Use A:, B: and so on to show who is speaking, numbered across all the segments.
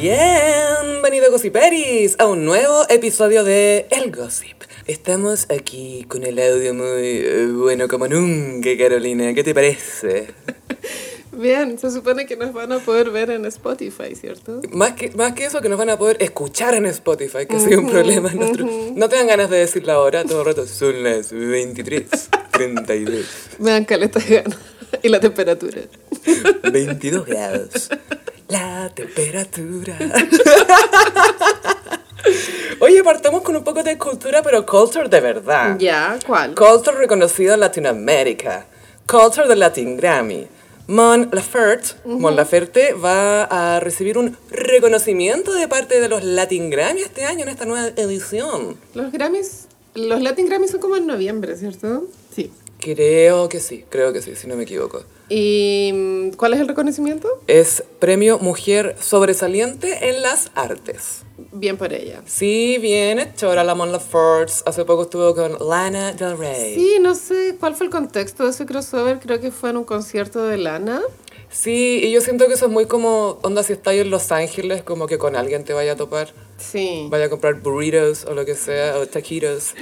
A: Bienvenido Gossiperis a un nuevo episodio de El Gossip. Estamos aquí con el audio muy eh, bueno como nunca, Carolina. ¿Qué te parece?
B: Bien, se supone que nos van a poder ver en Spotify, ¿cierto?
A: Más que, más que eso, que nos van a poder escuchar en Spotify, que ha sido un problema nuestro. No tengan ganas de decir la hora todo el rato. Son las 23, 32,
B: Me dan caleta de gana. Y la temperatura.
A: 22 grados. La temperatura. Oye, partamos con un poco de cultura, pero culture de verdad.
B: Ya, ¿cuál?
A: Culture reconocido en Latinoamérica. Culture del Latin Grammy. Mon Laferte, Mon Laferte va a recibir un reconocimiento de parte de los Latin Grammy este año en esta nueva edición.
B: Los Grammys, los Latin Grammys son como en noviembre, ¿cierto? Sí.
A: Creo que sí, creo que sí, si no me equivoco.
B: ¿Y mm, cuál es el reconocimiento?
A: Es Premio Mujer Sobresaliente en las Artes.
B: Bien por ella.
A: Sí, bien hecho. Ahora la Mon Laferte hace poco estuvo con Lana Del Rey.
B: Sí, no sé cuál fue el contexto de ese crossover, creo que fue en un concierto de Lana.
A: Sí, y yo siento que eso es muy como, onda, si estáis en Los Ángeles, como que con alguien te vaya a topar,
B: Sí.
A: vaya a comprar burritos o lo que sea, o taquitos.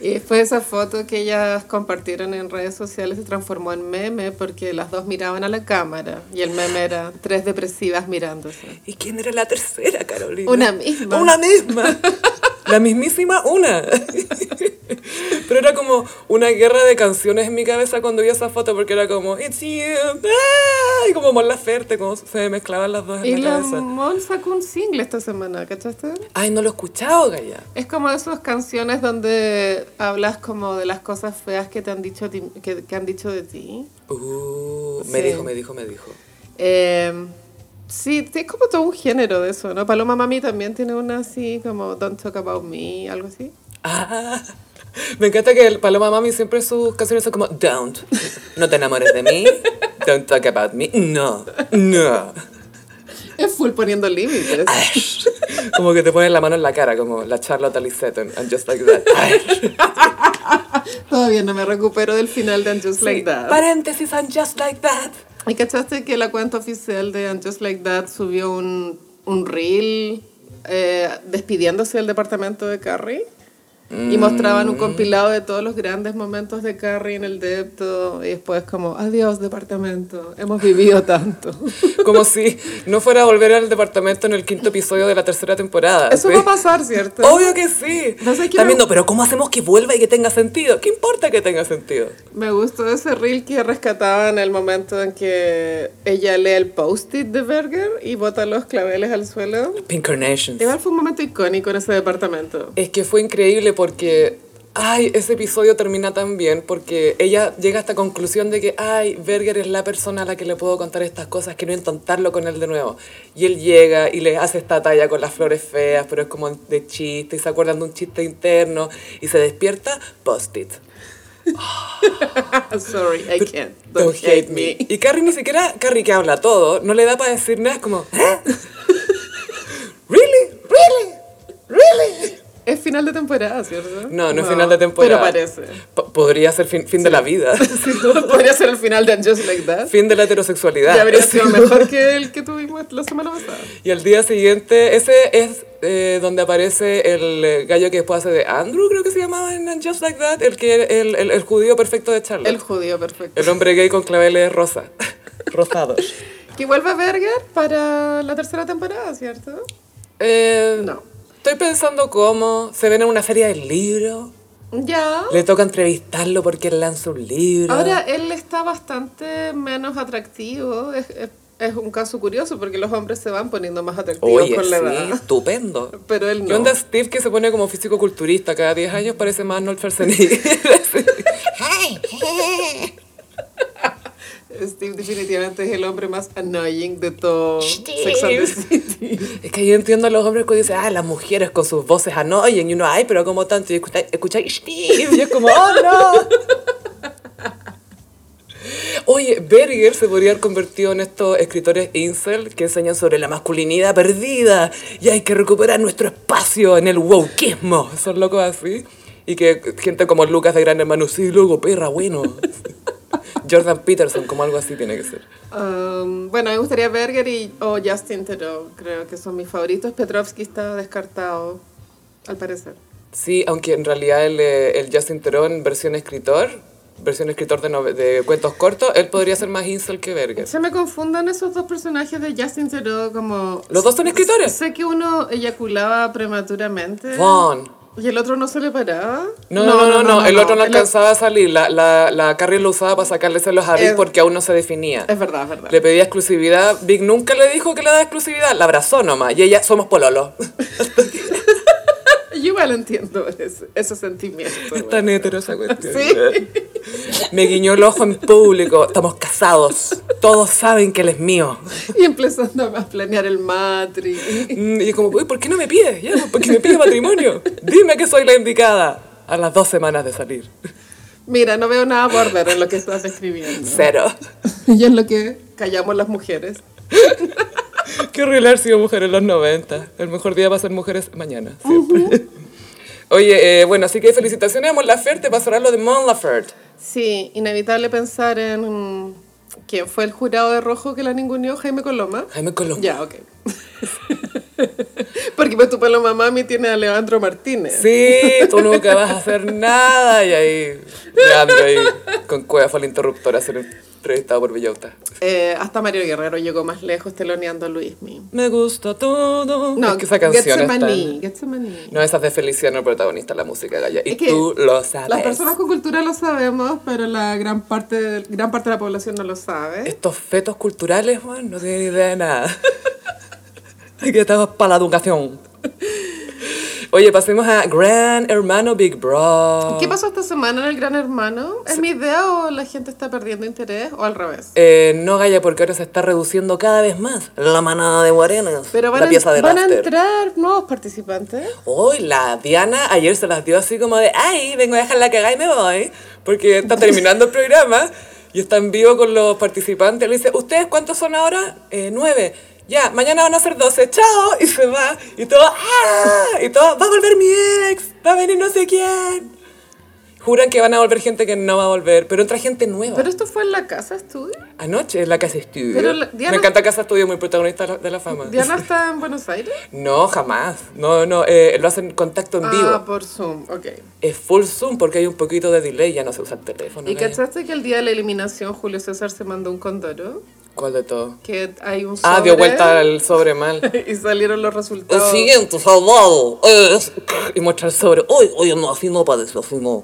B: Y después esa foto que ellas compartieron en redes sociales se transformó en meme porque las dos miraban a la cámara y el meme era tres depresivas mirándose.
A: ¿Y quién era la tercera, Carolina?
B: Una misma.
A: Una misma. La mismísima una. Pero era como una guerra de canciones en mi cabeza cuando vi esa foto porque era como, it's you, ah", y como Mon Laferte, como se mezclaban las dos en
B: Y
A: mi
B: la
A: cabeza.
B: Mon sacó un single esta semana, ¿cachaste?
A: Ay, no lo he escuchado, Gaya.
B: Es como de esas canciones donde hablas como de las cosas feas que te han dicho, a ti- que, que han dicho de ti.
A: Uh, me
B: Sí.
A: dijo, me dijo, me dijo.
B: Eh, sí, es como todo un género de eso, ¿no? Paloma Mami también tiene una así como Don't Talk About Me, algo así.
A: Ah, me encanta que el Paloma Mami siempre sus canciones son como Don't, no te enamores de mí, Don't talk about me, no, no.
B: Es full poniendo límites.
A: Ash. Como que te ponen la mano en la cara, como la Charlotte Lisette en I'm Just Like That. Ash.
B: Todavía no me recupero del final de And Just Like
A: Sí.
B: That.
A: Paréntesis, I'm Just Like That.
B: ¿Y cachaste que la cuenta oficial de And Just Like That subió un, un reel eh, despidiéndose del departamento de Carrie? Y mostraban
A: Mm.
B: un compilado de todos los grandes momentos de Carrie en el depto. Y después como, adiós departamento, hemos vivido tanto.
A: Como si no fuera a volver al departamento en el quinto episodio de la tercera temporada.
B: Eso
A: ¿sí?
B: va a pasar, ¿cierto?
A: Obvio que sí.
B: No sé qué
A: También
B: me-
A: no, pero ¿cómo hacemos que vuelva y que tenga sentido? ¿Qué importa que tenga sentido?
B: Me gustó ese reel que rescataban el momento en que ella lee el post-it de Berger y bota los claveles al suelo.
A: Pinkernations.
B: Igual fue un momento icónico en ese departamento.
A: Es que fue increíble porque, ay, ese episodio termina tan bien porque ella llega a esta conclusión de que, ay, Berger es la persona a la que le puedo contar estas cosas, quiero intentarlo con él de nuevo. Y él llega y le hace esta talla con las flores feas, pero es como de chiste y se acuerdan de un chiste interno y se despierta post-it.
B: Ah, Sorry, I can't.
A: Don't hate me. Y Carrie ni siquiera, Carrie que habla todo, no le da para decir nada, es como, ¿eh? ¿Really? ¿Really? ¿Really?
B: Es final de temporada, ¿cierto?
A: No, no es final de temporada.
B: Pero parece.
A: Po- podría ser fin, fin de la vida.
B: Sí, no, podría ser el final de And Just Like That.
A: Fin de la heterosexualidad.
B: Ya habría sido mejor que el que tuvimos la semana pasada.
A: Y al día siguiente, ese es eh, donde aparece el eh, gallo que después hace de Andrew, creo que se llamaba en And Just Like That, el, que, el, el, el judío perfecto de Charlotte.
B: El
A: El,
B: judío perfecto.
A: hombre gay con claveles rosa. Rosados.
B: Que vuelve Berger para la tercera temporada, ¿cierto?
A: Eh,
B: No.
A: Estoy pensando cómo se ven en una feria del libro,
B: Ya.
A: le toca entrevistarlo porque él lanza un libro.
B: Ahora él está bastante menos atractivo. Es, es- es un caso curioso porque los hombres se van poniendo más atractivos
A: Oye,
B: con la
A: sí,
B: edad.
A: estupendo.
B: Pero él
A: ¿Qué
B: no.
A: onda Steve que se pone como físico-culturista? Cada 10 años parece más Arnold Schwarzenegger.
B: Steve definitivamente es el hombre más annoying de todo Sex and the City.
A: es que yo entiendo a los hombres cuando dicen, ah, las mujeres con sus voces annoyen. Y uno, ay, pero como tanto. Y escucha- escucháis Steve. Y es como, oh, no. Oye, Berger se podría haber convertido en estos escritores incel que enseñan sobre la masculinidad perdida y hay que recuperar nuestro espacio en el wokeismo. Son locos así. Y que gente como Lucas de Gran Hermano, sí, luego, perra, bueno. Jordan Peterson, como algo así tiene que ser.
B: Um, bueno, me gustaría Berger y, o Justin Theroux, creo que son mis favoritos. Petrovsky está descartado, al parecer.
A: Sí, aunque en realidad el, eh, el Justin Theroux en versión escritor, versión escritor de, nove- de cuentos cortos, él podría ser más incel que Berger.
B: Se me confundan esos dos personajes de Justin Theroux como...
A: ¿Los dos son escritores?
B: Sé que uno eyaculaba prematuramente.
A: Vaughn.
B: ¿Y el otro no se le paraba?
A: No, no, no, no, el otro no
B: el o-
A: alcanzaba a salir. La, la, la Carrie lo usaba para sacarle celos a Big
B: Es-
A: porque aún no se definía.
B: Es verdad, es verdad.
A: Le pedía exclusividad. Big nunca le dijo que le daba exclusividad. La abrazó nomás. Y ella, somos pololo.
B: Yo igual entiendo ese, ese sentimiento. güey.
A: Tan hetero esa cuestión.
B: Sí.
A: Me guiñó el ojo en público. Estamos casados. Todos saben que él es mío.
B: Y empezando a planear el matri.
A: Mm, Y como, uy, ¿por qué no me pides? Ya, ¿Por qué me pides matrimonio? Dime que soy la indicada. A las dos semanas de salir.
B: Mira, no veo nada border en lo que estás describiendo.
A: Cero.
B: Y es lo que callamos las mujeres.
A: Qué horrible haber sido mujer en los 90. El mejor día va a ser mujeres mañana, siempre. Oye, eh, bueno, así que felicitaciones a Mon Laferte para cerrar lo de Mon Laferte.
B: Sí, inevitable pensar en mm, quién fue el jurado de rojo que la ninguneó, Jaime Coloma.
A: Jaime Colón.
B: Ya, ok. Porque pues tu paloma mami tiene a Leandro Martínez.
A: Sí, tú nunca vas a hacer nada. Y ahí, Leandro ahí, con cueva fue al interruptor a ser entrevistado por Villauta.
B: Eh, hasta Mario Guerrero llegó más lejos teloneando a Luismi.
A: Me gusta todo.
B: No,
A: es que esa canción es tan...
B: Getsemaní, Getsemaní.
A: No, esas de Felicia no es protagonista la música, Gaya. Y
B: Es que
A: tú lo sabes.
B: Las personas con cultura lo sabemos, pero la gran parte, gran parte de la población no lo sabe.
A: Estos fetos culturales, man, no tienen idea de nada. Aquí estamos para la educación. Oye, pasemos a Gran Hermano Big Bro.
B: ¿Qué pasó esta semana en el Gran Hermano? ¿Es mi idea o la gente está perdiendo interés o al revés?
A: Eh, no, Gaya, porque ahora se está reduciendo cada vez más la manada de guarenas.
B: Pero van,
A: la
B: a,
A: pieza de
B: van a
A: Raster.
B: entrar nuevos participantes.
A: Hoy la Diana ayer se las dio así como de, ay, vengo a dejar la cagada y me voy, porque está terminando el programa y está en vivo con los participantes. Le dice, ¿ustedes cuántos son ahora? "Eh, nueve. Ya, mañana van a ser doce, chao. Y se va. Y todo, ¡ah! Y todo, va a volver mi ex, va a venir no sé quién. Juran que van a volver gente que no va a volver, pero entra gente nueva.
B: Pero esto fue en la casa estudio.
A: Anoche en la Casa Estudio.
B: Pero la-
A: Me
B: Diana-
A: encanta Casa Estudio, muy protagonista de la fama.
B: Diana está en Buenos Aires.
A: No, jamás. No, no, eh, lo hacen contacto en vivo.
B: Ah, por Zoom, ok.
A: Es full zoom porque hay un poquito de delay, ya no se usa el teléfono.
B: ¿Y
A: Gaya.
B: cachaste que el día de la eliminación Julio César se mandó un condoro?
A: ¿Cuál de todo?
B: Que hay un sobre
A: Ah, dio vuelta al sobre mal.
B: y salieron los resultados.
A: siguiente salvado es... Y muestra el sobre. Uy, oye, no, así no parece, así no.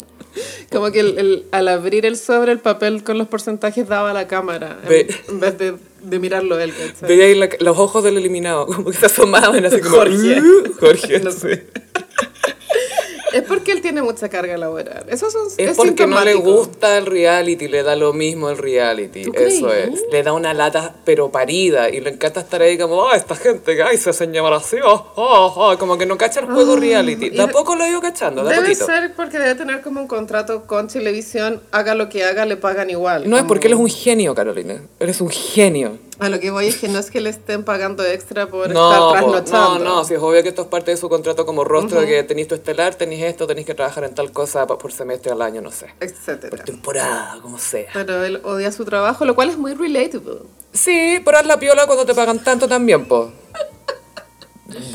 B: Como que el- el- al abrir el sobre, el papel con los porcentajes daba a la cámara. en-
A: Ve-
B: En, vez de, de mirarlo él, ¿cachai?
A: Veía ahí la- los ojos del eliminado, como que se asomaban así como... "Uh",
B: Jorge.
A: Jorge,
B: No
A: sí.
B: Es porque él tiene mucha carga laboral. Eso son,
A: Es, porque no le
B: sintomático.
A: gusta el reality, le da lo mismo el reality.
B: ¿Tú crees?
A: Eso es. Le da una lata, pero parida. Y le encanta estar ahí como, oh, esta gente que ay, se hacen llamar así, oh, oh, oh", Como que no cacha el juego reality.
B: Ah, y
A: De a
B: de-
A: poco lo he ido cachando, de a
B: Debe
A: poquito.
B: ser porque debe tener como un contrato con televisión, haga lo que haga, le pagan igual.
A: No es
B: como-
A: porque él es un genio, Carolina. Él es un genio.
B: A lo que voy es que no es que le estén pagando extra por
A: No,
B: estar
A: po, no,
B: trasnochando.
A: no, si es obvio que esto es parte de su contrato como rostro, que tenéis tu estelar, tenéis esto, tenéis que trabajar en tal cosa pa- por semestre al año, no sé.
B: Etcétera.
A: Temporada, como sea.
B: Pero él odia su trabajo, lo cual es muy relatable.
A: Sí, pero haz la piola cuando te pagan tanto también, po.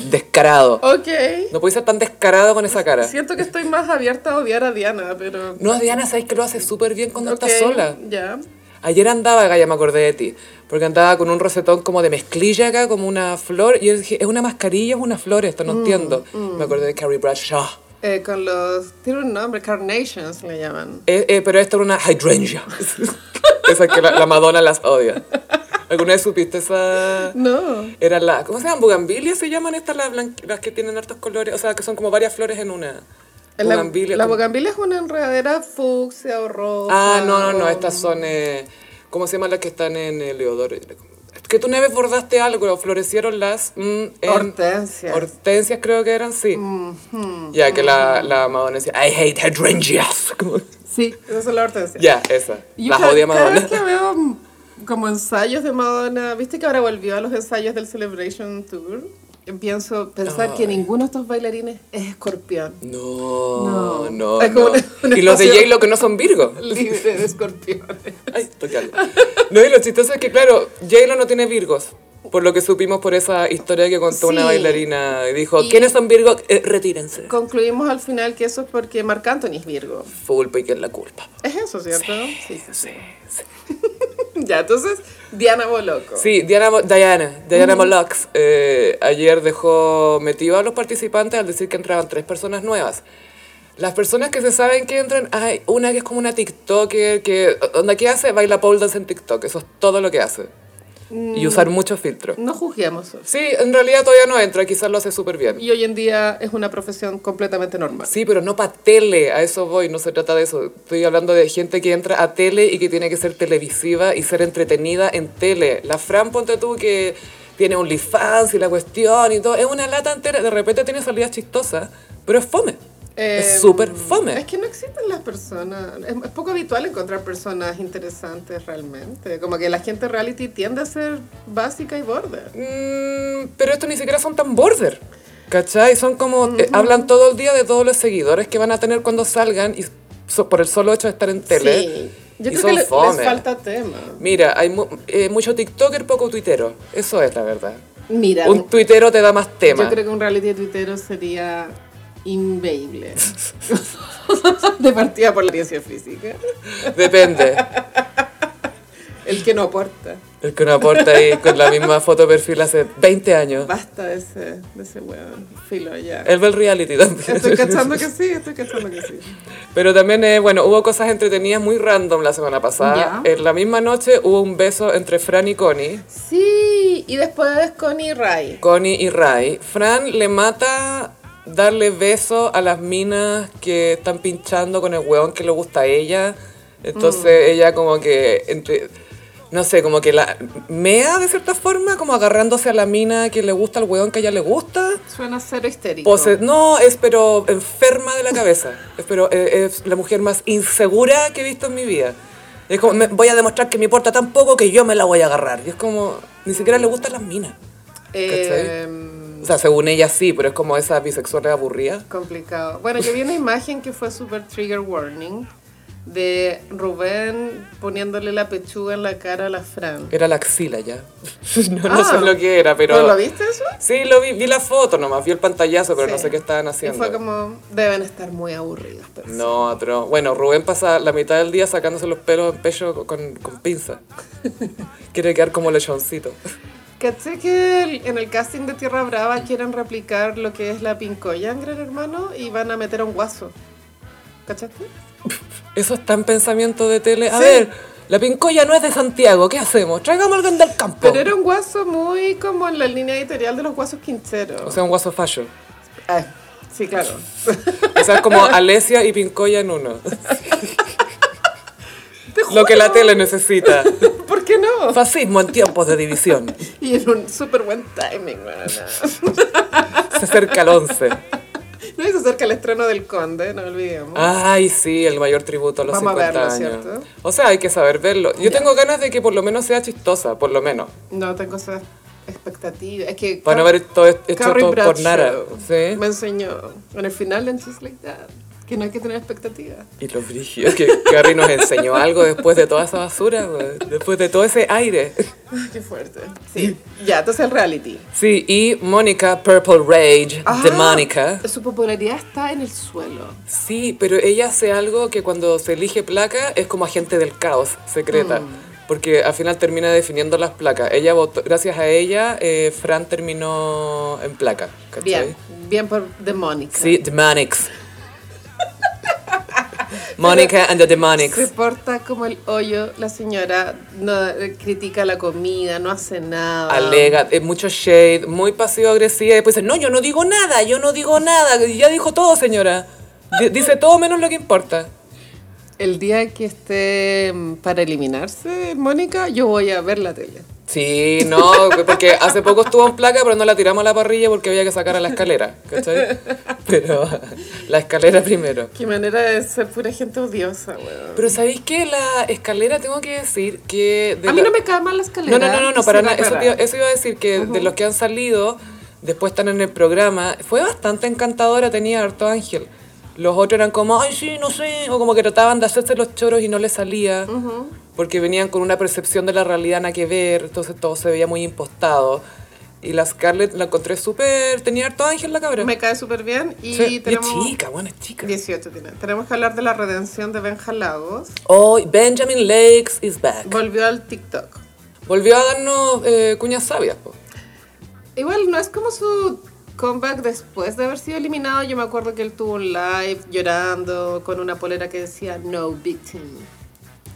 A: Descarado.
B: Ok.
A: No puede ser tan descarado con esa cara.
B: Siento que estoy más abierta a odiar a Diana, pero...
A: No, Diana, sabes que lo hace súper bien cuando
B: Ok,
A: está sola.
B: Ya.
A: Ayer andaba, Gaya, me acordé de ti, porque andaba con un rosetón como de mezclilla acá, como una flor, y yo dije, es una mascarilla, es una flor esto, no
B: Mm,
A: entiendo. Me acordé de Carrie Bradshaw.
B: Eh, con los... Tiene un nombre, Carnations le llaman.
A: Eh, eh, pero esto era una hydrangea. esa que la, la Madonna las odia. ¿Alguna vez supiste esa...?
B: No.
A: Era la, ¿Cómo se llaman? ¿Bugambilias se llaman estas las, blan- las que tienen hartos colores? O sea, que son como varias flores en una.
B: La
A: Bugambilia,
B: la
A: como-
B: bugambilia es una enredadera fucsia o rosa.
A: Ah, no, no, no,
B: o-
A: estas son, eh, ¿cómo se llaman las que están en el Leodoro? Que tú una vez bordaste algo, florecieron las... mm, en-
B: Hortensias. Mm.
A: Hortensias creo que eran, sí.
B: Hmm.
A: Ya que la, la Madonna decía, I hate hydrangeas. Como-
B: Sí. Esas son las hortensias.
A: ya, esa.
B: Yo
A: Las
B: cada-
A: odia
B: Cada vez
A: Madonna.
B: que veo mm, como ensayos de Madonna, viste que ahora volvió a los ensayos del Celebration Tour. pienso pensar que ninguno de estos bailarines es escorpión.
A: No,
B: No.
A: no,
B: Es como
A: no.
B: un- un
A: Y los de
B: espacio-
A: J-Lo que no son Virgo.
B: Libre de escorpiones.
A: Ay, toqué algo. No, y lo chistoso es que, claro, J-Lo no tiene Virgos. Por lo que supimos por esa historia que contó una
B: Sí.
A: bailarina. Y dijo,
B: Y-
A: ¿quiénes son Virgo? Eh, retírense.
B: Concluimos al final que eso es porque Marc Anthony es Virgo.
A: Full, y que es la culpa.
B: Es eso, ¿cierto? Sí.
A: Sí, sí.
B: Ya, entonces, Diana Boloco.
A: Sí, Diana, Mo- Diana, Diana Molox eh, ayer dejó metido a los participantes al decir que entraban tres personas nuevas. Las personas que se saben que entran, hay una que es como una TikToker, que, onda, ¿qué hace? Baila pole dance en TikTok, eso es todo lo que hace. Y usar muchos filtros.
B: No juzguemos.
A: Sí, en realidad todavía no entra, quizás lo hace súper bien.
B: Y hoy en día es una profesión completamente normal.
A: Sí, pero no para tele, a eso voy, no se trata de eso. Estoy hablando de gente que entra a tele y que tiene que ser televisiva y ser entretenida en tele. La Fran, ponte tú, que tiene un OnlyFans y la cuestión y todo, es una lata entera. De repente tiene salidas chistosas, pero es fome.
B: Eh,
A: es súper fome.
B: Es que no existen las personas. Es, es poco habitual encontrar personas interesantes realmente. Como que la gente reality tiende a ser básica y border.
A: Mm, pero estos ni siquiera son tan border. ¿Cachai? Son como. eh, hablan todo el día de todos los seguidores que van a tener cuando salgan y so- por el solo hecho de estar en tele.
B: Sí. Yo
A: y
B: creo
A: son
B: que le-
A: fome.
B: les falta tema.
A: Mira, hay mu- eh, mucho TikToker, poco tuitero. Eso es la verdad.
B: Mira,
A: Un tuitero te da más tema.
B: yo creo que un reality de tuitero sería inveíble. de partida por la ciencia física.
A: Depende.
B: El que no aporta.
A: El que no aporta ahí con la misma foto de perfil hace 20 años.
B: Basta de ese, de ese hueón. Filo ya.
A: El Bell Reality también.
B: Estoy cachando que sí, estoy cachando que sí.
A: Pero también, eh, bueno, hubo cosas entretenidas muy random la semana pasada.
B: Ya.
A: En la misma noche hubo un beso entre Fran y Connie.
B: Sí, y después Connie Ray.
A: Connie y Ray. Fran le mata darle beso a las minas que están pinchando con el hueón que le gusta a ella. Entonces ella como que, entre- no sé, como que la mea de cierta forma, como agarrándose a la mina que le gusta al hueón que a ella le gusta.
B: Suena cero histérico.
A: Pose- no, es pero enferma de la cabeza. Es pero eh, es la mujer más insegura que he visto en mi vida. Es como, me- voy a demostrar que me importa tan poco que yo me la voy a agarrar. Y es como, ni siquiera le gustan las minas.
B: Eh,
A: O sea, según ella sí, pero es como esa bisexual aburrida.
B: complicado. Bueno, yo vi una imagen que fue super trigger warning de Rubén poniéndole la pechuga en la cara a la Fran.
A: Era la axila ya. no, no
B: Ah.
A: sé lo que era, pero...
B: ¿No lo viste eso?
A: Sí, lo vi, vi la foto nomás, vi el pantallazo, pero
B: Sí.
A: no sé qué estaban
B: Y
A: haciendo.
B: fue como, deben estar muy aburridas. pero-
A: No, otro. Bueno, Rubén pasa la mitad del día sacándose los pelos en pecho con, con pinza. Quiere quedar como lechoncito.
B: Caché que el- en el casting de Tierra Brava quieren replicar lo que es la pincoya en Gran Hermano y van a meter a un guaso. ¿Cachaste?
A: Eso está en pensamiento de tele. A
B: Sí.
A: ver, la pincoya no es de Santiago, ¿qué hacemos? Traigamos a alguien del campo.
B: Pero era un guaso muy como en la línea editorial de los guasos
A: O
B: quinceros.
A: sea, un guaso fallo.
B: Ah, sí, claro.
A: O sea, es como Alesia y pincoya en uno. Lo que la tele necesita.
B: ¿Por qué no?
A: Fascismo en tiempos de división.
B: Y en un súper buen timing, bueno, no.
A: Se acerca el 11.
B: No y se acerca el estreno del Conde, no
A: Ah.
B: olvidemos.
A: Ay, sí, el mayor tributo a los
B: Vamos a
A: 50
B: verlo,
A: años.
B: ¿cierto?
A: O sea, hay que saber verlo. Yo tengo ganas de que por lo menos sea chistosa, por lo menos.
B: No tengo esas expectativas. Es que
A: Para no
B: Car-
A: haber todo hecho
B: Carrie
A: todo por
B: Bradshaw
A: nada. ¿sí?
B: me enseñó en el final en Just Like That que no hay que tener expectativas.
A: Y los brígidos que Carrie nos enseñó algo después de toda esa basura, güey. después de todo ese aire.
B: Ay, qué fuerte. Sí. Ya, entonces el reality. Ah,
A: Sí, y Mónica, Purple Rage, de Mónica.
B: Su popularidad está en el suelo.
A: Sí, pero ella hace algo que cuando se elige placa es como agente del caos secreta. Porque al final termina definiendo las placas. Ella votó- gracias a ella, eh, Fran terminó en placa. ¿cachai?
B: Bien, bien por The Monica.
A: Sí, Demonics. Mónica and the
B: Se
A: Demonics.
B: porta como el hoyo, la señora no, eh, critica la comida, no hace nada.
A: Alega, es mucho shade, muy pasivo-agresiva. Y después dice, no, yo no digo nada, yo no digo nada. Ya dijo todo, señora. Di- Dice todo menos lo que importa.
B: El día que esté mm, para eliminarse, Mónica, yo voy a ver la tele.
A: Sí, no, porque hace poco estuvo en placa, pero no la tiramos a la parrilla porque había que sacar a la escalera, ¿cachai? Pero la escalera primero.
B: Qué manera de ser pura gente odiosa, weón.
A: Pero ¿sabéis que la escalera, tengo que decir que... de
B: A mí
A: la-
B: no me cae mal la escalera.
A: No, no, no, no, no, para
B: quisiera
A: nada. Eso, te iba-
B: aclarar.
A: eso iba a decir que de los que han salido, Después están en el programa. Fue bastante encantadora, tenía harto ángel. Los otros eran como, ay, sí, no sé, o como que trataban de hacerse los choros y no les salía, porque venían con una percepción de la realidad nada que ver, entonces todo se veía muy impostado. Y la Scarlett la encontré súper, tenía harto ángel la cabra.
B: Me cae súper bien. Y
A: Sí, y
B: tenemos.
A: es chica, bueno, es chica.
B: 18 tiene. Tenemos que hablar de la redención de Benja Lagos.
A: Hoy Benjamin Lakes is back.
B: Volvió al TikTok.
A: Volvió a darnos eh, cuñas sabias. po.
B: Igual no es como su comeback después de haber sido eliminado. Yo me acuerdo que él tuvo un live llorando con una polera que decía No Victim.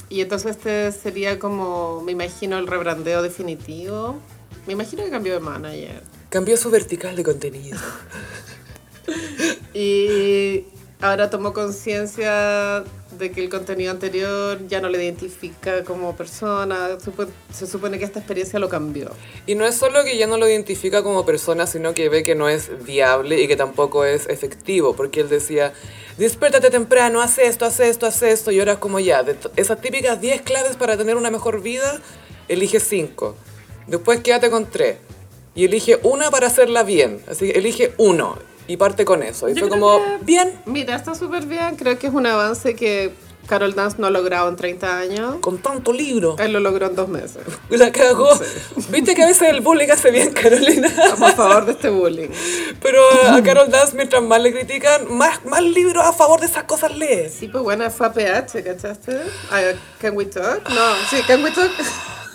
B: Y entonces este sería como, me imagino, el rebrandeo definitivo. Me imagino que cambió de manager.
A: Cambió su vertical de contenido.
B: Y ahora tomó conciencia de que el contenido anterior ya no le identifica como persona. Supo- se supone que esta experiencia lo cambió.
A: Y no es solo que ya no lo identifica como persona, sino que ve que no es viable y que tampoco es efectivo, porque él decía, despiértate temprano, haz esto, haz esto, haz esto, y ahora es como ya, de to- esas típicas 10 claves para tener una mejor vida, elige 5. Después quédate con 3. Y elige una para hacerla bien, así que elige uno y parte con eso. Y
B: Yo
A: fue
B: creo
A: como,
B: que-
A: bien,
B: Mira, está súper bien. Creo que es un avance que Carol Dance no ha logrado en 30 años.
A: con tanto libro.
B: Él lo logró en dos meses.
A: La cagó. Viste que a veces el bullying hace bien, Carolina.
B: Estamos a favor de este bullying.
A: Pero a a Carol Dance, mientras más le critican, más, más libros a favor de esas cosas lees.
B: Sí, pues bueno, fue a PH, ¿cachaste? Ah, ¿Can we talk? No, sí, ¿can we talk?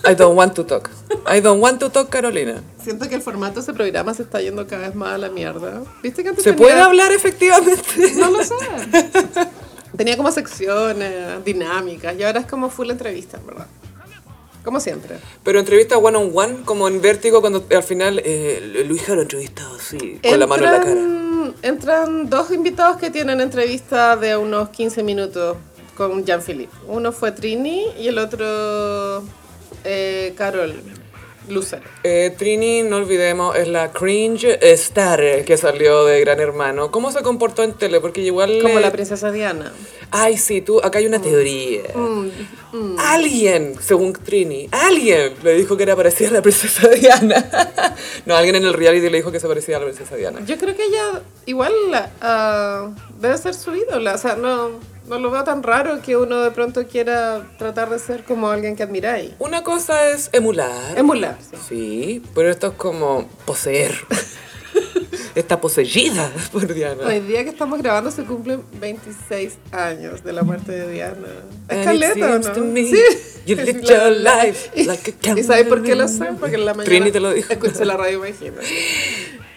A: I don't want to talk. I don't want to talk, Carolina.
B: Siento que el formato de ese programa se está yendo cada vez más a la mierda. ¿Viste que antes
A: ¿Se
B: tenía-
A: puede hablar efectivamente?
B: No lo sé. Tenía como secciones, dinámicas, y ahora es como full entrevista, en ¿verdad? Como siempre.
A: Pero entrevista one on one, como en Vértigo, cuando al final eh, Luis lo entrevista así, con la mano en la cara.
B: Entran dos invitados que tienen entrevista de unos 15 minutos con Jean-Philippe. Uno fue Trini y el otro eh, Carol Lucero.
A: Eh, Trini, no olvidemos, es la cringe star que salió de Gran Hermano. ¿Cómo se comportó en tele? Porque igual...
B: Como
A: eh,
B: la princesa Diana.
A: Ay, sí, tú, acá
B: Mm.
A: hay una teoría. Alguien, según Trini, alguien le dijo que era parecida a la princesa Diana. no, alguien en el reality le dijo que se parecía a la princesa Diana.
B: Yo creo que ella igual ah, debe ser su ídola. O sea, no, no lo veo tan raro que uno de pronto quiera tratar de ser como alguien que admiráis.
A: Una cosa es emular.
B: Emular. sí.
A: sí, pero esto es como poseer. Está poseída por Diana.
B: Hoy día que estamos grabando se cumplen 26 años de la muerte de Diana.
A: And
B: Es
A: it
B: caleta, ¿o
A: seems to
B: ¿no?
A: me
B: Sí.
A: you lived your life like a
B: ¿Y sabes por qué lo sé? Porque en la mañana
A: Trini te lo dijo.
B: escuché la radio, imagínate.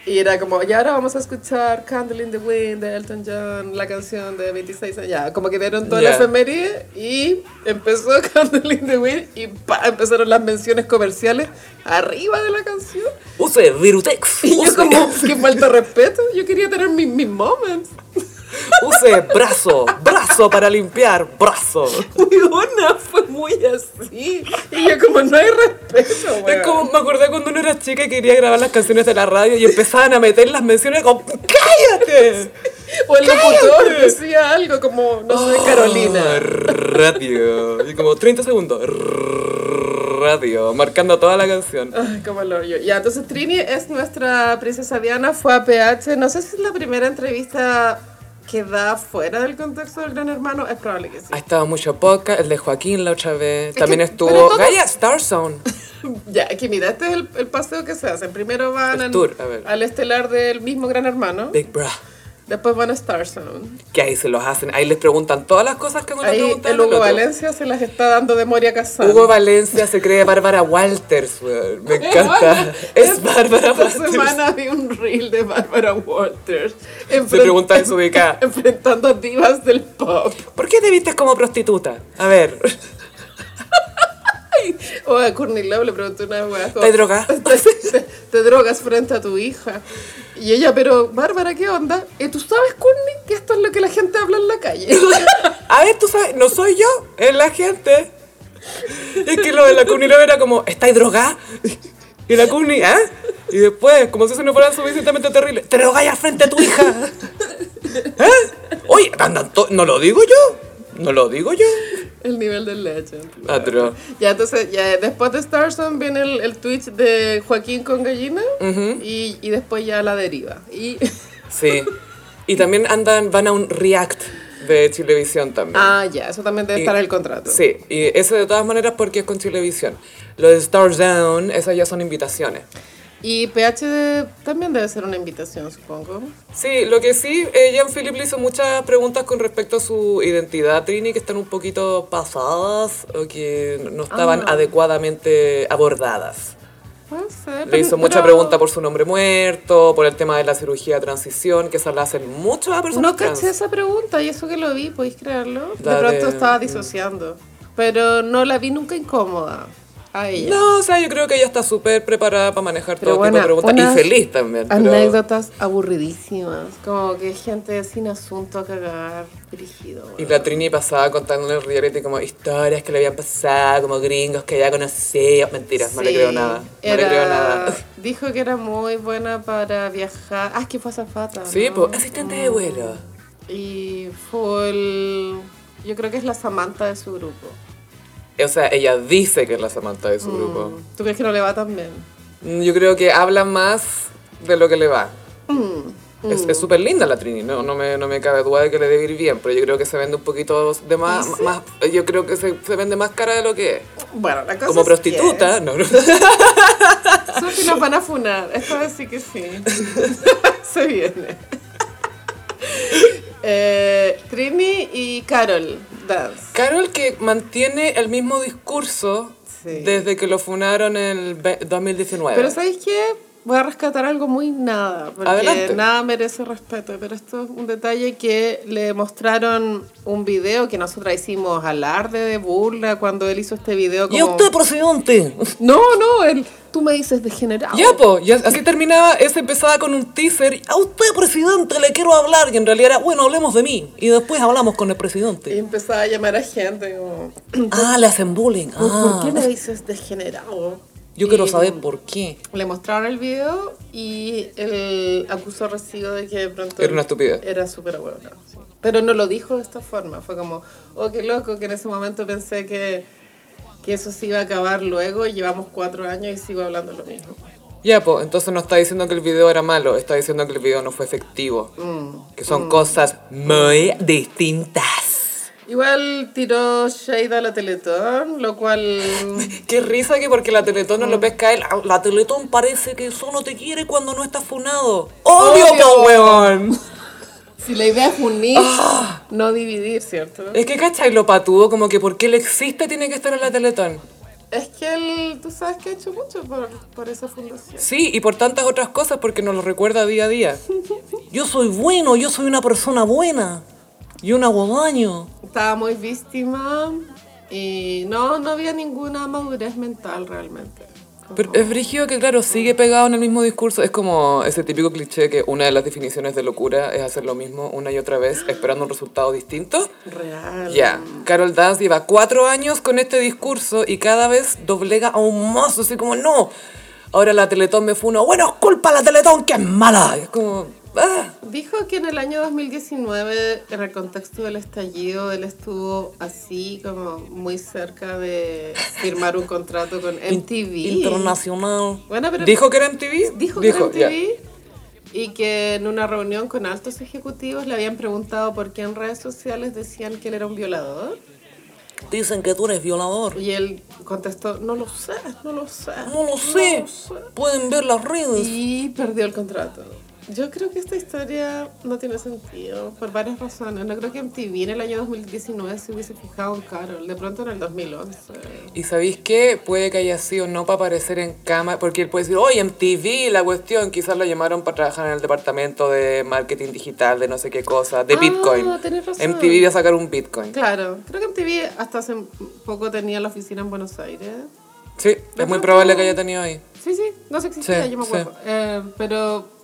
B: Y era como, y ahora vamos a escuchar Candle in the Wind de Elton John, la canción de 26 años. Ya, como que dieron toda la
A: Ya.
B: efeméride y empezó Candle in the Wind y pa, empezaron las menciones comerciales arriba de la canción.
A: Use Virutex.
B: Y yo
A: Use,
B: como, qué falta de respeto, yo quería tener mis, mis moments.
A: use brazo. Brazo para limpiar. Brazo.
B: Weona, fue muy así. Y yo como, no hay respeto,
A: Es como, me acordé cuando uno era chica y quería grabar las canciones de la radio y empezaban a meter las menciones como ¡Cállate!
B: O el
A: locutor
B: locutor decía algo como, no sé,
A: Ah,
B: Carolina.
A: radio. Y como 30 segundos. Radio. Marcando toda la canción.
B: Ay, como lo yo. Ya, entonces Trini es nuestra princesa Diana, fue a PH. No sé si es la primera entrevista que da fuera del contexto del Gran Hermano. Es probable que sí.
A: Ha estado Ah, mucho podcast, el de Joaquín la otra vez.
B: que-
A: También
B: pero
A: estuvo
B: todos-
A: Gaia Star Zone.
B: Ya, aquí mira, este es el, el paseo que se hacen. Primero van
A: El
B: al-
A: tour, a ver.
B: al estelar del mismo Gran Hermano.
A: Big Bra.
B: Después van a Star Zone.
A: Que ahí se los hacen. Ahí les preguntan todas las cosas que uno le
B: Ahí
A: preguntaba
B: el
A: al
B: Hugo
A: otro.
B: Valencia se las está dando de Moria Casán.
A: Hugo Valencia se cree Bárbara Walters, weón. Me encanta. Es Bárbara
B: Esta
A: Walters.
B: semana vi un reel de Barbara Walters. enfren-
A: Se pregunta desubicada.
B: Enfrentando divas del pop.
A: ¿Por qué te vistes como prostituta? A ver,
B: O a Courtney Love le preguntó una weá. como,
A: ¿te drogas?
B: "Te- te- Te drogas frente a tu hija. Y ella, pero Bárbara, ¿qué onda? ¿Y tú sabes, Courtney, que esto es lo que la gente habla en la calle?
A: A ver, tú sabes, no soy yo, es la gente. Es que lo de la Courtney Love era como, ¿estáis drogada? Y la Courtney, ¿ah? Y después, como si eso no fuera suficientemente terrible, te drogáis al frente a tu hija. ¿Eh? Oye, andan to- no lo digo yo, Ah, no lo digo yo.
B: El nivel del legend.
A: Atro.
B: Ya, entonces, ya después de Starson viene el, el Twitch de Joaquín con gallina y, y después ya la deriva. Y,
A: Sí. Y también andan, van a un react de Chilevisión también.
B: ah, ya, eso también debe
A: Y-
B: estar en el contrato.
A: Sí, y eso de todas maneras porque es con Chilevisión. Lo de Star Down, esas ya son invitaciones.
B: Y PH también debe ser una invitación, supongo.
A: Sí, lo que sí, eh, Jean-Philippe le hizo muchas preguntas con respecto a su identidad, Trini, que están un poquito pasadas o que no estaban
B: Ah.
A: adecuadamente abordadas.
B: Puede ser.
A: Le hizo mucha
B: pero-
A: pregunta por su nombre muerto, por el tema de la cirugía de transición, que esa la hacen muchas personas
B: No
A: trans.
B: caché esa pregunta y eso que lo vi, podéis creerlo. De
A: Dale.
B: pronto estaba disociando. Pero no la vi nunca incómoda a ella.
A: No, o sea, yo creo que ella está súper preparada para manejar
B: Pero
A: todo tipo
B: bueno,
A: de preguntas
B: unas
A: y feliz también. pero-
B: Anécdotas aburridísimas. Como que gente sin asunto a cagar. Dirigido.
A: Y la Trini pasaba contando en el reality como historias que le habían pasado, como gringos que ya conocía. Mentiras, no le creo nada. No le creo nada.
B: Dijo que era muy buena para viajar. Ah, es que fue azafata.
A: Sí,
B: ¿no?
A: pues, asistente de vuelo.
B: Y fue el. Yo creo que es la Samantha de su grupo.
A: O sea, ella dice que es la Samantha
B: Mm.
A: de su grupo.
B: ¿Tú crees que no le va tan bien?
A: Mm, Yo creo que habla más de lo que le va.
B: Mm,
A: Es es súper linda la Trini, no, no, me, no me cabe duda de que le debe ir bien, pero yo creo que se vende un poquito de más,
B: ¿Ah,
A: más yo creo que se, se vende más cara de lo que es.
B: Bueno, la cosa
A: Como
B: es
A: prostituta, no, no.
B: que- Sofi nos van a funar. Esta vez sí que sí. Se viene. Eh, Trini y Carol Dance.
A: Carol que mantiene el mismo discurso
B: Sí.
A: desde que lo funaron en el ve- 2019.
B: Pero ¿sabéis qué? Voy a rescatar algo muy nada, porque
A: Adelante.
B: nada merece respeto, pero esto es un detalle que le mostraron un video que nosotras hicimos alarde de burla cuando él hizo este video como...
A: presidente?
B: No, no, él, tú me dices degenerado.
A: Ya, po, y así terminaba, ese empezaba con un teaser, y, a usted, presidente, le quiero hablar, y en realidad era, bueno, hablemos de mí, y después hablamos con el
B: Y
A: presidente.
B: empezaba a llamar a gente como...
A: Ah, le hacen bullying,
B: ¿Por qué
A: ah.
B: me dices degenerado?
A: Yo quiero
B: Y
A: saber por qué.
B: Le mostraron el video y él acusó recibo de que de pronto...
A: Era una estupidez.
B: Era súper huevona, sí. Pero no lo dijo de esta forma. Fue como, oh, qué loco, que en ese momento pensé que, que eso se iba a acabar luego. y Llevamos cuatro años y sigo hablando lo mismo.
A: Ya, po, entonces no está diciendo que el video era malo, está diciendo que el video no fue efectivo.
B: Mm.
A: Que son cosas muy distintas.
B: Igual tiró Shade a la Teletón, lo cual...
A: Qué risa que porque la Teletón no
B: Mm.
A: lo pesca él. Ah, La Teletón parece que solo te quiere cuando no estás funado. ¡Obvio,
B: Obvio.
A: po, weón!
B: Si la idea es unir,
A: Ah.
B: no dividir, ¿cierto?
A: Es que, ¿cachai? Lo patudo, como que porque él existe tiene que estar en la Teletón.
B: Es que él, tú sabes que ha hecho mucho por, por esa fundación.
A: Sí, y por tantas otras cosas porque nos lo recuerda día a día. Yo soy bueno, yo soy una persona buena. Y un aguadaño.
B: Estaba muy víctima y no, no había ninguna madurez mental realmente.
A: Pero es brígido que, claro, sigue pegado en el mismo discurso. Es como ese típico cliché que una de las definiciones de locura es hacer lo mismo una y otra vez esperando un resultado distinto.
B: Real.
A: Ya, Carol Dance lleva cuatro años con este discurso y cada vez doblega aún más, así como, no, ahora la Teletón me funo, bueno, es culpa de la Teletón que es mala. Y Es como, ah.
B: Dijo que en el año 2019, en el contexto del estallido, él estuvo así como muy cerca de firmar un contrato con MTV.
A: Internacional.
B: Bueno, pero-
A: ¿Dijo que era MTV?
B: Dijo que era
A: ya.
B: MTV y que en una reunión con altos ejecutivos le habían preguntado por qué en redes sociales decían que él era un violador.
A: Dicen que tú eres violador.
B: Y él contestó, no lo sé, no lo sé.
A: No lo sé. Pueden ver las redes.
B: Y perdió el contrato. Yo creo que esta historia no tiene sentido por varias razones. No creo que MTV en el año 2019 se hubiese fijado en Carol, de pronto en el 2011.
A: Y sabéis qué? Puede que haya sido no para aparecer en cámara, porque él puede decir, oye, TV la cuestión, quizás lo llamaron para trabajar en el departamento de marketing digital, de no sé qué cosa, de
B: Ah,
A: Bitcoin.
B: tenés razón.
A: MTV iba a sacar un Bitcoin.
B: Claro, creo que MTV hasta hace poco tenía la oficina en Buenos Aires.
A: Sí, es muy probable que haya tenido ahí.
B: Sí, sí, no se existía,
A: Sí,
B: yo me acuerdo. Eh, pero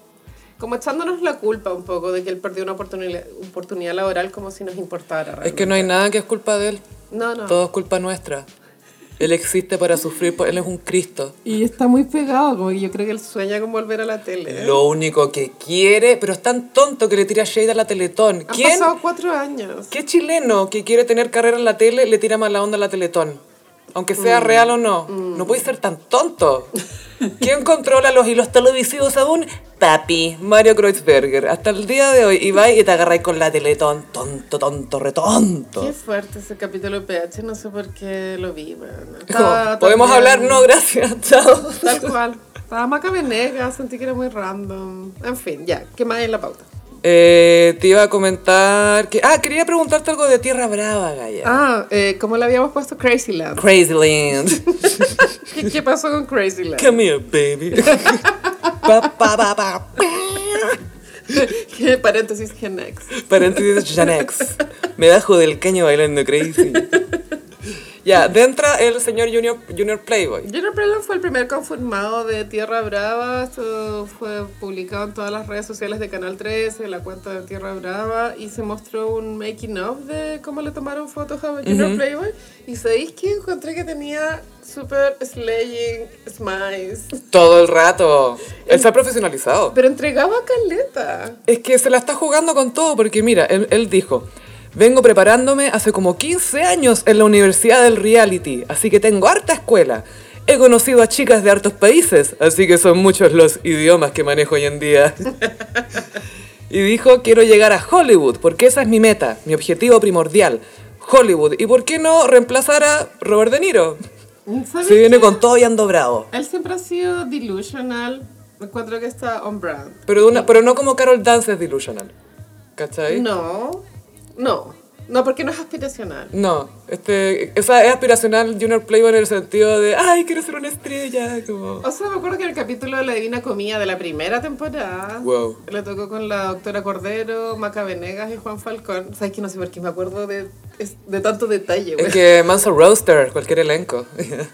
B: como echándonos la culpa un poco de que él perdió una oportunidad, oportunidad laboral como si nos importara.
A: Es que no hay nada que es culpa de él,
B: Ah. realmente. no, no.
A: todo es culpa nuestra. Él existe para sufrir, por- él es un Cristo.
B: Y está muy pegado, como que yo creo que él sueña con volver a la tele. ¿eh?
A: Lo único que quiere, pero es tan tonto que le tira shade a la Teletón.
B: Han
A: ¿Quién?
B: pasado cuatro años.
A: ¿Qué chileno que quiere tener carrera en la tele le tira mala onda a la Teletón? Aunque sea real o no. No puede ser tan tonto. ¿Quién controla los hilos televisivos aún? Papi, Mario Kreuzberger. Hasta el día de hoy. Y va y te agarráis con la Teletón. Tonto, tonto, retonto.
B: Qué fuerte ese capítulo de PH, no sé por qué lo vi, weón.
A: Es como,
B: Estaba
A: ¿Podemos
B: también-
A: hablar? No, gracias. Chao.
B: Tal cual. Estaba Maca Venegas, sentí que era muy random. En fin, ya, ¿qué más hay en la pauta?
A: Eh, te iba a comentar que... Ah, quería preguntarte algo de Tierra Brava, Gaya.
B: Ah, eh, ¿cómo le habíamos puesto Crazyland?
A: Crazyland.
B: ¿Qué, qué pasó con Crazyland?
A: Come here, baby. Pa, pa, pa, pa.
B: ¿Qué paréntesis Gen X?
A: Paréntesis Janex. Me bajo del caño bailando crazy. Ya, de entra el señor Junior, Junior Playboy.
B: Junior Playland fue el primer conformado de Tierra Brava. Esto fue publicado en todas las redes sociales de Canal 13, en la cuenta de Tierra Brava. Y se mostró un making of de cómo le tomaron fotos a Junior Playboy. Y sabéis que encontré que tenía super slaying smiles.
A: Todo el rato. Él se ha profesionalizado.
B: Pero entregaba caleta.
A: Es que se la está jugando con todo porque mira, él, él dijo, vengo preparándome hace como 15 años en la Universidad del Reality, así que tengo harta escuela. He conocido a chicas de hartos países, así que son muchos los idiomas que manejo hoy en día. y dijo, quiero llegar a Hollywood, porque esa es mi meta, mi objetivo primordial. Hollywood. ¿Y por qué no reemplazar a Robert De Niro?
B: ¿Sabes
A: Se viene
B: qué?
A: con todo y ando bravo.
B: Él siempre ha sido delusional. Encuentro que está on brand.
A: Pero, de una, pero no como Carol Dance es delusional. ¿Cachai?
B: No, no. No, porque no es aspiracional.
A: No, este, esa es aspiracional Junior Playboy en el sentido de, ay, quiero ser una estrella, como...
B: O sea, me acuerdo que en el capítulo de La Divina Comida de la primera temporada
A: Wow.
B: le tocó con la doctora Cordero, Maca Venegas y Juan Falcón. Sabes que no sé por qué me acuerdo de, es- de tanto detalle, güey.
A: Es que Manso Roaster, cualquier elenco.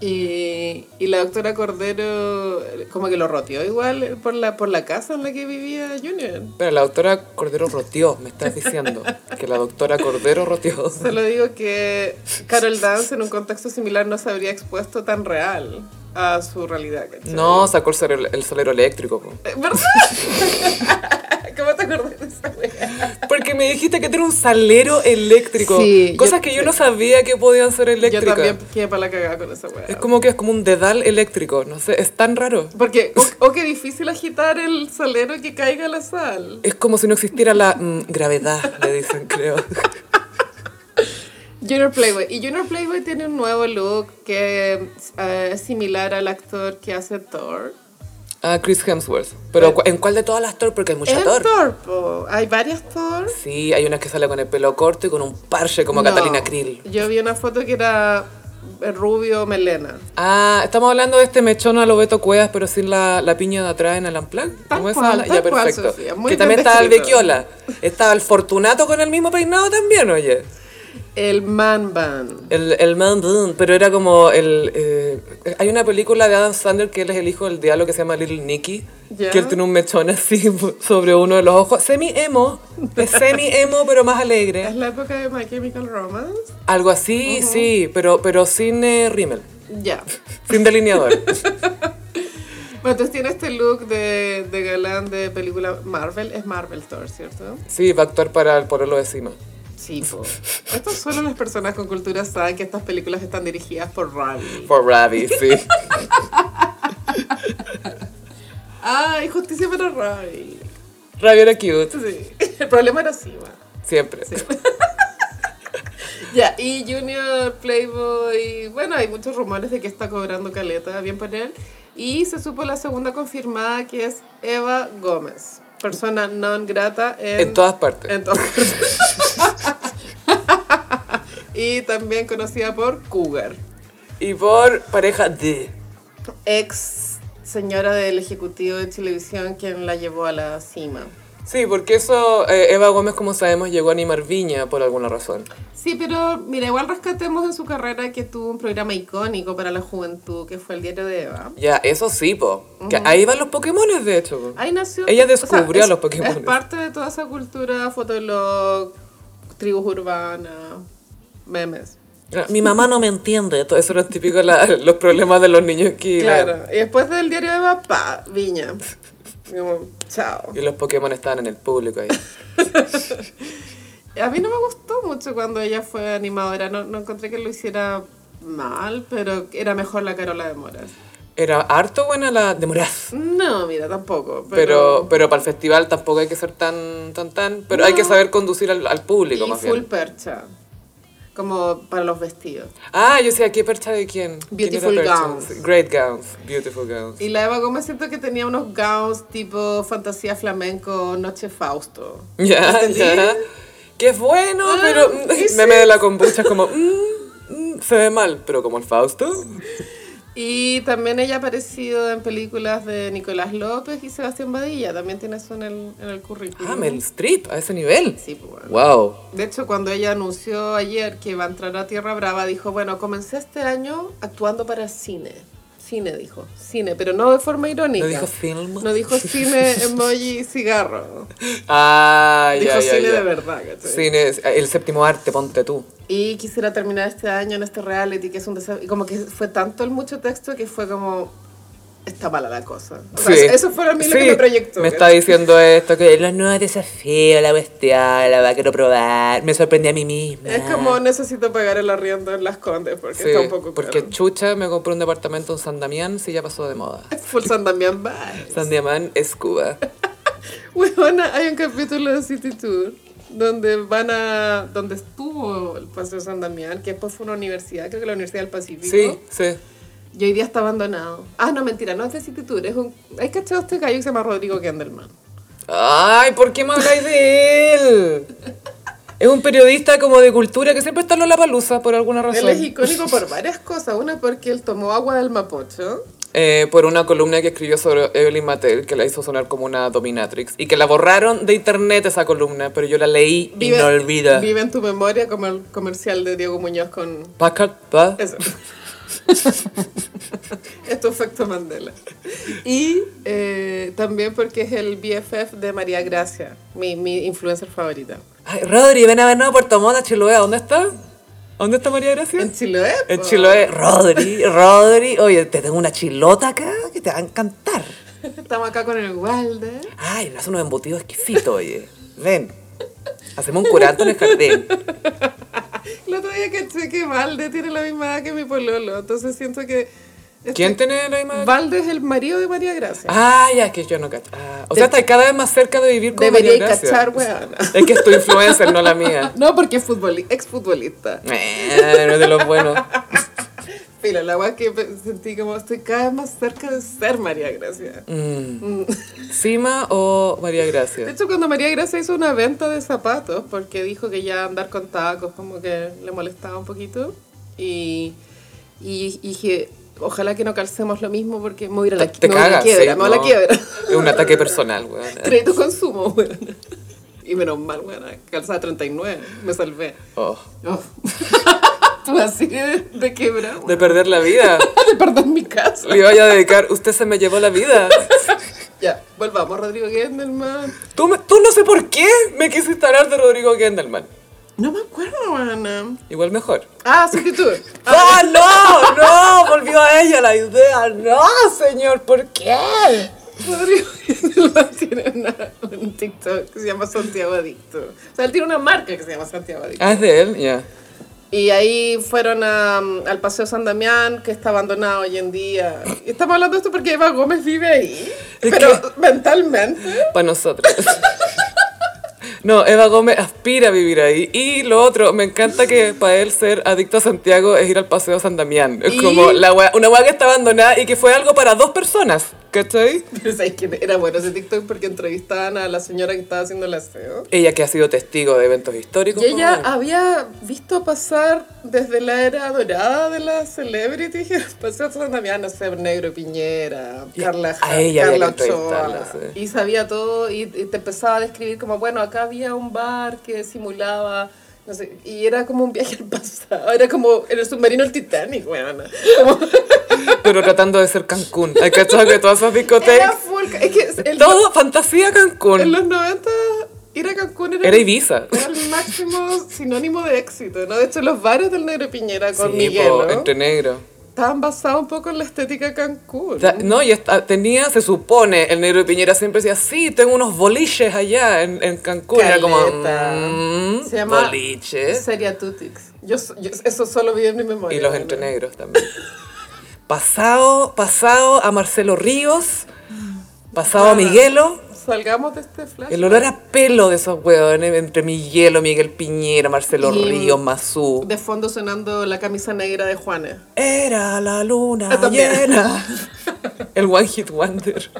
B: Y, y la doctora Cordero eh, como que lo roteó igual por la, por la casa en la que vivía Junior.
A: Pero la doctora Cordero roteó, me estás diciendo. Que la doctora Cordero roteó.
B: Solo digo que Carol Dance en un contexto similar no se habría expuesto tan real a su realidad. ¿cachai?
A: No, sacó el salero, el salero eléctrico. po.
B: Eh, ¿Verdad? ¿Cómo te acordás de esa wea?
A: Porque me dijiste que tiene un salero eléctrico.
B: Sí,
A: cosas que yo no sabía que podían ser
B: Yo
A: eléctricas.
B: también quedé para la cagada con esa wea.
A: Es como que es como un dedal eléctrico, no sé, es tan raro.
B: Porque, o, o que difícil agitar el salero que caiga la sal.
A: Es como si no existiera la mm, gravedad, le dicen, creo.
B: Junior Playboy. Y Junior Playboy tiene un nuevo look que eh, es similar al actor que hace Thor.
A: Ah, Chris Hemsworth.
B: Eh.
A: Pero ¿cu- ¿en cuál de todas las Thor? Porque hay mucha
B: Es
A: Thor.
B: Thor, po. Hay varias Thor.
A: Sí, hay una que sale con el pelo corto y con un parche como
B: No.
A: Catalina Krill.
B: Yo vi una foto que era rubio melena.
A: Ah, estamos hablando de este mechón a lo Beto Cuevas, pero sin la, la piña de atrás en el Amplan.
B: Tal cual, tal
A: Ya,
B: cual,
A: perfecto.
B: Sofía, muy
A: que
B: bien
A: también estaba el
B: descrito.
A: Bequiola. Estaba el Fortunato con el mismo peinado también, oye.
B: El man bun.
A: El, el man, bun, pero era como el... eh, hay una película de Adam Sandler que él es el hijo del diablo que se llama Little Nicky.
B: Ya.
A: Que él tiene un mechón así sobre uno de los ojos. Semi-emo. Es semi-emo, pero más alegre.
B: Es la época de My Chemical Romance.
A: Algo así, sí, pero, pero sin eh, rímel,
B: Ya.
A: sin delineador.
B: Bueno, entonces tiene este look de, de galán de película Marvel. Es Marvel Thor, ¿cierto?
A: sí, va a actuar para el porolo de cima.
B: Sí, po. Esto solo las personas con cultura saben que estas películas están dirigidas por Ravi.
A: For Ravi, sí.
B: ¡Ay, justicia para Ravi!
A: Ravi era cute,
B: Sí. El problema era Sima.
A: siempre.
B: Ya, y Junior Playboy, bueno, hay muchos rumores de que está cobrando caleta, bien por él. Y se supo la segunda confirmada que es Eva Gómez, persona non grata en,
A: En todas partes.
B: en todas partes. y también conocida por Cougar,
A: Y por pareja de...
B: ex señora del ejecutivo de televisión quien la llevó a la cima.
A: Sí, porque eso, eh, Eva Gómez, como sabemos, llegó a animar Viña por alguna razón.
B: Sí, pero mira, igual rescatemos en su carrera que tuvo un programa icónico para la juventud, que fue el diario de Eva.
A: Ya, eso sí, po. Que ahí van los Pokémones, de hecho. po.
B: Ahí nació.
A: Ella descubrió
B: es-
A: a los Pokémon.
B: Es parte de toda esa cultura, fotolog, tribus urbanas, memes.
A: Mi mamá no me entiende. Todo eso era típico la- los problemas de los niños que la-
B: Claro. Y después del diario de papá, Viña. Como, chao.
A: y los Pokémon estaban en el público ahí.
B: A mí no me gustó mucho cuando ella fue animadora. No, no encontré que lo hiciera mal, pero era mejor la Carola de Moras.
A: Era harto buena la de Moraz.
B: No, mira, tampoco.
A: Pero, pero para el festival tampoco hay que ser tan, tan, tan. Pero hay que saber conducir al, al público,
B: y
A: más
B: full
A: bien.
B: percha. Como para los vestidos.
A: Ah, yo sé, ¿qué percha de quién? ¿Quién era
B: Beautiful
A: percha?
B: gowns.
A: Great gowns. Beautiful gowns.
B: Y la Eva Gómez siento que tenía unos gowns tipo fantasía flamenco, noche Fausto.
A: Ya, ya. Que es bueno,
B: Ah,
A: pero mm,
B: sí,
A: meme
B: sí.
A: de la kombucha es como, mm, mm, se ve mal, pero como el Fausto.
B: Y también ella ha aparecido en películas de Nicolás López y Sebastián Badilla. También tiene eso en el, en el currículum.
A: Ah, Meryl Streep, a ese nivel.
B: Sí, pues, bueno.
A: Wow.
B: De hecho, cuando ella anunció ayer que iba a entrar a Tierra Brava, dijo, bueno, comencé este año actuando para cine. Cine, dijo. Cine, pero no de forma irónica.
A: ¿No dijo film?
B: No dijo cine, emoji, cigarro.
A: Ah,
B: Dijo
A: ya, ya,
B: cine
A: ya.
B: de verdad, ¿cachai?
A: Cine, es- el séptimo arte, ponte tú.
B: Y quisiera terminar este año en este reality, que es un desafío. Y como que fue tanto el mucho texto que fue como. Está mala la cosa. O sea,
A: Sí.
B: Eso fue a mí lo
A: Sí,
B: que me proyectó.
A: Me está diciendo esto, que los nuevos desafíos, la bestia, la va quiero probar. Me sorprendí a mí misma.
B: Es como necesito pagar el arriendo en las condes porque
A: Sí,
B: está un poco
A: porque
B: caro.
A: chucha me compró un departamento en San Damián, si ya pasó de moda.
B: Full San Damián Vibes.
A: San Damián es Cuba.
B: Huevona, hay un capítulo de City Tour donde van a. donde estuvo el Paseo San Damián, que después fue una universidad, creo que la Universidad del Pacífico.
A: Sí, sí.
B: Y hoy día está abandonado. Ah, no, mentira, no es de City Tour, es un. ¿Hay cachado este gallo que se llama Rodrigo Kendelman?
A: Ay, ¿por qué me habláis de él? Es un periodista como de cultura que siempre está en la palusa por alguna
B: Él
A: razón.
B: es icónico por varias cosas. Una porque él tomó agua del Mapocho.
A: Eh, por una columna que escribió sobre Evelyn Mattel que la hizo sonar como una dominatrix y que la borraron de internet esa columna, pero yo la leí y no olvida.
B: Vive en tu memoria como el comercial de Diego Muñoz con
A: Packard, pa.
B: eso. Esto efecto Mandela. Y eh, también porque es el BFF de María Gracia, mi, mi influencer favorita.
A: Ay, Rodri, ven a vernos a Puerto Montt, a Chiloé. ¿A ¿Dónde está? ¿A ¿Dónde está María Gracia?
B: En Chiloé.
A: En
B: po.
A: Chiloé. Rodri, Rodri. Oye, te tengo una chilota acá que te va a encantar.
B: Estamos acá con el Walde.
A: Ay, le hace unos embutidos exquisitos, oye. Ven. Hacemos un curato en el jardín.
B: El otro día caché que Valde tiene la misma edad que mi pololo, entonces siento que... este-
A: ¿Quién tiene la imagen?
B: Valde es el marido de María Gracia.
A: Ah, ya, es que yo no cacho. Ah, o sea, estás cada vez más cerca de vivir con
B: Debería
A: María Gracia.
B: cachar, weón.
A: Es que es tu influencer, no la mía.
B: No, porque es futboli exfutbolista.
A: Eh, no es de los buenos.
B: Pero la weá que pe- sentí como estoy cada vez más cerca de ser María Gracia.
A: Mm. ¿Sima o María
B: De
A: Gracia?
B: hecho, cuando María Gracia hizo una venta de zapatos, porque dijo que ya andar con tacos como que le molestaba un poquito, y, y, y dije, ojalá que no calcemos lo mismo porque me voy a ir a la,
A: Te
B: me voy a la
A: cagas.
B: quiebra,
A: sí,
B: me voy a la
A: no.
B: quiebra.
A: Es un ataque personal, weón.
B: Crédito consumo, weón. Y menos mal, weón, calzaba 39, me salvé.
A: Oh.
B: Uf. Tú así de, de quebra,
A: De perder la vida.
B: de perder mi casa.
A: Le vaya a dedicar, usted se me llevó la vida.
B: Ya, volvamos, Rodrigo Gendelman.
A: Tú, me- tú no sé por qué me quisiste hablar de Rodrigo Gendelman.
B: No me acuerdo, Ana.
A: Igual mejor.
B: Ah, City Tour.
A: ¡Ah, no! ¡No! Volvió a ella la idea. ¡No, señor! ¿Por qué?
B: Rodrigo Gendelman tiene una- un TikTok que se llama Santiago Adicto. O sea, él tiene una marca que se llama Santiago Adicto.
A: Ah, es de él, ya.
B: Y ahí fueron a, um, al Paseo San Damián, que está abandonado hoy en día. Y estamos hablando de esto porque Eva Gómez vive ahí.
A: Es
B: Pero mentalmente.
A: Para nosotros. No, Eva Gómez aspira a vivir ahí. Y lo otro, me encanta que para él ser adicto a Santiago es ir al Paseo San Damián. Es
B: Y-
A: como la wea- una hueá que está abandonada y que fue algo para dos personas. ¿Cachai?
B: Pero sabes que era bueno ese TikTok porque entrevistaban a la señora que estaba haciendo el aseo.
A: Ella que ha sido testigo de eventos históricos.
B: Y ella
A: po,
B: había visto pasar desde la era dorada de las celebrities, pasó a San Damián, no sé, Negro Piñera,
A: Y
B: Carla,
A: a ella
B: Carla
A: había que
B: Ochoa,
A: entrevistarla, sí.
B: y sabía todo, y, y te empezaba a describir como, bueno, acá había un bar que simulaba... No sé, y era como un viaje al pasado, era como en el submarino el Titanic, weón. Como-
A: weón. Pero tratando de ser Cancún. Hay cachado que todas esas
B: era
A: discotecas.
B: full, es que el-
A: Todo fantasía Cancún.
B: en los 90 Ir a Cancún era,
A: Era Ibiza.
B: era el máximo sinónimo de éxito, ¿no? De hecho, los bares del Negro Piñera con
A: Sí,
B: Miguel,
A: po,
B: ¿no?
A: entre negro.
B: estaban basados un poco en la estética de Cancún.
A: Ta- No, y esta- tenía, se supone, el negro de Piñera siempre decía, sí, tengo unos boliches allá en, en Cancún. Era como,
B: Caleta.
A: "Mm,
B: Se llama-
A: boliches.
B: Sería Tutix. Yo, so- yo- eso solo vi en mi memoria.
A: ¿Eh? Y los
B: bueno.
A: entre negros también. pasado, pasado a Marcelo Ríos, pasado a
B: Bueno.
A: Miguelo.
B: Salgamos de este flash.
A: El olor a pelo de esos huevones entre Miguelo, Miguel Piñera, Marcelo
B: Y-
A: Ríos, Mazú.
B: De fondo sonando la camisa negra de Juanes.
A: Era la luna
B: Ah, también.
A: llena. El One Hit Wonder.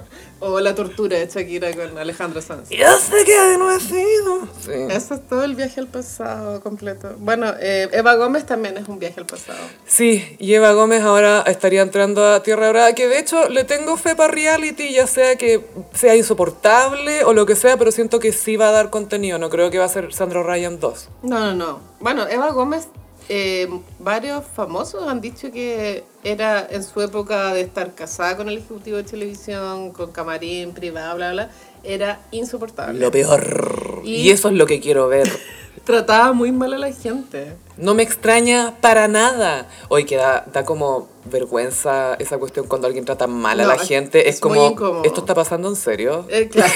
B: O la tortura de Shakira con Alejandro Sanz.
A: Ya sé que no he sido. Sí.
B: Eso es todo el viaje al pasado completo. Bueno, eh, Eva Gómez también es un viaje al pasado.
A: Sí, y Eva Gómez ahora estaría entrando a Tierra Brava, que de hecho le tengo fe para reality, ya sea que sea insoportable o lo que sea, pero siento que sí va a dar contenido, no creo que va a ser Sandro Ryan 2.
B: No, no, no. Bueno, Eva Gómez, eh, varios famosos han dicho que era en su época de estar casada con el ejecutivo de televisión, con camarín privado, bla, bla, era insoportable.
A: Lo peor.
B: Y-
A: Y eso es lo que quiero ver.
B: Trataba muy mal a la gente.
A: No me extraña para nada. Hoy que da, da como vergüenza esa cuestión cuando alguien trata mal a
B: No,
A: la
B: es-
A: gente. Es,
B: es muy
A: como,
B: incómodo.
A: ¿esto está pasando en serio?
B: Eh, claro,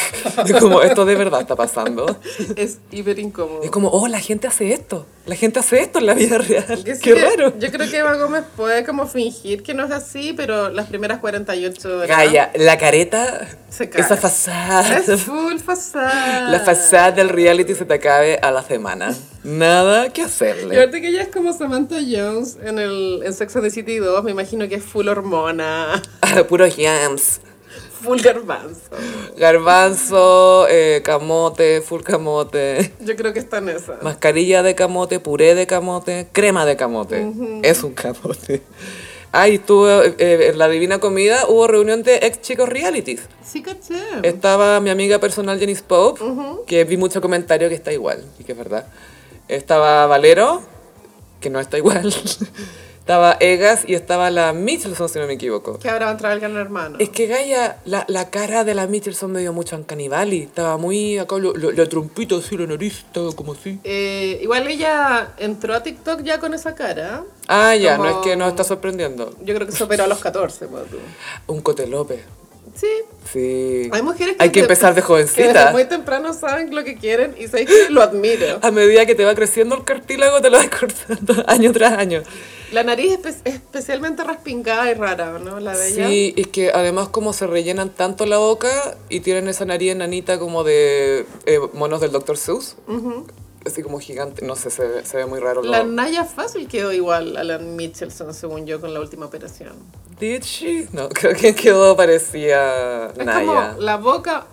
A: Es como, ¿esto de verdad está pasando?
B: es hiper incómodo.
A: Es como, oh, la gente hace esto. La gente hace esto en la vida real.
B: Yo sí
A: Qué
B: que-
A: raro.
B: Yo creo que Eva Gómez puede como fingir que no es así, pero las primeras 48 horas
A: Gaya, Ah, la careta,
B: se cae.
A: esa fachada,
B: Es full fasada.
A: la fachada del reality se te acabe a la semana. Nada que
B: Y
A: hacerle.
B: aparte que ella es como Samantha Jones en, el, en Sex and the City 2, me imagino que es full hormona,
A: Ah, Puros yams.
B: full garbanzo.
A: Garbanzo, eh, camote, full camote,
B: Yo creo que está en esa.
A: mascarilla de camote, puré de camote, crema de camote. Es un camote. Ay, estuvo eh, en la Divina Comida, hubo reunión de ex chicos realities.
B: Sí, caché.
A: Estaba mi amiga personal Jenny Pope, que vi mucho comentario que está igual, y que es verdad. Estaba Valero, que no está igual. estaba Egas y estaba la Michelson, si no me equivoco.
B: Que ahora va a entrar el gran hermano.
A: Es que Gaia, la, la cara de la Michelson me dio mucho en Canibali. Estaba muy acá, lo- lo- la trompita así, la nariz, estaba como así.
B: Eh, igual ella entró a TikTok ya con esa cara.
A: Ah, ya, no
B: Como-
A: es que nos está sorprendiendo.
B: Yo creo que se operó a los 14, pues, tú.
A: Un Cote López.
B: Sí,
A: Sí.
B: Hay mujeres que,
A: Hay que
B: te-
A: empezar de
B: que desde
A: jovencita.
B: muy temprano saben lo que quieren y sabes que lo admiro.
A: A medida que te va creciendo el cartílago, te lo vas cortando año tras año.
B: La nariz es espe- especialmente raspingada y rara, ¿no? La de ella.
A: Sí, es que además como se rellenan tanto la boca y tienen esa nariz enanita como de eh, monos del Dr. Seuss, así como gigante, no sé, se, ve- se ve muy raro.
B: La
A: lo-
B: Naya fácil quedó igual a la Michelson, según yo, con la última operación.
A: ¿Did she? No, creo que quedó parecía
B: Es
A: Naya.
B: como la boca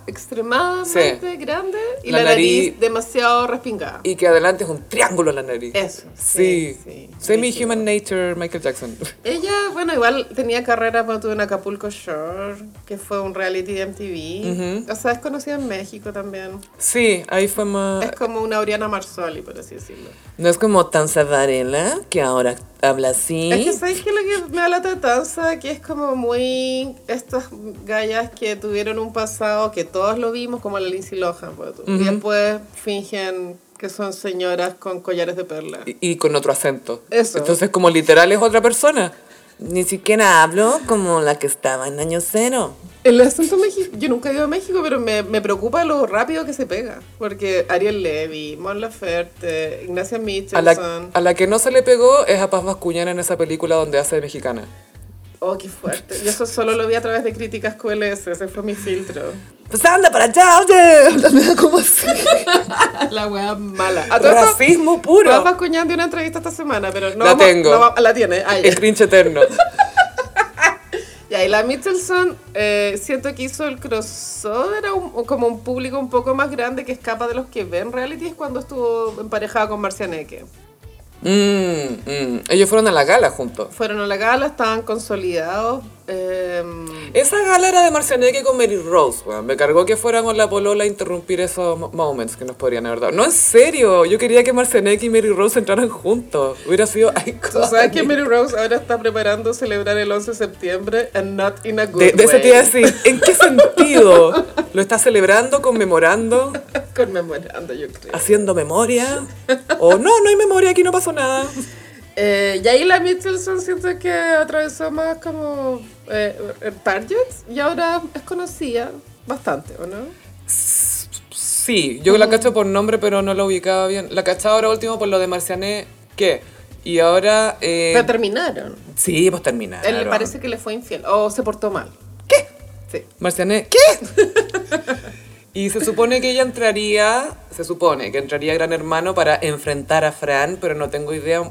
B: extremadamente grande y la,
A: La
B: nariz,
A: nariz-
B: demasiado raspingada.
A: Y que adelante es un triángulo la nariz.
B: Eso.
A: Sí,
B: sí, rígido.
A: semi-human nature Michael Jackson.
B: Ella, bueno, igual tenía carrera cuando tuvo en Acapulco Shore, que fue un reality de MTV. O sea, es conocida en México también.
A: Sí, ahí fue más...
B: Es como una Oriana Marsoli, por así decirlo.
A: No es como Tanza Varela, que ahora habla así.
B: Es que sabes que lo que me da la tatanza, que es como muy estas gallas que tuvieron un pasado que todos lo vimos, como la Lindsay Lohan, por ejemplo, y después fingen que son señoras con collares de perla.
A: y, y con otro acento.
B: Eso.
A: Entonces, como literal es otra persona. Ni siquiera hablo como la que estaba en año cero.
B: El acento mexicano, yo nunca he ido a México, pero me, me preocupa lo rápido que se pega, porque Ariel Levy, Mon Laferte, Ignacia
A: A la,
B: Michelson,
A: a la que no se le pegó es a Paz Vascuñana en esa película donde hace de mexicana.
B: oh, qué fuerte. Yo eso solo lo vi a través de críticas QLS, ese fue mi filtro.
A: Pues anda para allá, oye. como así.
B: La wea mala. A todo esto-
A: Racismo puro.
B: Rafa Acuña dio una entrevista esta semana, pero no
A: La
B: vamos-
A: tengo.
B: no va- la tiene. Ah, ya.
A: El cringe eterno.
B: Ya, y la Mitchelson eh, siento que hizo el crossover a un- como un público un poco más grande que escapa de los que ven reality es cuando estuvo emparejada con Marcianeque.
A: Mm, mm. Ellos fueron a la gala juntos.
B: Fueron a la gala, estaban consolidados. em,
A: Esa gala era de Marcianeque con Mary Rose, weón. Me cargó que fueran con la polola a interrumpir esos mo- moments que nos podrían haber dado. No, en serio. Yo quería que Marcianeque y Mary Rose entraran juntos. Hubiera sido
B: Tú sabes que
A: iconic.
B: Mary Rose ahora está preparando celebrar el 11 de septiembre and not in a good
A: De, de eso te iba a
B: way.
A: decir, ¿en qué sentido? ¿Lo está celebrando, conmemorando?
B: Conmemorando, yo creo.
A: haciendo memoria. O no, no hay memoria, aquí no pasó nada.
B: Eh, Yaila Mitchelson siento que atravesó más como eh, targets y ahora es conocida bastante, ¿o no?
A: Sí, yo la cacho por nombre, pero no la ubicaba bien. La cachaba ahora último por lo de Marciané, ¿qué? Y ahora... eh,
B: Pero terminaron.
A: sí, pues terminaron.
B: Él le parece que le fue infiel o se portó mal.
A: ¿Qué?
B: Sí.
A: Marciané, ¿qué? Y se supone que ella entraría, se supone que entraría a Gran Hermano para enfrentar a Fran, pero no tengo idea,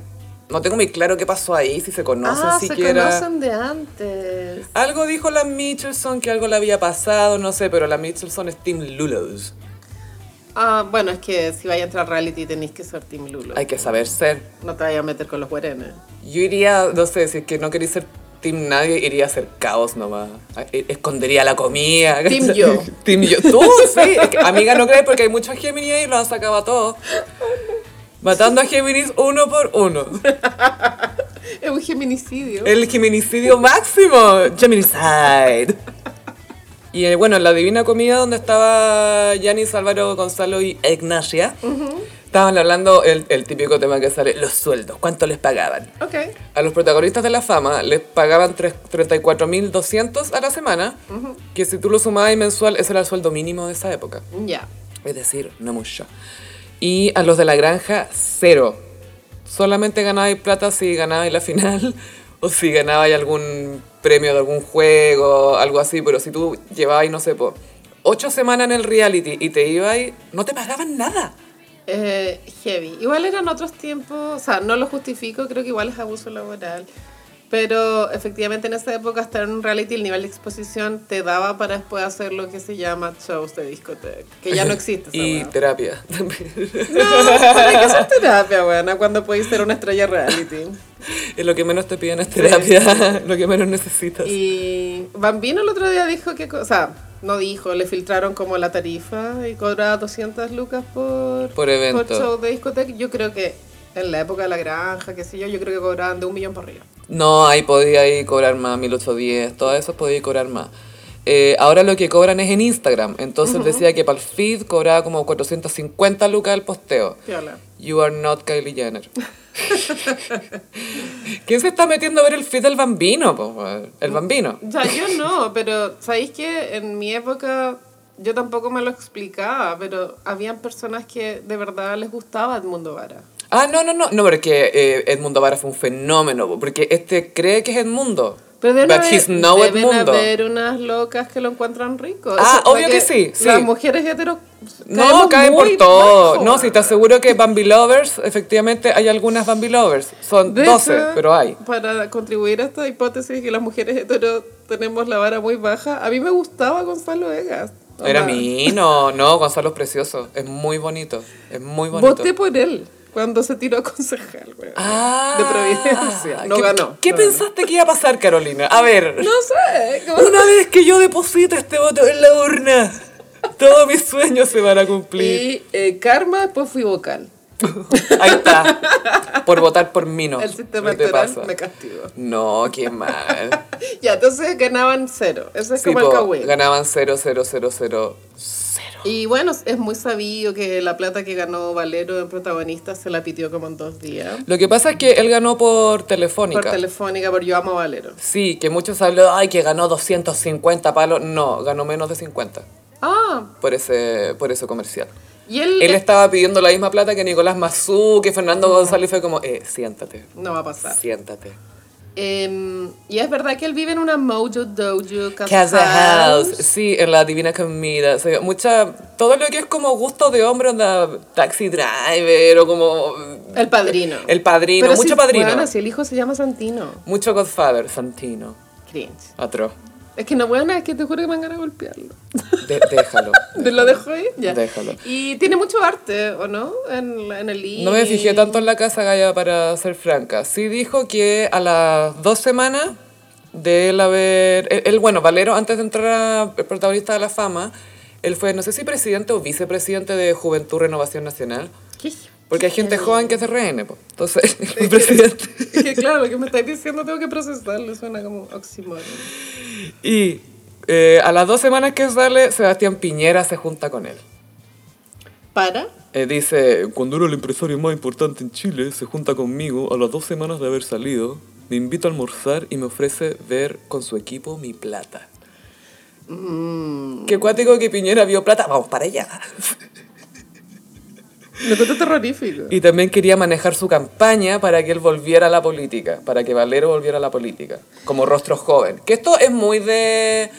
A: no tengo muy claro qué pasó ahí, si se conocen
B: ah,
A: siquiera.
B: se conocen de antes.
A: Algo dijo la Mitchelson que algo le había pasado, no sé, pero la Mitchelson es Team Lulos.
B: Ah, bueno, es que si vais a entrar reality tenéis que ser Team Lulo.
A: Hay que saber ser.
B: No te vayas a meter con los guarenes.
A: Yo iría, no sé, si es que no queréis ser Team nadie, iría a hacer caos nomás. E- Escondería la comida.
B: Team
A: ¿cachai?
B: yo.
A: Team yo. Tú, sí. Es que, amiga, no crees porque hay muchos Géminis ahí y los han sacado a todos. Matando a Géminis uno por uno.
B: Es un feminicidio.
A: El geminicidio máximo. Geminicide. Y eh, bueno, en la Divina Comida, donde estaba Yanis, Álvaro, Gonzalo y Ignacia, estaban hablando el, el típico tema que sale, los sueldos, cuánto les pagaban.
B: Ok.
A: A los protagonistas de la fama les pagaban tres- 34.200 a la semana, que si tú lo sumabas mensual, ese era el sueldo mínimo de esa época.
B: Ya.
A: Es decir, no mucho. Y a los de la granja, cero. Solamente ganabais plata si ganabais la final o si ganabais algún premio de algún juego, algo así. Pero si tú llevabais, no sé, po, ocho semanas en el reality y te ibais, no te pagaban nada.
B: Eh, heavy. Igual eran otros tiempos, o sea, no lo justifico, creo que igual es abuso laboral. Pero efectivamente en esa época estar en un reality, el nivel de exposición te daba para después hacer lo que se llama shows de discoteca, que ya no existe. esa
A: Y
B: weá.
A: terapia también.
B: ¿Para qué hacer terapia, buena, cuando podéis ser una estrella reality?
A: Es lo que menos te piden es terapia, lo que menos necesitas.
B: Y Bambino el otro día dijo que, co- o sea, no dijo, le filtraron como la tarifa y cobraba 200 lucas por,
A: Por evento.
B: show de discoteca. Yo creo que en la época de la granja, qué sé yo, yo creo que cobraban de un millón para arriba.
A: No, ahí podía ir cobrar más, 1810, todo eso podía ir cobrar más. Eh, ahora lo que cobran es en Instagram, entonces decía que para el feed cobraba como 450 lucas el posteo.
B: Piola.
A: You are not Kylie Jenner. ¿Quién se está metiendo a ver el feed del bambino? po, weón? el bambino.
B: O sea, yo no, pero ¿sabéis que en mi época yo tampoco me lo explicaba, pero habían personas que de verdad les gustaba Edmundo Vara.
A: Ah, no, no, no, no, porque eh, Edmundo Vara fue un fenómeno, po, porque este cree que es Edmundo.
B: Pero deben,
A: But
B: haber,
A: he's no
B: deben
A: Edmundo.
B: haber unas locas que lo encuentran rico.
A: Ah,
B: Eso fue
A: obvio que sí, sí.
B: Las mujeres heteros
A: No, caen por
B: muy
A: todo.
B: bajo.
A: No, si te aseguro que Bambi Lovers, efectivamente hay algunas Bambi Lovers. Son
B: De
A: 12,
B: hecho,
A: pero hay.
B: Para contribuir a esta hipótesis de que las mujeres heteros tenemos la vara muy baja, a mí me gustaba Gonzalo Vegas.
A: Era
B: Onda,
A: mi, no, no, Gonzalo es precioso. Es muy bonito, es muy bonito.
B: Voté por él cuando se tiró a concejal, güey.
A: Ah,
B: de Providencia. No
A: ¿qué,
B: ganó.
A: ¿Qué
B: no ganó.
A: pensaste que iba a pasar, Carolina? A ver,
B: No sé. como-
A: una vez que yo deposito este voto en la urna, todos mis sueños se van a cumplir.
B: Y eh, Karma, después fui vocal.
A: Ahí está. Por votar por mí no.
B: El sistema
A: ¿Qué te
B: electoral
A: pasa?
B: me castigó.
A: No, qué mal.
B: Ya, entonces ganaban cero. Eso es
A: Sí,
B: como el
A: po,
B: Kawin.
A: ganaban 0, 0, 0, 0.
B: Y bueno, es muy sabido que la plata que ganó Valero en protagonista se la pitió como en dos días.
A: Lo que pasa es que él ganó por telefónica.
B: Por telefónica, por yo amo a Valero.
A: sí, que muchos habló, ay, que ganó 250 palos. No, ganó menos de 50
B: Ah,
A: por ese, por ese comercial.
B: y él...
A: Él estaba pidiendo la misma plata que Nicolás Mazú, que Fernando González fue como, eh, siéntate,
B: No va a pasar.
A: siéntate.
B: Em, y es verdad que él vive en una Mojo Dojo Casa,
A: Casa
B: House.
A: House. Sí, en la Divina Comida. O sea, mucha, todo lo que es como gusto de hombre, onda, taxi driver o como...
B: El padrino.
A: El padrino, mucho
B: si-
A: padrino.
B: bueno, si el hijo se llama Santino.
A: Mucho Godfather, Santino,
B: Cringe.
A: atroz.
B: Es que no, bueno, es que te juro que me han ganado de golpearlo.
A: De- déjalo.
B: ¿Te lo dejo ahí? Ya.
A: Déjalo.
B: Y tiene mucho arte, ¿o no? En, la- en el
A: No me fijé tanto en la casa Gaya para ser franca. Sí dijo que a las dos semanas de él haber... Él, él, bueno, Valero, antes de entrar a el protagonista de la fama, él fue, no sé si presidente o vicepresidente de Juventud Renovación Nacional,
B: ¿Qué?
A: porque hay gente joven que es de RN, po. entonces el presidente.
B: Es que claro, lo que me estáis diciendo tengo que procesarlo, suena como oxímoron.
A: Y eh, a las dos semanas que sale, Sebastián Piñera se junta con él.
B: para.
A: Eh, dice, cuando era el empresario más importante en Chile, se junta conmigo a las dos semanas de haber salido, me invita a almorzar y me ofrece ver con su equipo mi plata.
B: mm,
A: Qué cuático que Piñera vio plata, vamos para allá.
B: Lo encuentro terrorífico.
A: Y también quería manejar su campaña para que él volviera a la política, para que Valero volviera a la política, como rostro joven. Que esto es muy de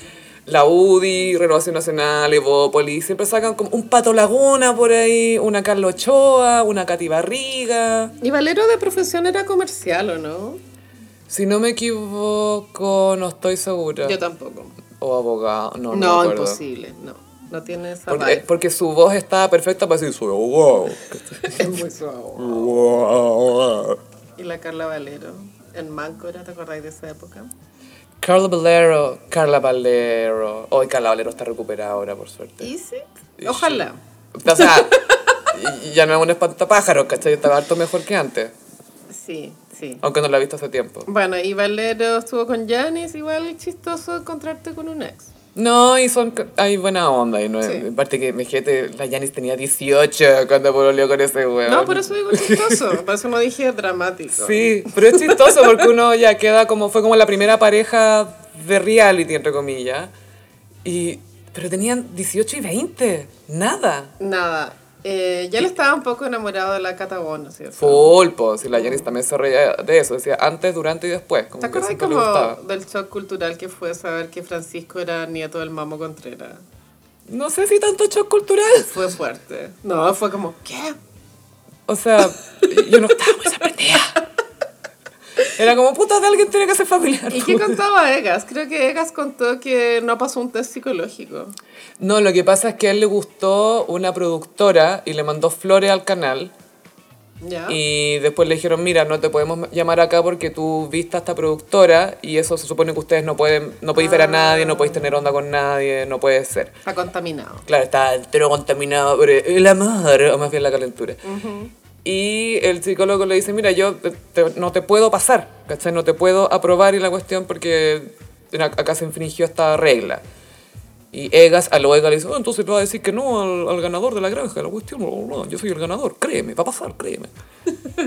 A: la UDI, Renovación Nacional, Evópolis, siempre sacan como un Pato Laguna por ahí, una Carlos Ochoa, una Cati Barriga.
B: Y Valero de profesión era comercial, ¿o no?
A: Si no me equivoco, no estoy segura.
B: Yo tampoco.
A: O abogado, no, no,
B: No,
A: me acuerdo.
B: imposible, no. No tiene esa
A: Porque, eh,
B: vibe.
A: porque su voz estaba perfecta para decir, soy abogado.
B: Es muy suave.
A: Wow.
B: Y la Carla Valero. En Máncora, ¿te acordáis de esa época?
A: Carla Valero, Carla Valero. Hoy Carla Valero está recuperada ahora, por suerte.
B: ¿Y sí? Ojalá.
A: O sea, y- ya no es un espantapájaro, ¿cachai? Estaba harto mejor que antes,
B: Sí, sí.
A: aunque no la he visto hace tiempo.
B: Bueno, y Valero estuvo con Janis, igual chistoso encontrarte con un ex.
A: No, y son, hay buena onda. Y no,
B: Sí.
A: Aparte que, me dijiste, la Janis tenía 18 cuando pololeó con ese weón.
B: No, por eso digo chistoso, por eso no dije dramático.
A: Eh, Sí, pero es chistoso porque uno ya queda como, fue como la primera pareja de reality, entre comillas. Y, pero tenían 18 y 20, nada.
B: Nada, eh, ya le estaba un poco enamorado de la Catabono, ¿cierto?
A: Full, po, si la Jenny también se reía de eso, decía antes, durante y después. Como
B: ¿Te
A: que
B: acuerdas
A: siempre le gustaba.
B: como del shock cultural que fue saber que Francisco era nieto del Mamo Contreras?
A: No sé si tanto shock cultural.
B: Fue fuerte. No, fue como, ¿qué?
A: O sea, yo no estaba muy sorprendida. Era como, puta, de alguien tiene que ser familiar.
B: ¿Y
A: po.
B: qué contaba Egas? Creo que Egas contó que no pasó un test psicológico.
A: No, lo que pasa es que a él le gustó una productora y le mandó flores al canal.
B: ¿Ya?
A: Y después le dijeron, mira, no te podemos llamar acá porque tú viste a esta productora y eso se supone que ustedes no pueden, no podéis ver a nadie, no podéis tener onda con nadie, no puede ser.
B: Está contaminado.
A: Claro, está entero contaminado por el amor, o más bien la calentura. Y el psicólogo le dice, mira, yo te- te- no te puedo pasar, ¿cachai? No te puedo aprobar y la cuestión porque en- acá se infringió esta regla. Y Egas a lo Egas le dice, "Oh, entonces te va a decir que no al, al ganador de la granja, la cuestión, bla, bla, bla. yo soy el ganador, créeme, va a pasar, créeme.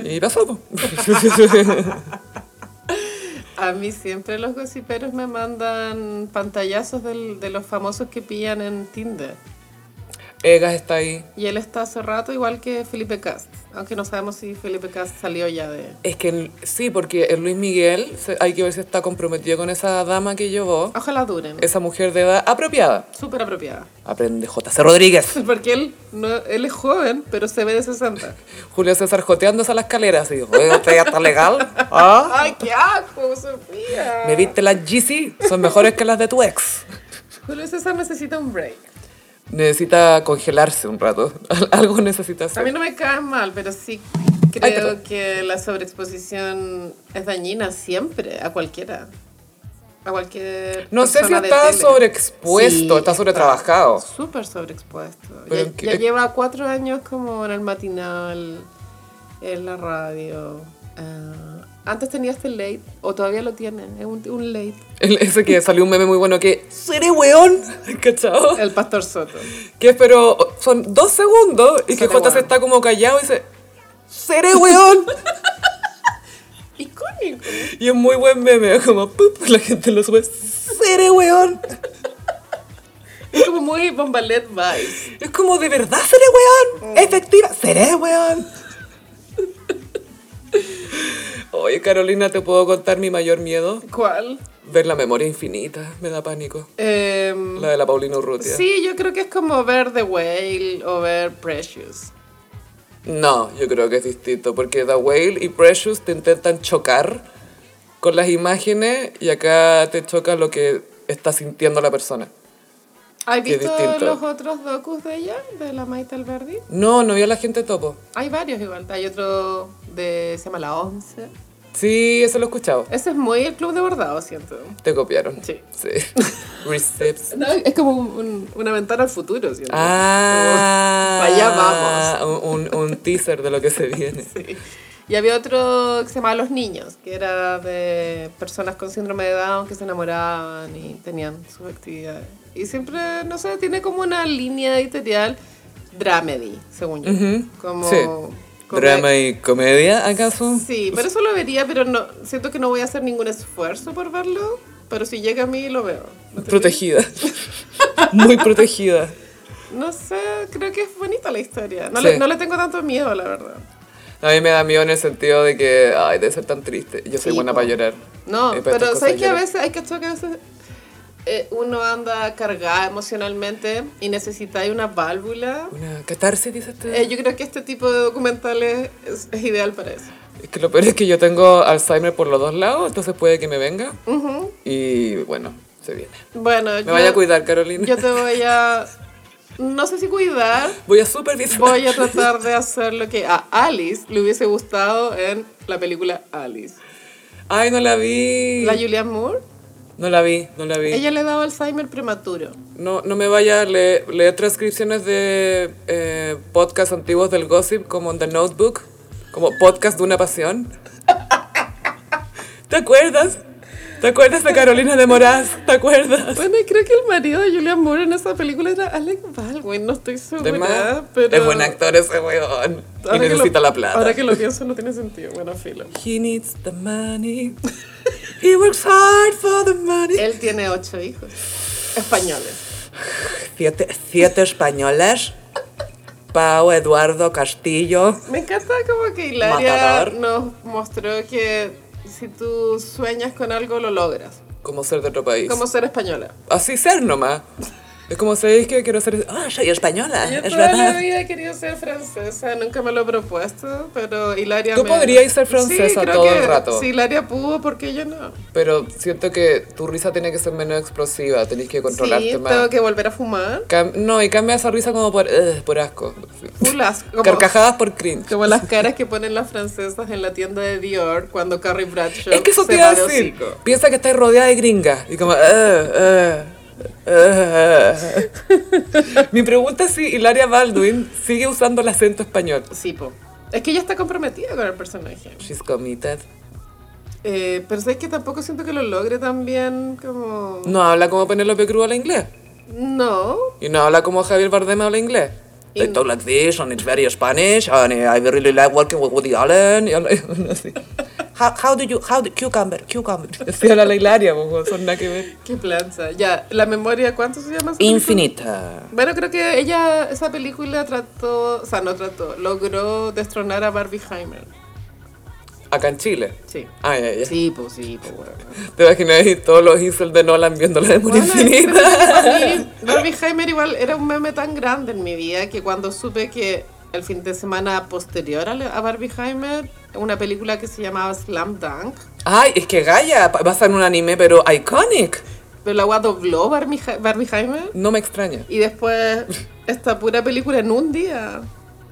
A: Y pasó. po.
B: A mí siempre los gossiperos me mandan pantallazos del- de los famosos que pillan en Tinder.
A: Egas está ahí.
B: Y él está hace rato igual que Felipe Cast. Aunque no sabemos si Felipe Cast salió ya de...
A: Es que el- sí, porque el Luis Miguel, se- hay que ver si está comprometido con esa dama que llevó,
B: Ojalá duren.
A: esa mujer de edad apropiada.
B: Súper apropiada.
A: Aprende J.C. Rodríguez.
B: Porque él, no, él es joven, pero se ve de 60.
A: Julio César joteándose a la escalera así. Oye, usted ya está legal. ¿Ah?
B: ¡Ay, qué asco, Sofía!
A: ¿Me viste las GC? Son mejores que las de tu ex.
B: Julio César necesita un break.
A: Necesita congelarse un rato. Al- Algo necesita
B: A mí
A: hacer.
B: no me cae mal, pero sí
A: Ay,
B: creo
A: perdón.
B: que la sobreexposición es dañina siempre, a cualquiera. A cualquier.
A: No sé si
B: persona de
A: está
B: tele.
A: sobreexpuesto, está sobretrabajado.
B: Súper sobreexpuesto.
A: Pero
B: Ya,
A: que-
B: ya lleva cuatro años como en el matinal, en la radio. Ah, antes tenía este late, o todavía lo tiene, es un, un late.
A: El- Ese que salió un meme muy bueno que... ¡Seré weón! ¿Cachado?
B: El Pastor Soto.
A: Que pero son dos segundos y que
B: Seré
A: J.C.
B: weón.
A: está como callado y dice... ¡Seré weón!
B: Icónico.
A: Y es muy buen meme. Como... ¡pup! La gente lo sube. ¡Seré weón!
B: Es como muy bombalet vibes.
A: Es como, ¿de verdad seré
B: Mm.
A: weón? ¿Efectiva? ¿Seré weón? Oye, Carolina, ¿te puedo contar mi mayor miedo?
B: ¿Cuál?
A: Ver la memoria infinita. Me da pánico.
B: Em,
A: La de la Paulina Urrutia.
B: Sí, yo creo que es como ver The Whale o ver Precious.
A: No, yo creo que es distinto. Porque The Whale y Precious te intentan chocar con las imágenes y acá te choca lo que está sintiendo la persona.
B: ¿Has
A: Qué
B: visto
A: distinto.
B: los otros docus de ella? De la Maite Alberdi.
A: No, no vi a la gente topo.
B: Hay varios igual. Hay otro de... se llama La Once.
A: Sí, eso lo he escuchado.
B: Ese es muy el club de bordado, siento.
A: Te copiaron.
B: Sí.
A: Sí. Receipts.
B: No, es como un- un- una ventana al futuro, siento.
A: Ah,
B: Para allá vamos.
A: Un, un- un teaser de lo que se viene.
B: Sí. Y había otro que se llamaba Los Niños, que era de personas con síndrome de Down que se enamoraban y tenían sus actividades. Y siempre, no sé, tiene como una línea editorial dramedy, según yo. Como.
A: Sí.
B: como-
A: ¿Drama y comedia, acaso?
B: Sí, pero eso lo vería, pero no siento que no voy a hacer ningún esfuerzo por verlo. Pero si llega a mí, lo veo. ¿Me entendí?
A: Protegida. Muy protegida.
B: No sé, creo que es bonita la historia. No,
A: Sí.
B: le, no le tengo tanto miedo, la verdad.
A: A mí me da miedo en el sentido de que, ay, debe ser tan triste. Yo soy
B: Sí,
A: buena
B: po.
A: para llorar.
B: No,
A: Eh, para estas
B: pero
A: cosas
B: sabes que a
A: lloro.
B: veces hay que que a veces eh, uno anda cargada emocionalmente y necesita ahí una válvula.
A: Una catarsis, dices tú.
B: Eh, yo creo que este tipo de documentales es, es ideal para eso.
A: Es que lo peor es que yo tengo Alzheimer por los dos lados, entonces puede que me venga. Y bueno, se viene.
B: Bueno,
A: Me vaya a cuidar, Carolina.
B: Yo te voy a. No sé si cuidar.
A: Voy a supervisar.
B: Voy a tratar de hacer lo que a Alice le hubiese gustado en la película Alice.
A: Ay, no la vi.
B: La Eh, Julianne Moore,
A: No la vi, no la vi.
B: ella le daba Alzheimer prematuro.
A: No, no me vaya a leer, leer transcripciones de eh, podcasts antiguos del gossip como en The Notebook, como podcast de una pasión. ¿Te acuerdas? ¿Te acuerdas de Carolina de Moraz? ¿Te acuerdas?
B: Bueno, y creo que el marido de Julianne Moore en esa película era Alec Baldwin, no estoy
A: De más,
B: segura, pero...
A: Es buen actor ese weón.
B: ahora
A: Y
B: que lo-
A: necesita la plata.
B: Ahora que lo pienso no tiene sentido, bueno, filo.
A: He needs the money. He works hard for the money.
B: Él tiene ocho hijos españoles.
A: Siete, siete españoles. Pau Eduardo Castillo.
B: Me encanta como que Hilaria
A: Matador.
B: nos mostró que si tú sueñas con algo, lo logras.
A: Como ser de otro país.
B: Como ser española.
A: así ser nomás. Es como sabéis que quiero ser. Ah, soy española,
B: Yo
A: es
B: toda la
A: verdad.
B: vida he querido ser francesa, nunca me lo he propuesto, pero Hilaria
A: Tú
B: me-
A: podríais ser francesa
B: creo
A: todo
B: que
A: el rato.
B: Si Hilaria pudo, ¿por qué yo no?
A: Pero siento que tu risa tiene que ser menos explosiva, tenéis que controlarte
B: Sí,
A: más.
B: tengo que volver a fumar.
A: Cam- no, y cambia esa risa como por, "Ugh", por asco.
B: Full asco, como,
A: Carcajadas por cringe.
B: como las caras que ponen las francesas en la tienda de Dior cuando Carrie Bradshaw
A: Es que eso
B: se
A: te iba a
B: va de
A: decir.
B: hocico.
A: Piensa que estás rodeada de gringas. Y como. eh, "Ugh, ugh, ugh". Mi pregunta es si Hilaria Baldwin sigue usando el acento español.
B: Sí, po. Es que ella está comprometida con el personaje.
A: She's committed.
B: Eh, pero es que tampoco siento que lo logre también como...
A: No habla como Penélope Cruz la inglés.
B: No.
A: Y no habla como Javier Bardem habla inglés. They
B: Y-
A: talk like this, and it's very Spanish, and uh, I really like working with Woody Allen. Y habla- así. How, how do you, how do, cucumber, cucumber. Así habla la Hilaria, po, son nada que ver.
B: Qué planza. Ya, la memoria, ¿cuánto se llama? esa
A: Infinita.
B: Bueno, creo que ella, esa película trató, o sea, no trató, logró destronar a Barbie Heimer.
A: Acá en Chile.
B: Sí.
A: Ay, ay, ay.
B: Sí, pues sí, pues bueno.
A: Te imaginas ahí todos los incels de Nolan viendo la memoria infinita.
B: Barbie Heimer igual era un meme tan grande en mi vida que cuando supe que el fin de semana posterior a, la- a Barbie Heimer, una película que se llamaba Slam Dunk,
A: Ay, es que Gaia va a ser un anime, pero iconic.
B: pero la agua dobló Barbie, Hei- Barbie Heimer
A: No me extraña.
B: y después esta pura película en un día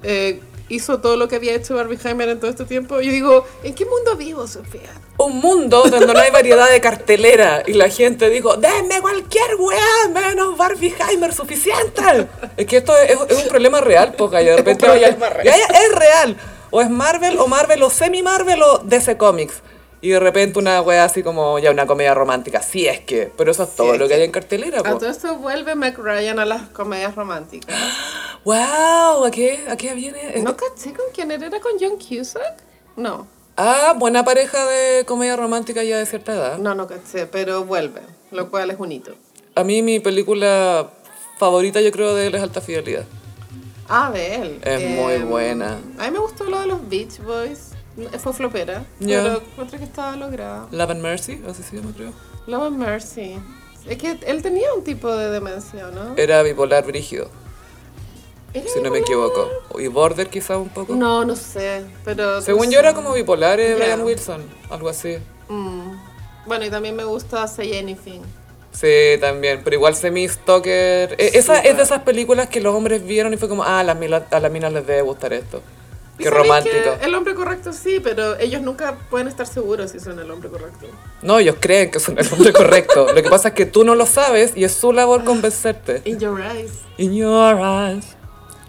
B: eh, hizo todo lo que había hecho Barbie Heimer en todo este tiempo. Yo digo, ¿en qué mundo vivo, Sofía?
A: un mundo donde no hay variedad de cartelera y la gente dijo, denme cualquier weá, menos Barbie Heimer suficiente. Es que esto es, es- es un problema real, porque de repente vaya-
B: problema real.
A: ya- ya es real. O es Marvel, o Marvel, o semi-Marvel, o DC Comics. Y de repente una weá así como ya una comedia romántica, sí es que, pero eso es todo
B: es
A: lo que hay en cartelera.
B: A
A: Ah, po.
B: todo esto vuelve Mac Ryan a las comedias románticas.
A: ¡Wow! ¿A qué, a qué viene? Eh,
B: ¿No caché con quién era? ¿Era con John Cusack? No,
A: Ah, buena pareja de comedia romántica ya de cierta edad.
B: no, no caché, pero vuelve, lo cual es un hito.
A: A mí mi película favorita yo creo de él es Alta Fidelidad.
B: Ah, de él.
A: Es muy buena.
B: eh, A mí me gustó lo de los Beach Boys. Fue flopera,
A: Ya.
B: pero encuentro que estaba logrado.
A: Love and Mercy, así se llama creo.
B: Love and Mercy. Es que él tenía un tipo de demencia, ¿no?
A: Era bipolar brígido,
B: ¿Era
A: Eh, si no me
B: bipolar?
A: equivoco. Y border quizá un poco.
B: No, no sé, pero...
A: Según
B: no
A: yo
B: sé.
A: era como bipolar eh,
B: Ya.
A: Brian Wilson, algo así.
B: Mm. Bueno, y también me gusta Say Anything.
A: Sí, también, pero igual semi-stalker. E- esa
B: Súper.
A: es de esas películas que los hombres vieron y fue como, ah, a las, mila- a las minas les debe gustar esto.
B: Y
A: Qué
B: sabéis
A: romántico.
B: que el hombre correcto sí, pero ellos nunca pueden estar seguros si son el hombre correcto.
A: No, ellos creen que son el hombre correcto. Lo que pasa es que tú no lo sabes y es su labor convencerte.
B: In your eyes.
A: In your eyes.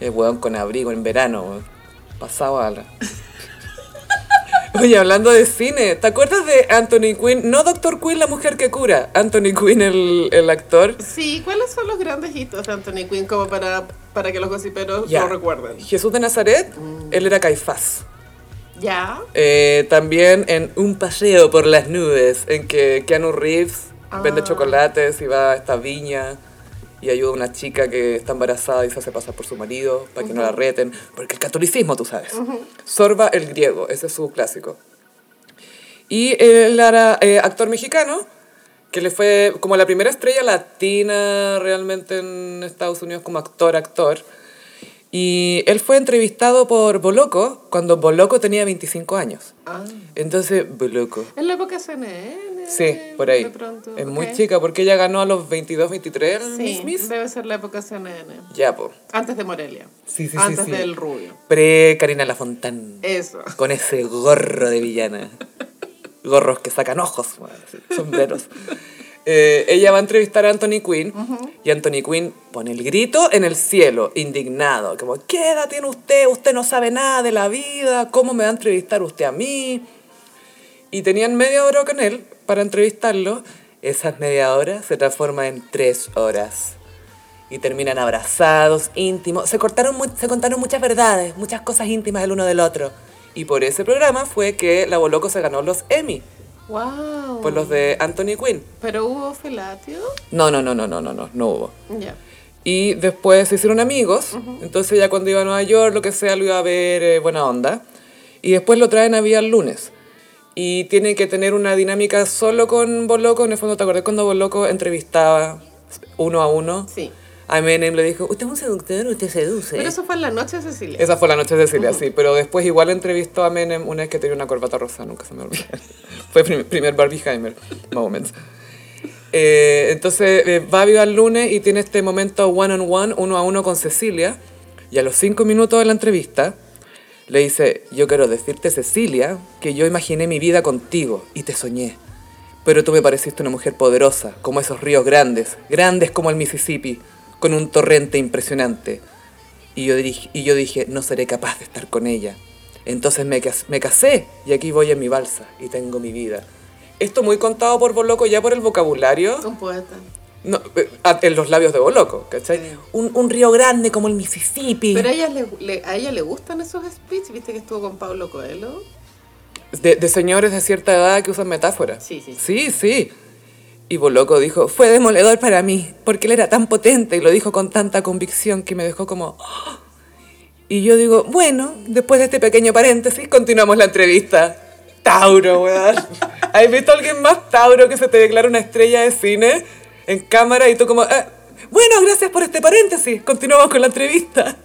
A: El weón con abrigo en verano, weón. Pasado a la. Oye, hablando de cine, ¿te acuerdas de Anthony Quinn? No Doctor Quinn, la mujer que cura. Anthony Quinn, el, el actor.
B: Sí, ¿cuáles son los grandes hitos de Anthony Quinn como para, para que los gossiperos
A: Ya.
B: lo recuerden?
A: Jesús de Nazaret, él era Caifás.
B: Ya.
A: Eh, también en Un paseo por las nubes, en que Keanu Reeves
B: Ah.
A: vende chocolates y va a esta viña y ayuda a una chica que está embarazada y se hace pasar por su marido para que no la reten. Porque el catolicismo, tú sabes. Sorba el griego, ese es su clásico. Y él era eh, actor mexicano, que le fue como la primera estrella latina realmente en Estados Unidos como actor, actor. Y él fue entrevistado por Boloco cuando Boloco tenía 25 años.
B: Ah.
A: Entonces, Boloco.
B: En la época CNN.
A: Sí, por ahí.
B: Eh, de pronto,
A: es muy
B: ok.
A: chica porque ella ganó a los 22, 23 el
B: Sí,
A: Miss Miss.
B: debe ser la época CNN.
A: Ya, po.
B: Antes de Morelia.
A: Sí, sí, sí,
B: Antes
A: sí.
B: del rubio.
A: Pre Karina Lafontán.
B: Eso.
A: Con ese gorro de villana. Gorros que sacan ojos, bueno, sí, sombreros. Eh, ella va a entrevistar a Anthony Quinn y Anthony Quinn pone el grito en el cielo, indignado, como, ¿qué edad tiene usted? Usted no sabe nada de la vida, ¿cómo me va a entrevistar usted a mí? Y tenían media hora con él para entrevistarlo. Esas media hora se transforma en tres horas. Y terminan abrazados, íntimos. Se, cortaron mu- se contaron muchas verdades, muchas cosas íntimas el uno del otro. Y por ese programa fue que la Boloco se ganó los Emmy,
B: Wow.
A: por los
B: Oh.
A: de Anthony Quinn.
B: Pero hubo felatio.
A: No, no, no, no, no, no, no, no hubo.
B: Ya.
A: Y después se hicieron amigos. Entonces ya cuando iba a Nueva York, lo que sea, lo iba a ver eh, buena onda. Y después lo traen a Vía el lunes. Y tiene que tener una dinámica solo con Boloco. En el fondo, ¿te acordás cuando Boloco entrevistaba uno a uno?
B: Sí.
A: A Menem le dijo, usted es un seductor, usted seduce.
B: Pero eso fue en la noche, Cecilia.
A: Esa fue la noche de Cecilia, sí. Pero después igual entrevistó a Menem una vez que tenía una corbata rosa, nunca se me olvida. fue prim- primer Barbie Heimer moment. Eh, entonces eh, va a Viva el lunes y tiene este momento one on one, uno a uno con Cecilia. Y a los cinco minutos de la entrevista le dice, yo quiero decirte Cecilia que yo imaginé mi vida contigo y te soñé. Pero tú me pareciste una mujer poderosa, como esos ríos grandes, grandes como el Mississippi, con un torrente impresionante. Y yo, dirij- y yo dije, no seré capaz de estar con ella. Entonces me, cas- me casé y aquí voy en mi balsa y tengo mi vida. Esto muy contado por Boloco ya por el vocabulario.
B: Un poeta.
A: No, eh, a- en los labios de Boloco, ¿cachai? Un, un río grande como el Mississippi.
B: Pero a ella le, le- a ella le gustan esos speech, viste que estuvo con Pablo Coelho.
A: De, de señores de cierta edad que usan metáforas.
B: Sí, sí,
A: Sí, sí. Y Boloco dijo, fue demoledor para mí, porque él era tan potente y lo dijo con tanta convicción que me dejó como... "Oh". Y yo digo, bueno, después de este pequeño paréntesis, continuamos la entrevista. Tauro, weón. ¿Has visto a alguien más Tauro que se te declara una estrella de cine en cámara y tú como... "Ah, bueno, gracias por este paréntesis, continuamos con la entrevista.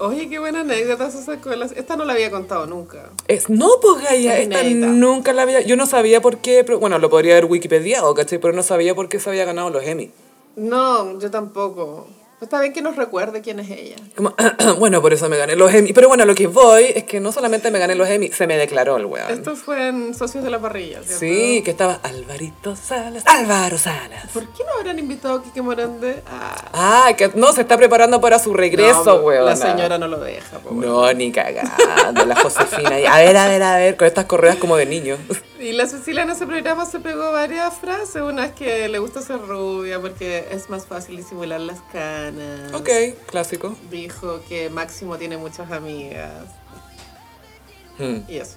B: Oye, qué buena anécdota se sacó. de las- Esta no la había contado nunca.
A: Es, no, pues Gaia,
B: Es
A: esta
B: inédita.
A: nunca la había. Yo no sabía por qué, pero bueno, lo podría haber wikipediado, ¿cachai? Pero no sabía por qué se había ganado los Emmy.
B: No, yo tampoco. Pero Está bien que nos recuerde quién es ella.
A: Como, bueno, por eso me gané los Emmy. Pero bueno, lo que voy es que no solamente me gané los Emmy, se me declaró el weón.
B: Esto fue en Socios de la Parrilla, ¿cierto?
A: Sí, que estaba Alvarito Salas. Álvaro Salas.
B: ¿Por qué no habrán invitado a Kike Morande? Ah,
A: Ah, que no, se está preparando para su regreso,
B: no,
A: weón.
B: La señora no lo deja, po, weón.
A: No, ni cagando, la Josefina. ahí, A ver, a ver, a ver, con estas correas como de niño.
B: Y la Cecilia en ese programa se pegó varias frases. Una es que le gusta ser rubia porque es más fácil disimular las canas.
A: Ok, clásico.
B: Dijo que Máximo tiene muchas amigas.
A: Hmm.
B: Y eso.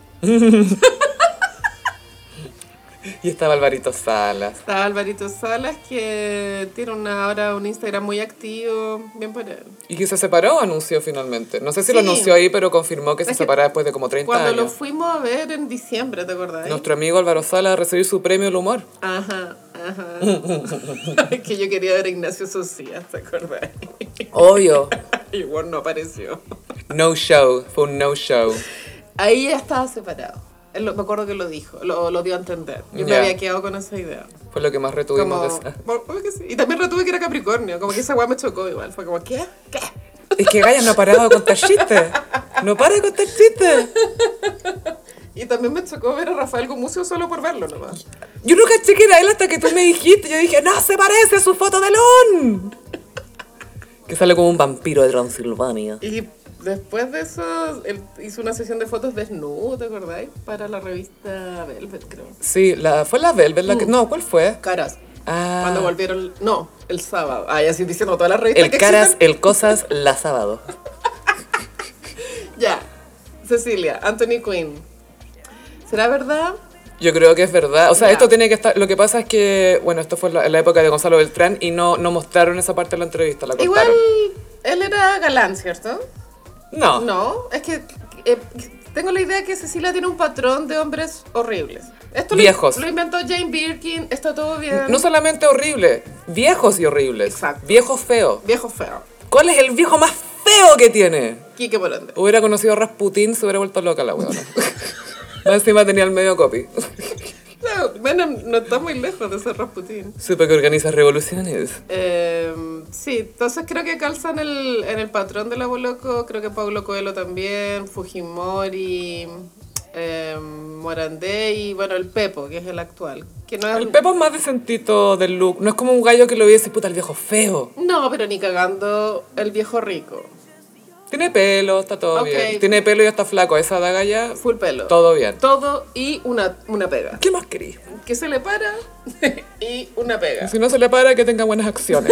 A: Y estaba Alvarito Salas.
B: Está Alvarito Salas que tiene una, ahora un Instagram muy activo. Bien por él.
A: Y que se separó, anunció finalmente. No sé si lo
B: Sí.
A: anunció ahí, pero confirmó que se
B: Es que
A: separa después de como 30
B: Cuando lo
A: años.
B: fuimos a ver en diciembre, ¿te acordás?
A: Nuestro amigo Álvaro Sala a recibir su premio al humor.
B: Ajá, ajá. que yo quería ver a Ignacio Socias, ¿te acordás?
A: Obvio.
B: Y Ward no apareció.
A: No show, fue un no show.
B: Ahí ya estaba separado. Él lo- me acuerdo que lo dijo, lo, lo dio a entender. Yo me
A: Ya.
B: había quedado con esa idea.
A: Fue lo que más retuvimos
B: Como,
A: de esa.
B: por- obvio que sí. Y también retuve que era Capricornio, como que esa weá me chocó igual. Fue como, ¿qué? ¿Qué?
A: Es que Gaya no ha parado de contar chistes. No para de contar chistes.
B: Y también me chocó ver a Rafael Gumucio solo por verlo nomás.
A: Yo no caché que era él hasta que tú me dijiste. Yo dije, no se parece a su foto de Lon. Que sale como un vampiro de Transilvania.
B: Y Después de eso, él hizo una sesión de fotos desnudo, ¿te acordáis? Para la revista Velvet, creo.
A: Sí, la, fue la Velvet la que... No, ¿cuál fue?
B: Caras.
A: Ah.
B: Uh. Cuando volvieron. No, el sábado. Ay, así diciendo todas las revistas
A: El
B: que
A: caras,
B: existen.
A: el cosas, la sábado.
B: Ya. Cecilia, Anthony Quinn. ¿Será verdad?
A: Yo creo que es verdad. O sea,
B: Ya.
A: esto tiene que estar. Lo que pasa es que, bueno, esto fue en la, en la época de Gonzalo Beltrán y no, no mostraron esa parte de la entrevista, la
B: Igual
A: cortaron.
B: él era galán, ¿cierto?
A: No.
B: No, es que eh, tengo la idea que Cecilia tiene un patrón de hombres horribles. Esto lo-
A: Viejos.
B: Lo, inventó Jane Birkin, está todo bien.
A: No solamente horrible, viejos y horribles.
B: Exacto.
A: Viejos feos.
B: Viejo feo.
A: ¿Cuál es el viejo más feo que tiene?
B: Quique Polonde.
A: Hubiera conocido a Rasputin, se hubiera vuelto loca la weona. Más encima tenía el medio copy.
B: No, bueno, no está muy lejos de ser Rasputin.
A: Supe que organiza revoluciones.
B: Eh, sí, entonces creo que calza en el, en el patrón del Aboloco, creo que Pablo Coelho también, Fujimori, eh, Morandé y bueno, el Pepo, que es el actual. Que no es
A: El Pepo es más decentito del look. No es como un gallo que lo viese, puta, el viejo feo.
B: No, pero ni cagando el viejo rico.
A: Tiene pelo, está todo
B: Ok.
A: bien. Tiene pelo y está flaco. Esa daga ya,
B: Full pelo.
A: todo bien.
B: Todo y una, una pega.
A: ¿Qué más querís?
B: Que se le para y una pega.
A: Si no se le para, que tenga buenas acciones.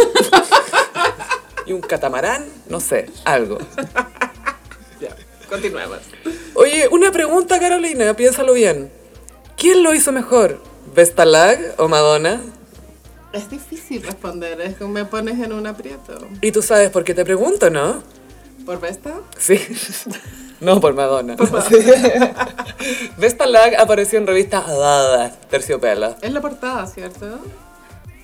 A: y un catamarán, no sé, algo.
B: Ya, continuemos.
A: Oye, una pregunta, Carolina, piénsalo bien. ¿Quién lo hizo mejor? ¿Vestalag o Madonna?
B: Es difícil responder, es que me pones en un aprieto.
A: Y tú sabes por qué te pregunto, ¿no?
B: ¿Por Vesta?
A: Sí. No, por Madonna. Vestalag apareció en revista Dada, Terciopelo.
B: Es la portada, ¿cierto?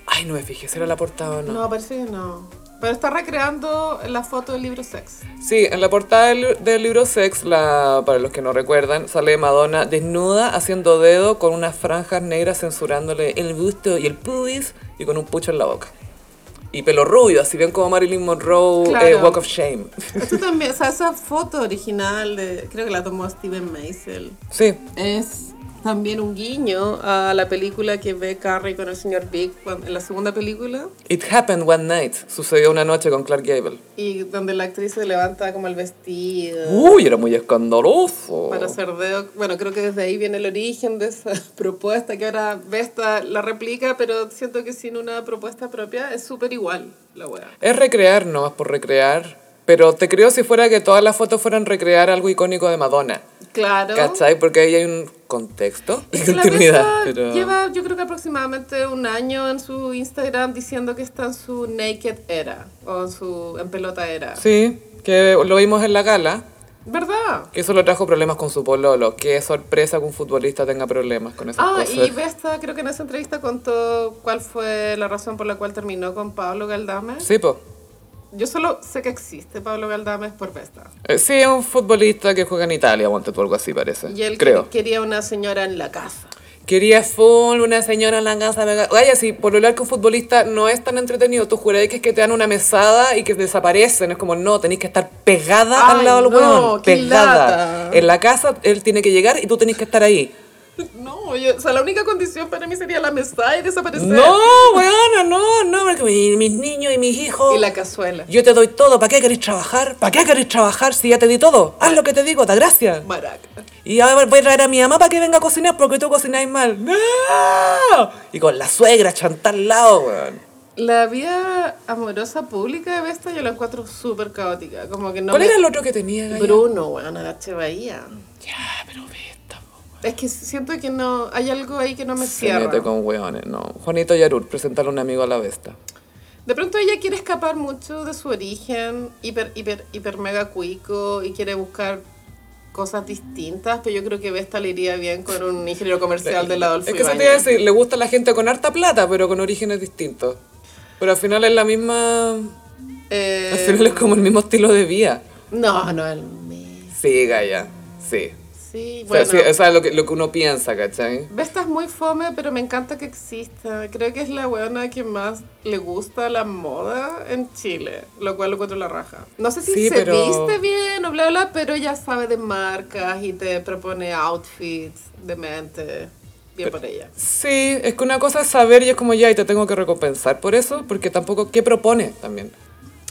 A: Ay, no me fijé, ¿será la portada o no?
B: No, parece que no. Pero está recreando la foto del libro Sex.
A: Sí, en la portada del, del libro Sex, la, para los que no recuerdan, sale Madonna desnuda haciendo dedo con unas franjas negras censurándole el busto y el pubis y con un pucho en la boca. Y pelo rubio, así bien como Marilyn Monroe,
B: Claro.
A: eh, Walk of Shame.
B: Esto también, o sea, esa foto original, de- creo que la tomó Steven Meisel.
A: Sí,
B: Es también un guiño a la película que ve Carrie con el señor Big cuando- en la segunda película.
A: It Happened One Night, sucedió una noche con Clark Gable.
B: Y donde la actriz se levanta como el vestido
A: Uy, era muy escandaloso.
B: para hacer dedo. Bueno, creo que desde ahí viene el origen de esa propuesta que ahora Vesta la replica, pero siento que sin una propuesta propia es súper igual la wea.
A: Es recrear nomás por recrear, pero te creo si fuera que todas las fotos fueran recrear algo icónico de Madonna.
B: Claro.
A: ¿Cachai? Porque ahí hay un contexto y
B: Es que la
A: continuidad.
B: Vesta
A: pero-
B: lleva yo creo que aproximadamente un año en su Instagram diciendo que está en su naked era o en su en pelota era.
A: Sí, que lo vimos en la gala,
B: ¿Verdad?
A: que eso lo trajo problemas con su pololo. Qué sorpresa que un futbolista tenga problemas con esas
B: Ah, y
A: cosas.
B: Vesta creo que en esa entrevista contó cuál fue la razón por la cual terminó con Pablo Galdame.
A: Sí, po.
B: Yo solo sé que existe Pablo Galdames por Vesta.
A: Eh, sí, es un futbolista que juega en Italia, aguante tú algo así parece.
B: Y él
A: creo.
B: que- quería una señora en la casa.
A: Quería full, una señora en la casa. la- Vaya, si por hablar con futbolista no es tan entretenido, tú juré que es que te dan una mesada y que desaparecen. Es como, no, tenés que estar pegada
B: Ay,
A: al lado del
B: no,
A: huevón,
B: qué
A: Pegada.
B: lata.
A: En la casa él tiene que llegar y tú tenés que estar ahí.
B: No, yo- o sea, la única condición para mí sería la mesa y desaparecer.
A: No, weona, no, no, porque mi- mis niños y mis hijos.
B: Y la cazuela.
A: Yo te doy todo, ¿para qué queréis trabajar? ¿Para qué queréis trabajar si ya te di todo? Haz lo que te digo, da gracias.
B: Maraca.
A: Y ahora voy a traer a mi mamá para que venga a cocinar porque tú cocináis mal. ¡No! Y con la suegra chantar al lado, weón.
B: La vida amorosa pública de Vesta yo la encuentro súper caótica. Como que no
A: ¿Cuál
B: me-
A: era el otro que tenía, Gaya?
B: Bruno, weón, la Bahía.
A: Ya, pero vete, po,
B: Es que siento que no... Hay algo ahí que no me
A: Se
B: cierra.
A: mete con weones, no. Juanito Yarur, presentarle a un amigo a la besta.
B: De pronto ella quiere escapar mucho de su origen, hiper, hiper, hiper mega cuico, y quiere buscar cosas distintas, pero yo creo que Vesta le iría bien con un ingeniero comercial del Adolfo
A: Eh, Es que se te
B: Ibáñez.
A: iba a decir, le gusta la gente con harta plata, pero con orígenes distintos. Pero al final es la misma...
B: Eh,
A: Al final es como el mismo estilo de vida.
B: No, no, el mes.
A: Sí, Gaya, sí.
B: Sí,
A: O sea,
B: bueno.
A: sí, eso es lo que, lo que uno piensa, ¿cachai?
B: Vesta es muy fome, pero me encanta que exista. Creo que es la weona que más le gusta la moda en Chile, lo cual lo encuentro la raja. No sé si
A: Sí,
B: se
A: pero-
B: viste bien o bla, bla, pero ella sabe de marcas y te propone outfits de mente. Bien por ella.
A: Sí, es que una cosa es saber y es como ya, y te tengo que recompensar por eso, porque tampoco, ¿qué propone también?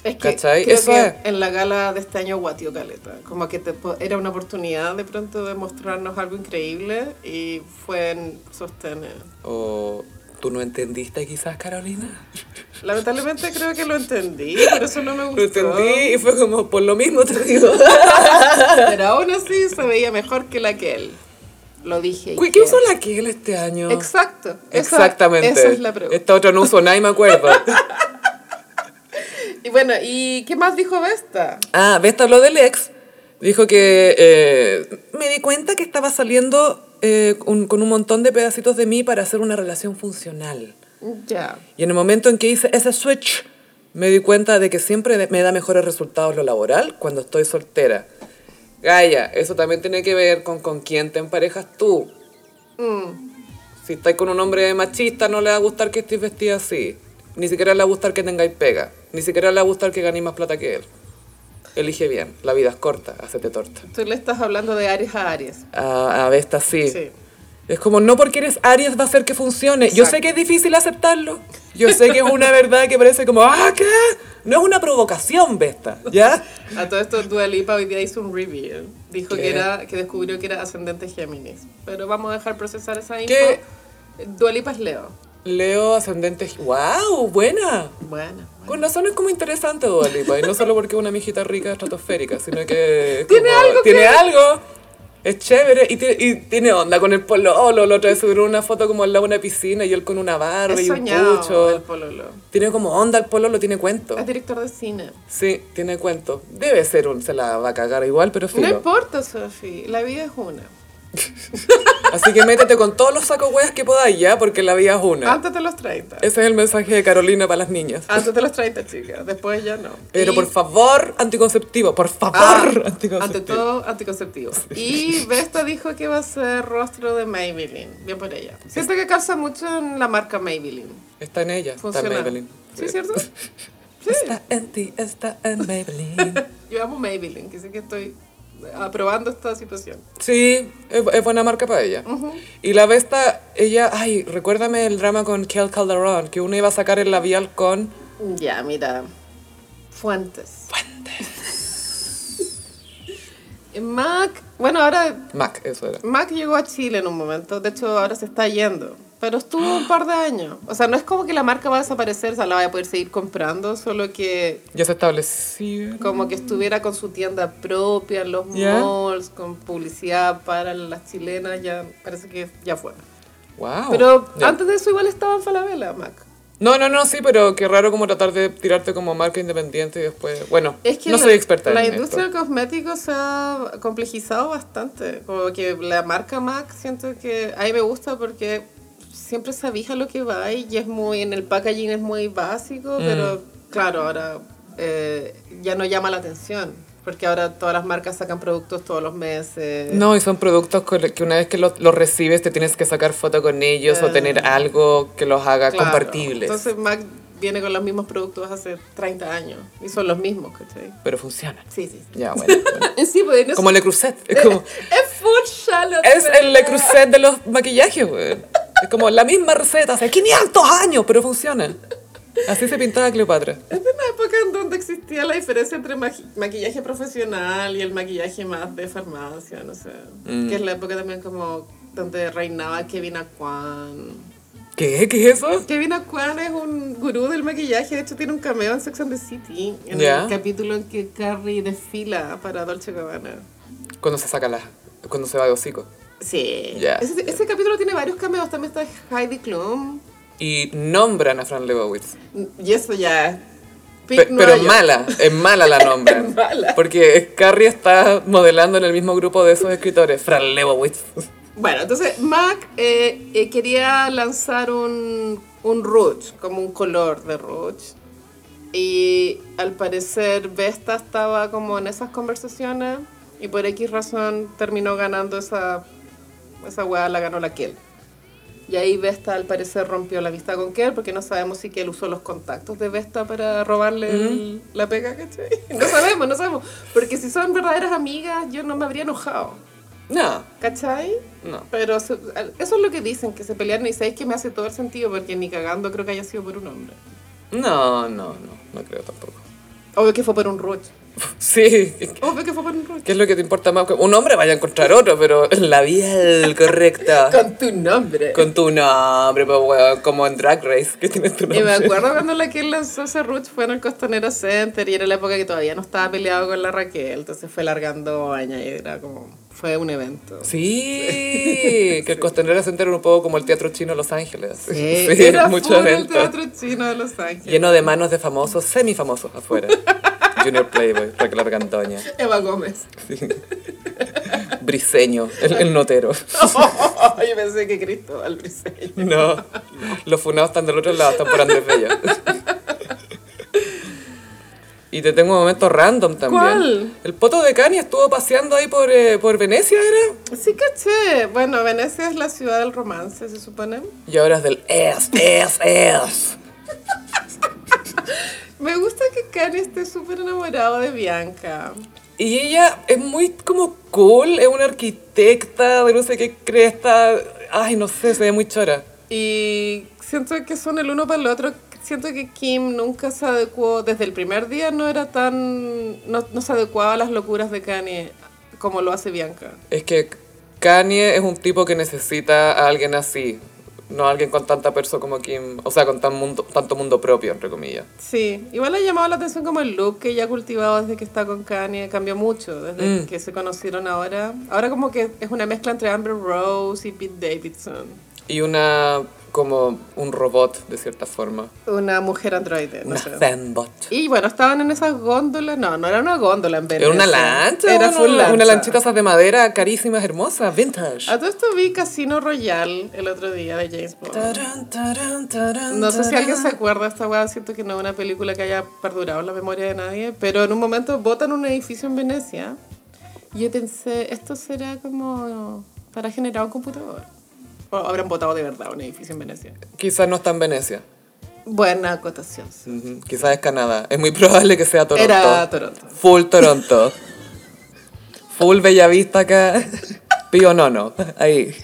B: Es que
A: ¿Cachai?
B: creo
A: Eso
B: que
A: es.
B: en la gala de este año guatió caleta. Como que te po- era una oportunidad de pronto de mostrarnos algo increíble y fue en sostener.
A: ¿O tú no entendiste quizás, Carolina?
B: Lamentablemente creo que lo entendí, por eso no me
A: Lo
B: gustó.
A: entendí y fue como, por lo mismo te digo.
B: Pero aún así se veía mejor que la que él. Lo dije.
A: Güey,
B: y
A: ¿Qué
B: que-
A: usó la Kiel este año?
B: Exacto. Esa-
A: Exactamente.
B: Esa, es la pregunta.
A: Esta otra no usó nada y me acuerdo.
B: Y bueno, ¿y qué más dijo Vesta?
A: Ah, Vesta habló del ex. Dijo que eh, me di cuenta que estaba saliendo eh, un- con un montón de pedacitos de mí para hacer una relación funcional.
B: Ya.
A: Y en el momento en que hice ese switch, me di cuenta de que siempre de- me da mejores resultados lo laboral cuando estoy soltera. Gaya, eso también tiene que ver con con quién te emparejas tú.
B: Mm,
A: Si estás con un hombre machista, no le va a gustar que estés vestida así. Ni siquiera le va a gustar que tengáis pega. Ni siquiera le va a gustar que ganéis más plata que él. Elige bien. La vida es corta. Hacete torta.
B: Tú le estás hablando de Aries a Aries.
A: A, a Vesta sí.
B: Sí.
A: Es como, no porque eres Aries va a hacer que funcione. Yo sé
B: Exacto.
A: que es difícil aceptarlo. Yo sé que es una verdad que parece como, ah, ¿qué? No es una provocación, Vesta, ¿ya?
B: A todo esto, Dua Lipa hoy día hizo un review. Dijo
A: ¿Qué?
B: que, era, que descubrió que era ascendente Géminis. Pero vamos a dejar procesar esa info.
A: ¿Qué?
B: Dua Lipa es Leo.
A: Leo ascendente. ¡Wow! ¡Buena!
B: Bueno.
A: Con razón es como interesante Dua Lipa, y no solo porque es una mijita rica estratosférica, sino que... es
B: Tiene
A: como-
B: algo
A: Tiene
B: que-
A: algo, es chévere, y tiene, y tiene onda con el pololo, la otra vez subieron una foto como al lado de una piscina, y él con una barba
B: Es
A: y un
B: soñado
A: pucho.
B: el pololo.
A: Tiene como onda el pololo, tiene cuento.
B: Es director de cine.
A: Sí, tiene cuento. Debe ser un, se la va a cagar igual, pero
B: No
A: filo.
B: importa, Sofi. La vida es una.
A: Así que métete con todos los sacos hueas que podáis ya, porque la vida es una.
B: Antes de los 30.
A: Ese es el mensaje de Carolina para las niñas.
B: Antes de los 30, chicas. Después ya no.
A: Pero
B: Ah, Y-
A: por favor, anticonceptivo, por favor,
B: Ah,
A: anticonceptivo.
B: ante todo, anticonceptivos. Y Vesta dijo que va a ser rostro de Maybelline. Bien por ella. Siento que calza mucho en la marca Maybelline.
A: Está en ella, está
B: Funciona.
A: en Maybelline.
B: ¿Sí, cierto? Sí.
A: Está en ti, está en Maybelline.
B: Yo amo Maybelline, que sé que estoy aprobando esta situación.
A: Sí, es, es buena marca para ella. Y la Vesta, ella, ay, recuérdame el drama con Kel Calderón, que uno iba a sacar el labial con...
B: Ya, mira. Fuentes. Mac, bueno, ahora
A: Mac, eso era.
B: Mac llegó a Chile en un momento, de hecho ahora se está yendo, pero estuvo un par de años. O sea, no es como que la marca va a desaparecer, o sea, la vaya a poder seguir comprando, solo que
A: Ya se estableció.
B: como que estuviera con su tienda propia en los
A: Ya.
B: malls, con publicidad para las chilenas, ya parece que ya fue.
A: Wow.
B: Pero
A: Oh, Ya.
B: antes de eso igual estaba en Falabella, Mac.
A: No, no, no, sí, pero qué raro como tratar de tirarte como marca independiente y después... Bueno,
B: Es que
A: no
B: la,
A: soy experta
B: la
A: en
B: industria
A: esto.
B: del cosmético se ha complejizado bastante. Como que la marca MAC siento que a mí me gusta porque siempre sabía lo que va y es muy, en el packaging es muy básico,
A: Mm.
B: pero claro, ahora eh, ya no llama la atención. Porque ahora todas las marcas sacan productos todos los meses.
A: No, y son productos con- que una vez que los, los recibes te tienes que sacar foto con ellos o tener algo que los haga
B: Eh. Claro.
A: compartibles.
B: Entonces MAC viene con los mismos productos hace 30 años y son los mismos, ¿cachai?
A: Pero funcionan.
B: Sí, sí. sí.
A: Ya, bueno. bueno.
B: Sí, pues, no
A: Como Le Creuset. Es, como,
B: Es full Charlotte.
A: es el Le Creuset de los maquillajes, güey. Es como la misma receta hace 500 años, pero funciona. Así se pintaba Cleopatra.
B: Es de una época en donde existía la diferencia entre maqui- maquillaje profesional y el maquillaje más de farmacia, no sé.
A: Mm.
B: Que es la época también como donde reinaba Kevin Aquan.
A: ¿Qué? ¿Qué es eso?
B: Kevin Aquan es un gurú del maquillaje, de hecho tiene un cameo en Sex and the City, en
A: Ya.
B: el capítulo en que Carrie desfila para Dolce Gabbana.
A: Cuando se saca la... Cuando se va de hocico.
B: Sí.
A: Ya.
B: Ese, ese capítulo tiene varios cameos, también está Heidi Klum.
A: Y nombran a Fran Lebowitz.
B: Y eso ya es...
A: Pe-
B: peak Nueva
A: pero
B: York.
A: mala, es mala la nombra.
B: Es mala.
A: Porque Carrie está modelando en el mismo grupo de esos escritores, Fran Lebowitz.
B: Bueno, entonces Mac eh, eh, quería lanzar un, un rouge, como un color de rouge. Y al parecer Vesta estaba como en esas conversaciones y por X razón terminó ganando esa, esa weá, la ganó la Kel. Y ahí Vesta al parecer rompió la vista con Kel porque no sabemos si Kel usó los contactos de Vesta para robarle el- la pega, ¿cachai? No sabemos, no sabemos. Porque si son verdaderas amigas yo no me habría enojado,
A: No,
B: ¿cachai?
A: no.
B: Pero se- al- eso es lo que dicen, que se pelearon y sabéis que me hace todo el sentido porque ni cagando creo que haya sido por un hombre.
A: No, no, no, no creo tampoco.
B: Obvio que fue por un rush.
A: Sí,
B: Obvio que fue por un rush.
A: ¿qué es lo que te importa más? Un hombre vaya a encontrar otro, pero la vial correcta.
B: Con tu nombre.
A: Con tu nombre, pues, weón, como en Drag Race, que tienes tu
B: Y me
A: nombre.
B: acuerdo cuando la que lanzó ese Ruch fue en el Costanera Center y era la época que todavía no estaba peleado con la Raquel, entonces fue largando años y era como, fue un evento.
A: Sí, que el Costanera Center era un poco como el teatro chino de Los Ángeles.
B: Sí, era
A: mucho
B: full el
A: evento.
B: teatro chino de Los Ángeles.
A: Lleno de manos de famosos, semifamosos afuera. Junior Playboy, Raquel Argandoña,
B: Eva Gómez.
A: Briseño, el, el notero.
B: yo pensé que Cristóbal Briseño.
A: No, los funados están del otro lado, están por Andrés Bello. Y te tengo un momento random también.
B: ¿Cuál?
A: El poto de Cani estuvo paseando ahí por, eh, por Venecia, ¿era?
B: Sí, caché. Bueno, Venecia es la ciudad del romance, se supone.
A: Y ahora es del es, es, es.
B: Me gusta que Kanye esté súper enamorado de Bianca.
A: Y ella es muy como cool, es una arquitecta de no sé qué cresta. Ay, no sé, se ve muy chora.
B: Y siento que son el uno para el otro. Siento que Kim nunca se adecuó, desde el primer día no era tan. no, no se adecuaba a las locuras de Kanye como lo hace Bianca.
A: Es que Kanye es un tipo que necesita a alguien así. No a alguien con tanta persona como Kim, o sea, con tan mundo, tanto mundo propio, entre comillas.
B: Sí, igual le llamaba la atención como el look que ella ha cultivado desde que está con Kanye, cambió mucho desde que se conocieron ahora. Ahora como que es una mezcla entre Amber Rose y Pete Davidson.
A: Y una como un robot de cierta forma.
B: Una mujer androide, no
A: una
B: sé.
A: fanbot.
B: Y bueno, estaban en esas góndolas, no, no era una góndola en
A: Era
B: Venecia.
A: una lancha,
B: Era
A: bueno,
B: full
A: una,
B: lancha. Ah.
A: lanchita esas de madera carísimas, hermosas, vintage.
B: A todo esto vi Casino Royal el otro día de James Bond.
A: Tarán, tarán, tarán,
B: No sé si alguien se
A: tarán.
B: acuerda de esta weá, siento que no es una película que haya perdurado en la memoria de nadie, pero en un momento botan un edificio en Venecia y yo pensé, esto será como para generar un computador. O habrán votado de verdad un edificio en Venecia.
A: Quizás no está en Venecia.
B: Buena acotación.
A: Ujú, Quizás es Canadá. Es muy probable que sea Toronto.
B: Era Toronto.
A: Full Toronto. Full Bellavista acá. Pío Nono. Ahí.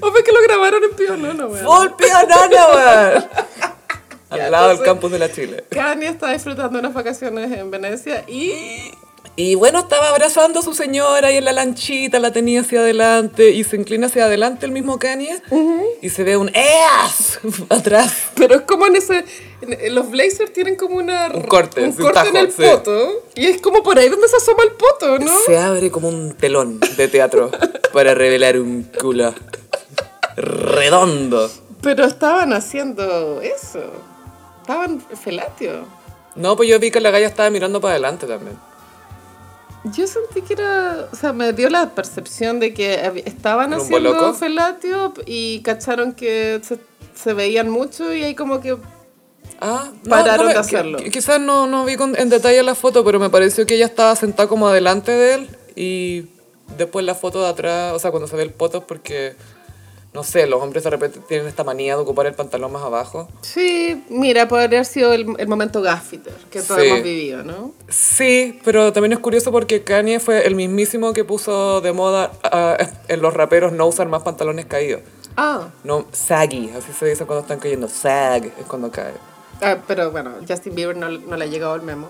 B: O fue que lo grabaron en Pío Nono, weón.
A: Full Pío Nono, weón.
B: Ya,
A: Al lado del
B: entonces-
A: campus de la Chile.
B: Kanye está disfrutando unas vacaciones en Venecia y
A: Y bueno, estaba abrazando a su señora y en la lanchita la tenía hacia adelante y se inclina hacia adelante el mismo Kanye y se ve un EAS atrás.
B: Pero es como en ese. en- los blazers tienen como una.
A: Un corte,
B: un
A: sí,
B: corte
A: tajo,
B: en el
A: sí.
B: poto. Y es como por ahí donde se asoma el poto, ¿no?
A: Se abre como un telón de teatro para revelar un culo redondo.
B: Pero estaban haciendo eso. Estaban felatio.
A: No, pues yo vi que la galla estaba mirando para adelante también.
B: Yo sentí que era. O sea, me dio la percepción de que hab- estaban
A: ¿Era un
B: haciendo
A: boloco?
B: felatio y cacharon que se, se veían mucho y ahí como que.
A: Ah,
B: Pararon
A: me-
B: de hacerlo.
A: qui- quizás no, no vi con- en detalle la foto, pero me pareció que ella estaba sentada como adelante de él y después la foto de atrás, o sea, cuando se ve el poto, porque no sé, los hombres de repente tienen esta manía de ocupar el pantalón más abajo.
B: Sí, mira, podría haber sido el, el momento gaffiter que todos
A: Sí.
B: hemos vivido, ¿no?
A: Sí, pero también es curioso porque Kanye fue el mismísimo que puso de moda ah, en los raperos no usar más pantalones caídos.
B: Ah.
A: No, saggy, así se dice cuando están cayendo. Sag es cuando cae.
B: Ah, pero bueno, Justin Bieber no, no le ha llegado el memo.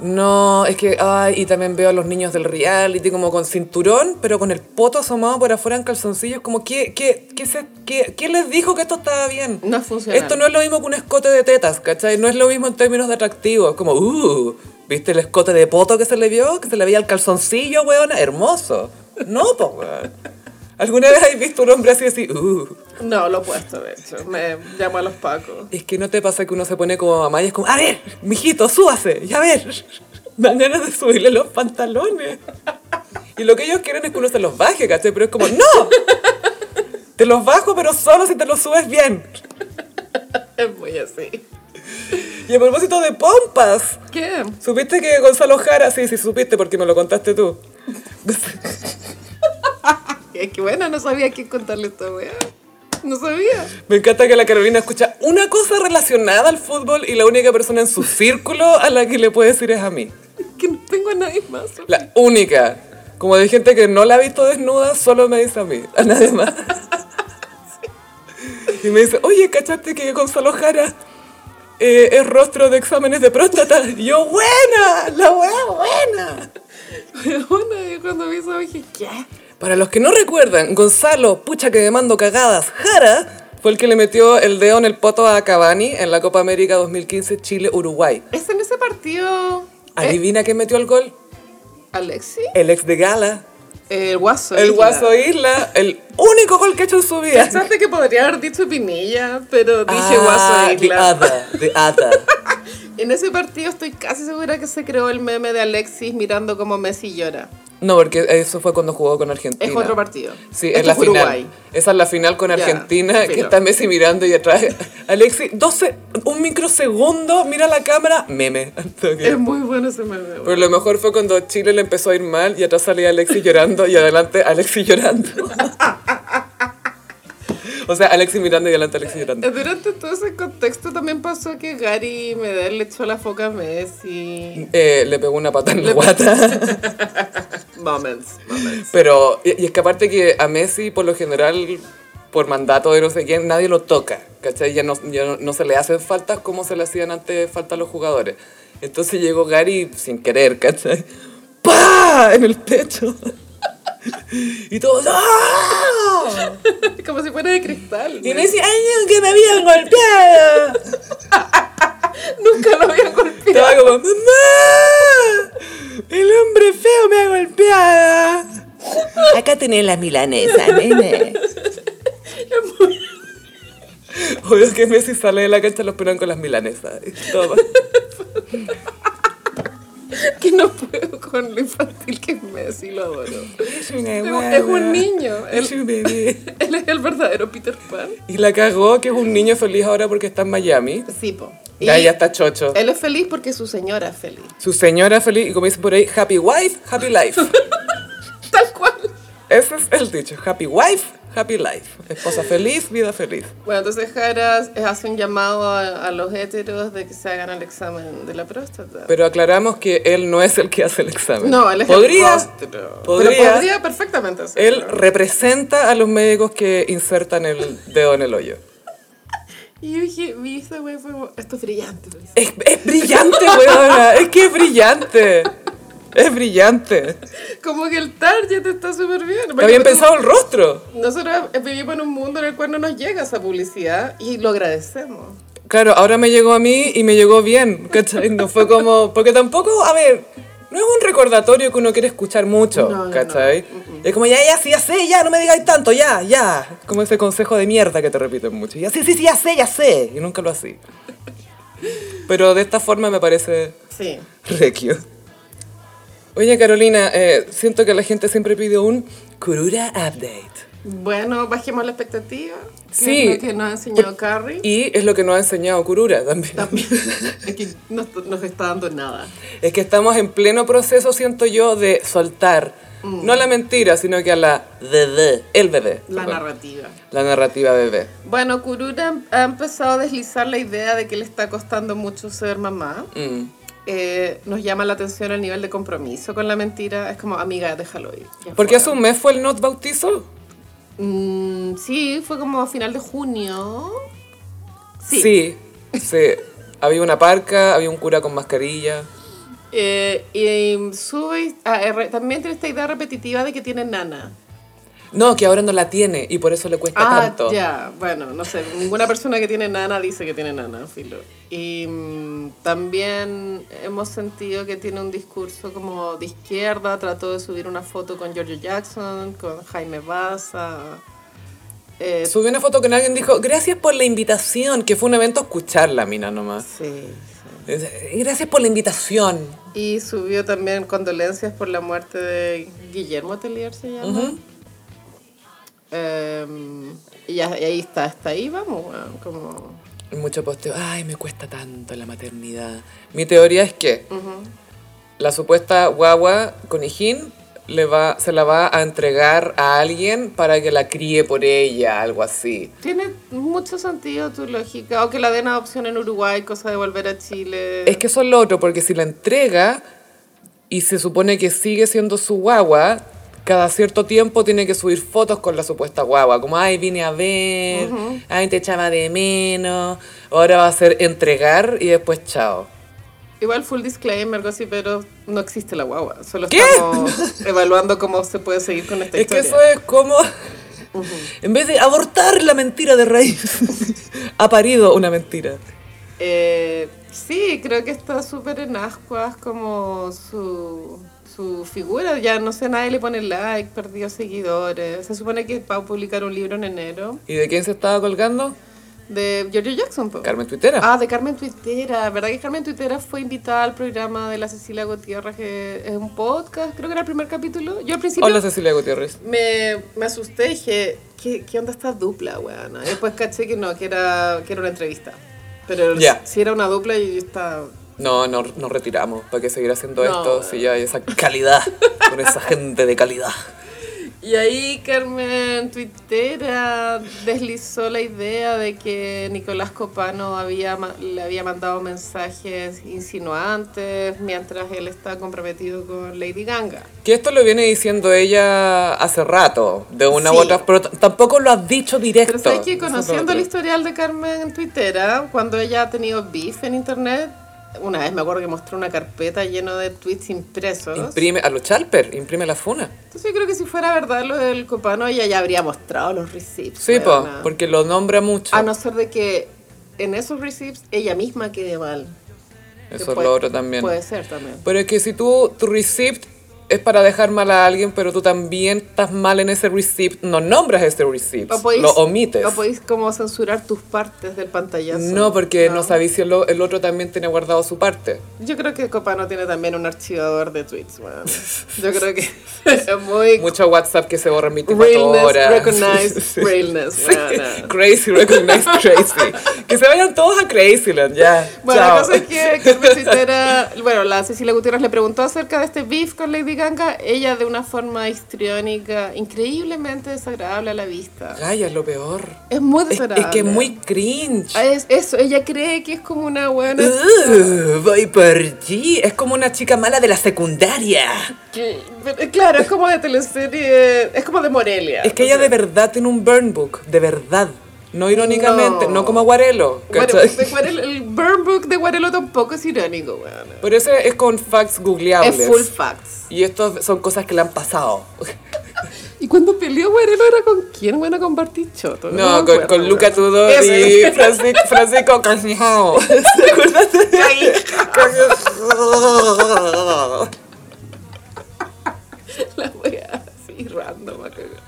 A: No, es que, ay, y también veo a los niños del reality como con cinturón, pero con el poto asomado por afuera en calzoncillos, como, ¿qué, qué, qué, se- qué- quién les dijo que esto estaba bien?
B: No es funcional.
A: Esto no es lo mismo que un escote de tetas, ¿cachai? No es lo mismo en términos de atractivo, es como, uh, ¿viste el escote de poto que se le vio? Que se le veía el calzoncillo, weona, hermoso. No, pues, weón. ¿Alguna vez has visto un hombre así, así, uh?
B: No, lo opuesto, de hecho. Me llamo a los pacos.
A: Es que no te pasa que uno se pone como mamá y es como, a ver, mijito, súbase, y a ver. Dan ganas de subirle los pantalones. Y lo que ellos quieren es que uno se los baje, ¿cachai? Pero es como, ¡no! Te los bajo, pero solo si te los subes bien.
B: Es muy así.
A: Y a propósito de pompas,
B: ¿Qué?
A: ¿supiste que Gonzalo Jara, sí, sí, supiste porque me lo contaste tú?
B: Es que bueno, no sabía quién contarle esta weá. No sabía.
A: Me encanta que la Carolina escucha una cosa relacionada al fútbol y la única persona en su círculo a la que le puede decir es a mí.
B: Que no tengo a nadie más.
A: La única. Como de gente que no la ha visto desnuda, solo me dice a mí, a nadie más. Y me dice, oye, ¿cachaste que Gonzalo Jara eh, es rostro de exámenes de próstata. Y yo, buena, la weá buena.
B: Bueno, yo cuando vi eso dije, ¿qué?
A: Para los que no recuerdan, Gonzalo, pucha que me mando cagadas, Jara, fue el que le metió el dedo en el poto a Cavani en la Copa América 2015 Chile-Uruguay.
B: Es en ese partido. eh,
A: ¿Adivina quién metió el gol?
B: Alexi.
A: El ex de Gala,
B: El guaso.
A: el
B: Isla.
A: Guaso Isla, el único gol que ha hecho en su vida.
B: Pensaste que podría haber dicho Pinilla, pero dije
A: Ah,
B: guaso
A: De
B: Isla.
A: Ata, de Ata.
B: En ese partido estoy casi segura que se creó el meme de Alexis mirando como Messi llora.
A: No, porque eso fue cuando jugó con Argentina.
B: Es otro partido.
A: Sí,
B: Esto
A: es la
B: es
A: final.
B: Uruguay.
A: Esa es la final con
B: Ya,
A: Argentina, que
B: filo.
A: está Messi mirando y atrás. Alexi, 12, un microsegundo, mira la cámara, meme.
B: Es muy bueno ese meme. güey.
A: Pero lo mejor fue cuando Chile le empezó a ir mal y atrás salía Alexi llorando y adelante Alexi llorando. o sea, Alexi mirando y adelante Alexi llorando.
B: Durante todo ese contexto también pasó que Gary Medel le echó la foca a Messi.
A: Eh, le pegó una pata en la guata.
B: Moments, moments.
A: Pero, y, y es que aparte que a Messi, por lo general, por mandato de no sé quién, nadie lo toca, ¿cachai? Ya no, ya no- no se le hacen faltas como se le hacían antes falta a los jugadores. Entonces llegó Gary sin querer, ¿cachai? ¡Pah! En el pecho. Y todos, ¡ah!
B: Como si fuera de cristal.
A: Y
B: güey.
A: Messi, ¡ay, no, que me habían golpeado!
B: Nunca lo había golpeado.
A: Estaba como, ¡mamá! ¡El hombre feo me ha golpeado!
C: Acá tenés la milanesa, nene.
A: Obvio que Messi sale de la cancha los pelan con las milanesas. Toma.
B: Que no puedo con lo infantil que es Messi, lo adoro.
A: Es, una
B: Es un niño.
A: Es
B: Él,
A: un bebé.
B: él es el verdadero Peter Pan.
A: Y la cagó que es un niño feliz ahora porque está en Miami.
B: Sí, po. Y
A: Ya, ya está chocho.
B: Él es feliz porque su señora es feliz.
A: Su señora feliz, y como dice por ahí, happy wife, happy life.
B: Tal cual.
A: Ese es el dicho, happy wife, happy life. Esposa feliz, vida feliz.
B: Bueno, entonces Jara hace un llamado a, a los héteros de que se hagan el examen de la próstata.
A: Pero aclaramos que él no es el que hace el examen.
B: no, él es
A: podría,
B: el rostro.
A: podría,
B: Pero podría perfectamente
A: Él
B: hacerlo.
A: representa a los médicos que insertan el dedo en el hoyo.
B: Y yo dije, mi esa wey fue como, esto es brillante. lo hice.
A: Es, es brillante, weona. Es que es brillante. Es brillante.
B: Como que el target está súper bien.
A: Está bien pensado el rostro.
B: Nosotros vivimos en un mundo en el cual no nos llega esa publicidad y lo agradecemos.
A: Claro, ahora me llegó a mí y me llegó bien. ¿Cachai? No fue como. Porque tampoco, a ver, no es un recordatorio que uno quiere escuchar mucho.
B: No, no,
A: ¿Cachai? Es como, ya, ya, sí, ya sé, ya, no me digáis tanto, ya, ya. Como ese consejo de mierda que te repiten mucho. Ya, sí, sí, sí, ya sé, ya sé. Y nunca lo así. Pero de esta forma me parece
B: Sí.
A: Requio. Oye, Carolina, eh, siento que la gente siempre pide un Kurura Update.
B: Bueno, bajemos la expectativa. que
A: Sí.
B: es lo que nos ha enseñado Carrie.
A: Y es lo que nos ha enseñado Kurura también.
B: También. es que no nos está dando nada.
A: Es que estamos en pleno proceso, siento yo, de soltar. No la mentira, sino que a la bebé, el bebé.
B: Mm. La
A: perdón.
B: narrativa.
A: La narrativa bebé.
B: Bueno, Kurura ha empezado a deslizar la idea de que le está costando mucho ser mamá.
A: Mm.
B: Eh, nos llama la atención el nivel de compromiso con la mentira. Es como, amiga, déjalo ir. Ya
A: Porque hace
B: fue.
A: un mes fue el not bautizo.
B: Mm, sí, fue como a final de junio. Sí.
A: Sí. sí. Había una parca, había un cura con mascarilla.
B: Eh, y sube, y- ah, eh, re- también tiene esta idea repetitiva de que tiene nana.
A: No, que ahora no la tiene y por eso le cuesta
B: Ah,
A: tanto.
B: ya, bueno, no sé, ninguna persona que tiene nana dice que tiene nana, filo. Y mm, también hemos sentido que tiene un discurso como de izquierda, trató de subir una foto con Giorgio Jackson, con Jaime Baza. Eh,
A: Subí una foto con alguien dijo, gracias por la invitación, que fue un evento escucharla, mina, nomás.
B: sí, sí.
A: Dice, Gracias por la invitación.
B: Y subió también condolencias por la muerte de Guillermo Telier, se llama. Em, y, ya- y ahí está, hasta ahí vamos, weón, como...
A: Y Mucho posteo, ay, me cuesta tanto la maternidad. Mi teoría es que la supuesta guagua conijín le va, se la va a entregar a alguien para que la críe por ella, algo así.
B: Tiene mucho sentido tu lógica, o que la den adopción en Uruguay, cosa de volver a Chile.
A: Es que eso es lo otro, porque si la entrega y se supone que sigue siendo su guagua, cada cierto tiempo tiene que subir fotos con la supuesta guagua, como, ay, vine a ver, ay, te echaba de menos, ahora va a ser entregar y después chao.
B: Igual full disclaimer, algo así, pero no existe la guagua. Solo estamos evaluando cómo se puede seguir con esta
A: es
B: historia.
A: que eso es como, en vez de abortar la mentira de raíz, ha parido una mentira.
B: Eh, sí, creo que está súper en ascuas como su, su figura. Ya no sé, nadie le pone like, perdió seguidores. Se supone que va a publicar un libro en enero
A: ¿Y de quién se estaba colgando?
B: de Giorgio Jackson. po.
A: Carmen Twittera.
B: Ah, de Carmen Tuitera. ¿Verdad que Carmen Tuitera fue invitada al programa de la Cecilia Gutiérrez, que es un podcast? Creo que era el primer capítulo. Yo al principio
A: Hola Cecilia Gutiérrez.
B: me, me asusté, dije, ¿qué, qué onda esta dupla, weón? Y después caché que no, que era, que era una entrevista. Pero
A: Ya.
B: si era una dupla y estaba...
A: No, no, nos retiramos. ¿Para qué seguir haciendo
B: No,
A: esto si ya hay esa calidad? con esa gente de calidad.
B: Y ahí Carmen Twittera deslizó la idea de que Nicolás Copano había, ma- le había mandado mensajes insinuantes mientras él estaba comprometido con Lady Ganga.
A: Que esto lo viene diciendo ella hace rato, de una
B: Sí.
A: u otra, pero t- tampoco lo has dicho directo.
B: Pero sabes que
A: Eso es lo
B: conociendo
A: otro.
B: el historial de Carmen Twittera, cuando ella ha tenido beef en internet, una vez me acuerdo que mostró una carpeta llena de tweets impresos.
A: Imprime a los Chalper, imprime la funa.
B: Entonces yo creo que si fuera verdad lo del Copano, ella ya habría mostrado los receipts.
A: Sí, po,
B: weona.
A: porque lo nombra mucho.
B: A Ah, no ser de que en esos receipts ella misma quede mal. Que
A: Eso es
B: puede-
A: lo otro también.
B: Puede ser también.
A: Pero es que si tú, tu receipt es para dejar mal a alguien, pero tú también estás mal en ese receipt, no nombras ese receipt,
B: O podéis-
A: lo omites.
B: O podéis como censurar tus partes del pantallazo.
A: No, porque no, sabéis si el, o- el otro también tiene guardado su parte.
B: Yo creo que Copano tiene también un archivador de tweets, weón. Yo creo que es muy
A: Mucho WhatsApp que se borra en 24
B: realness,
A: horas.
B: recognize realness.
A: Sí.
B: weona.
A: Crazy, recognize crazy. que se vayan todos a Crazyland, ya.
B: Bueno,
A: Chao.
B: la cosa es que Carmen Citera, bueno, la Cecilia Gutiérrez le preguntó acerca de este beef con Lady Gaga, ella de una forma histriónica, increíblemente desagradable a la vista.
A: Gaya, es lo peor.
B: Es muy
A: Es,
B: desagradable.
A: es que es muy cringe.
B: Ah, Es- eso, ella cree que es como una buena...
A: Uh, voy por ti. Es como una chica mala de la secundaria.
B: Claro, es como de teleserie, es como de Morelia.
A: Es que ella de verdad tiene un burn book, de verdad. No irónicamente,
B: No.
A: no, como Aguarelo.
B: Bueno,
A: ¿cachai?
B: de Guarelo- el burn book de Guarelo tampoco es irónico, weón.
A: Pero ese es con facts googleables.
B: Es full facts.
A: Y estos son cosas que le han pasado.
B: ¿Y cuando peleó Guarelo era con quién? Bueno, con Bartichotto.
A: No,
B: me
A: con,
B: acuerdo,
A: con Luca
B: weón.
A: Tudor y
B: Ese.
A: Francisco, Francisco Cagnao. ¿Te acuerdas de
B: Ahí.
A: Cagnao?
B: La wea así random a cagar.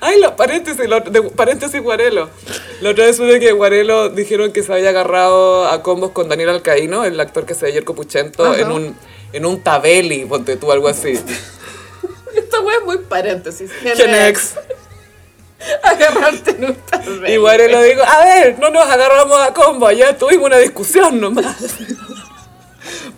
A: Ay, la paréntesis, la- de- paréntesis Guarelo. La otra vez supe que Guarelo dijeron que se había agarrado a combos con Daniel Alcaíno, el actor que se ve Yerko Puchento,
B: Ajá.
A: en un, en un tabeli, ponte tú, algo así.
B: Esta wea es muy paréntesis.
A: Gen X.
B: Agarrarte en un tabel.
A: Y Guarelo dijo, a ver, no nos agarramos a combos, ya tuvimos una discusión nomás.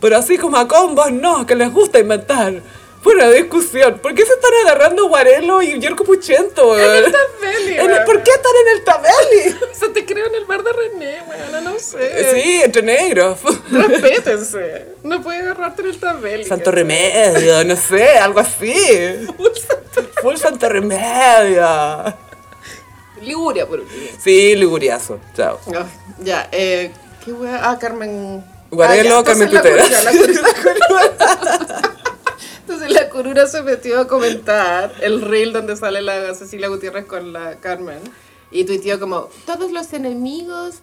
A: Pero así como a combos, no, que les gusta inventar. Fue una discusión. ¿Por qué se están agarrando Guarelo y Yerko Puchento? weón?
B: tabeli,
A: En el-
B: weón.
A: ¿Por qué están en el tabeli?
B: O sea, te creo en el bar de René, weón, no sé.
A: Sí, entre negros.
B: Respétense. No puedes agarrarte en el tabel.
A: Santo Remedio, no sé, algo así. Full Santo Remedio.
B: Liguria, por último.
A: Sí, liguriazo. Chao.
B: Ay, Ah, ya, eh, ¿qué wea? Ah, Carmen.
A: Guarelo,
B: Ah, ya,
A: Carmen
B: entonces la
A: Tutera.
B: curura, la curura. Entonces la curura se metió a comentar el reel donde sale la Cecilia Gutiérrez con la Carmen. Y tuiteó como, todos los enemigos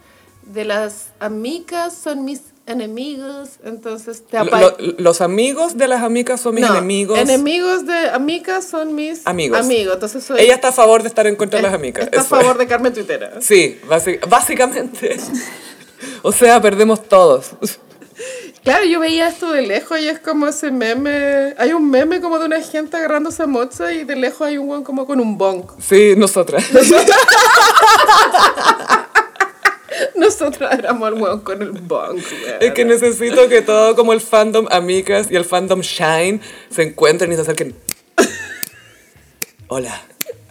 B: de las amigas son mis enemigos, entonces te apa-
A: Lo- lo- los amigos de las amigas son mis
B: No,
A: enemigos.
B: Enemigos de amigas son mis
A: Amigos.
B: Entonces soy...
A: Ella está a favor de estar en contra de las amigas.
B: Eh, Está a
A: eso
B: favor de Carmen Tuitera.
A: es. Sí, basi- básicamente. o sea, perdemos todos.
B: Claro, yo veía esto de lejos y es como ese meme. Hay un meme como de una gente agarrándose a mocha y de lejos hay un weón como con un bonk.
A: Sí, nosotras.
B: Nosotros éramos el weón con el bonk, weón.
A: es que necesito que todo como el fandom amigas y el fandom shine se encuentren y se acerquen. Hola,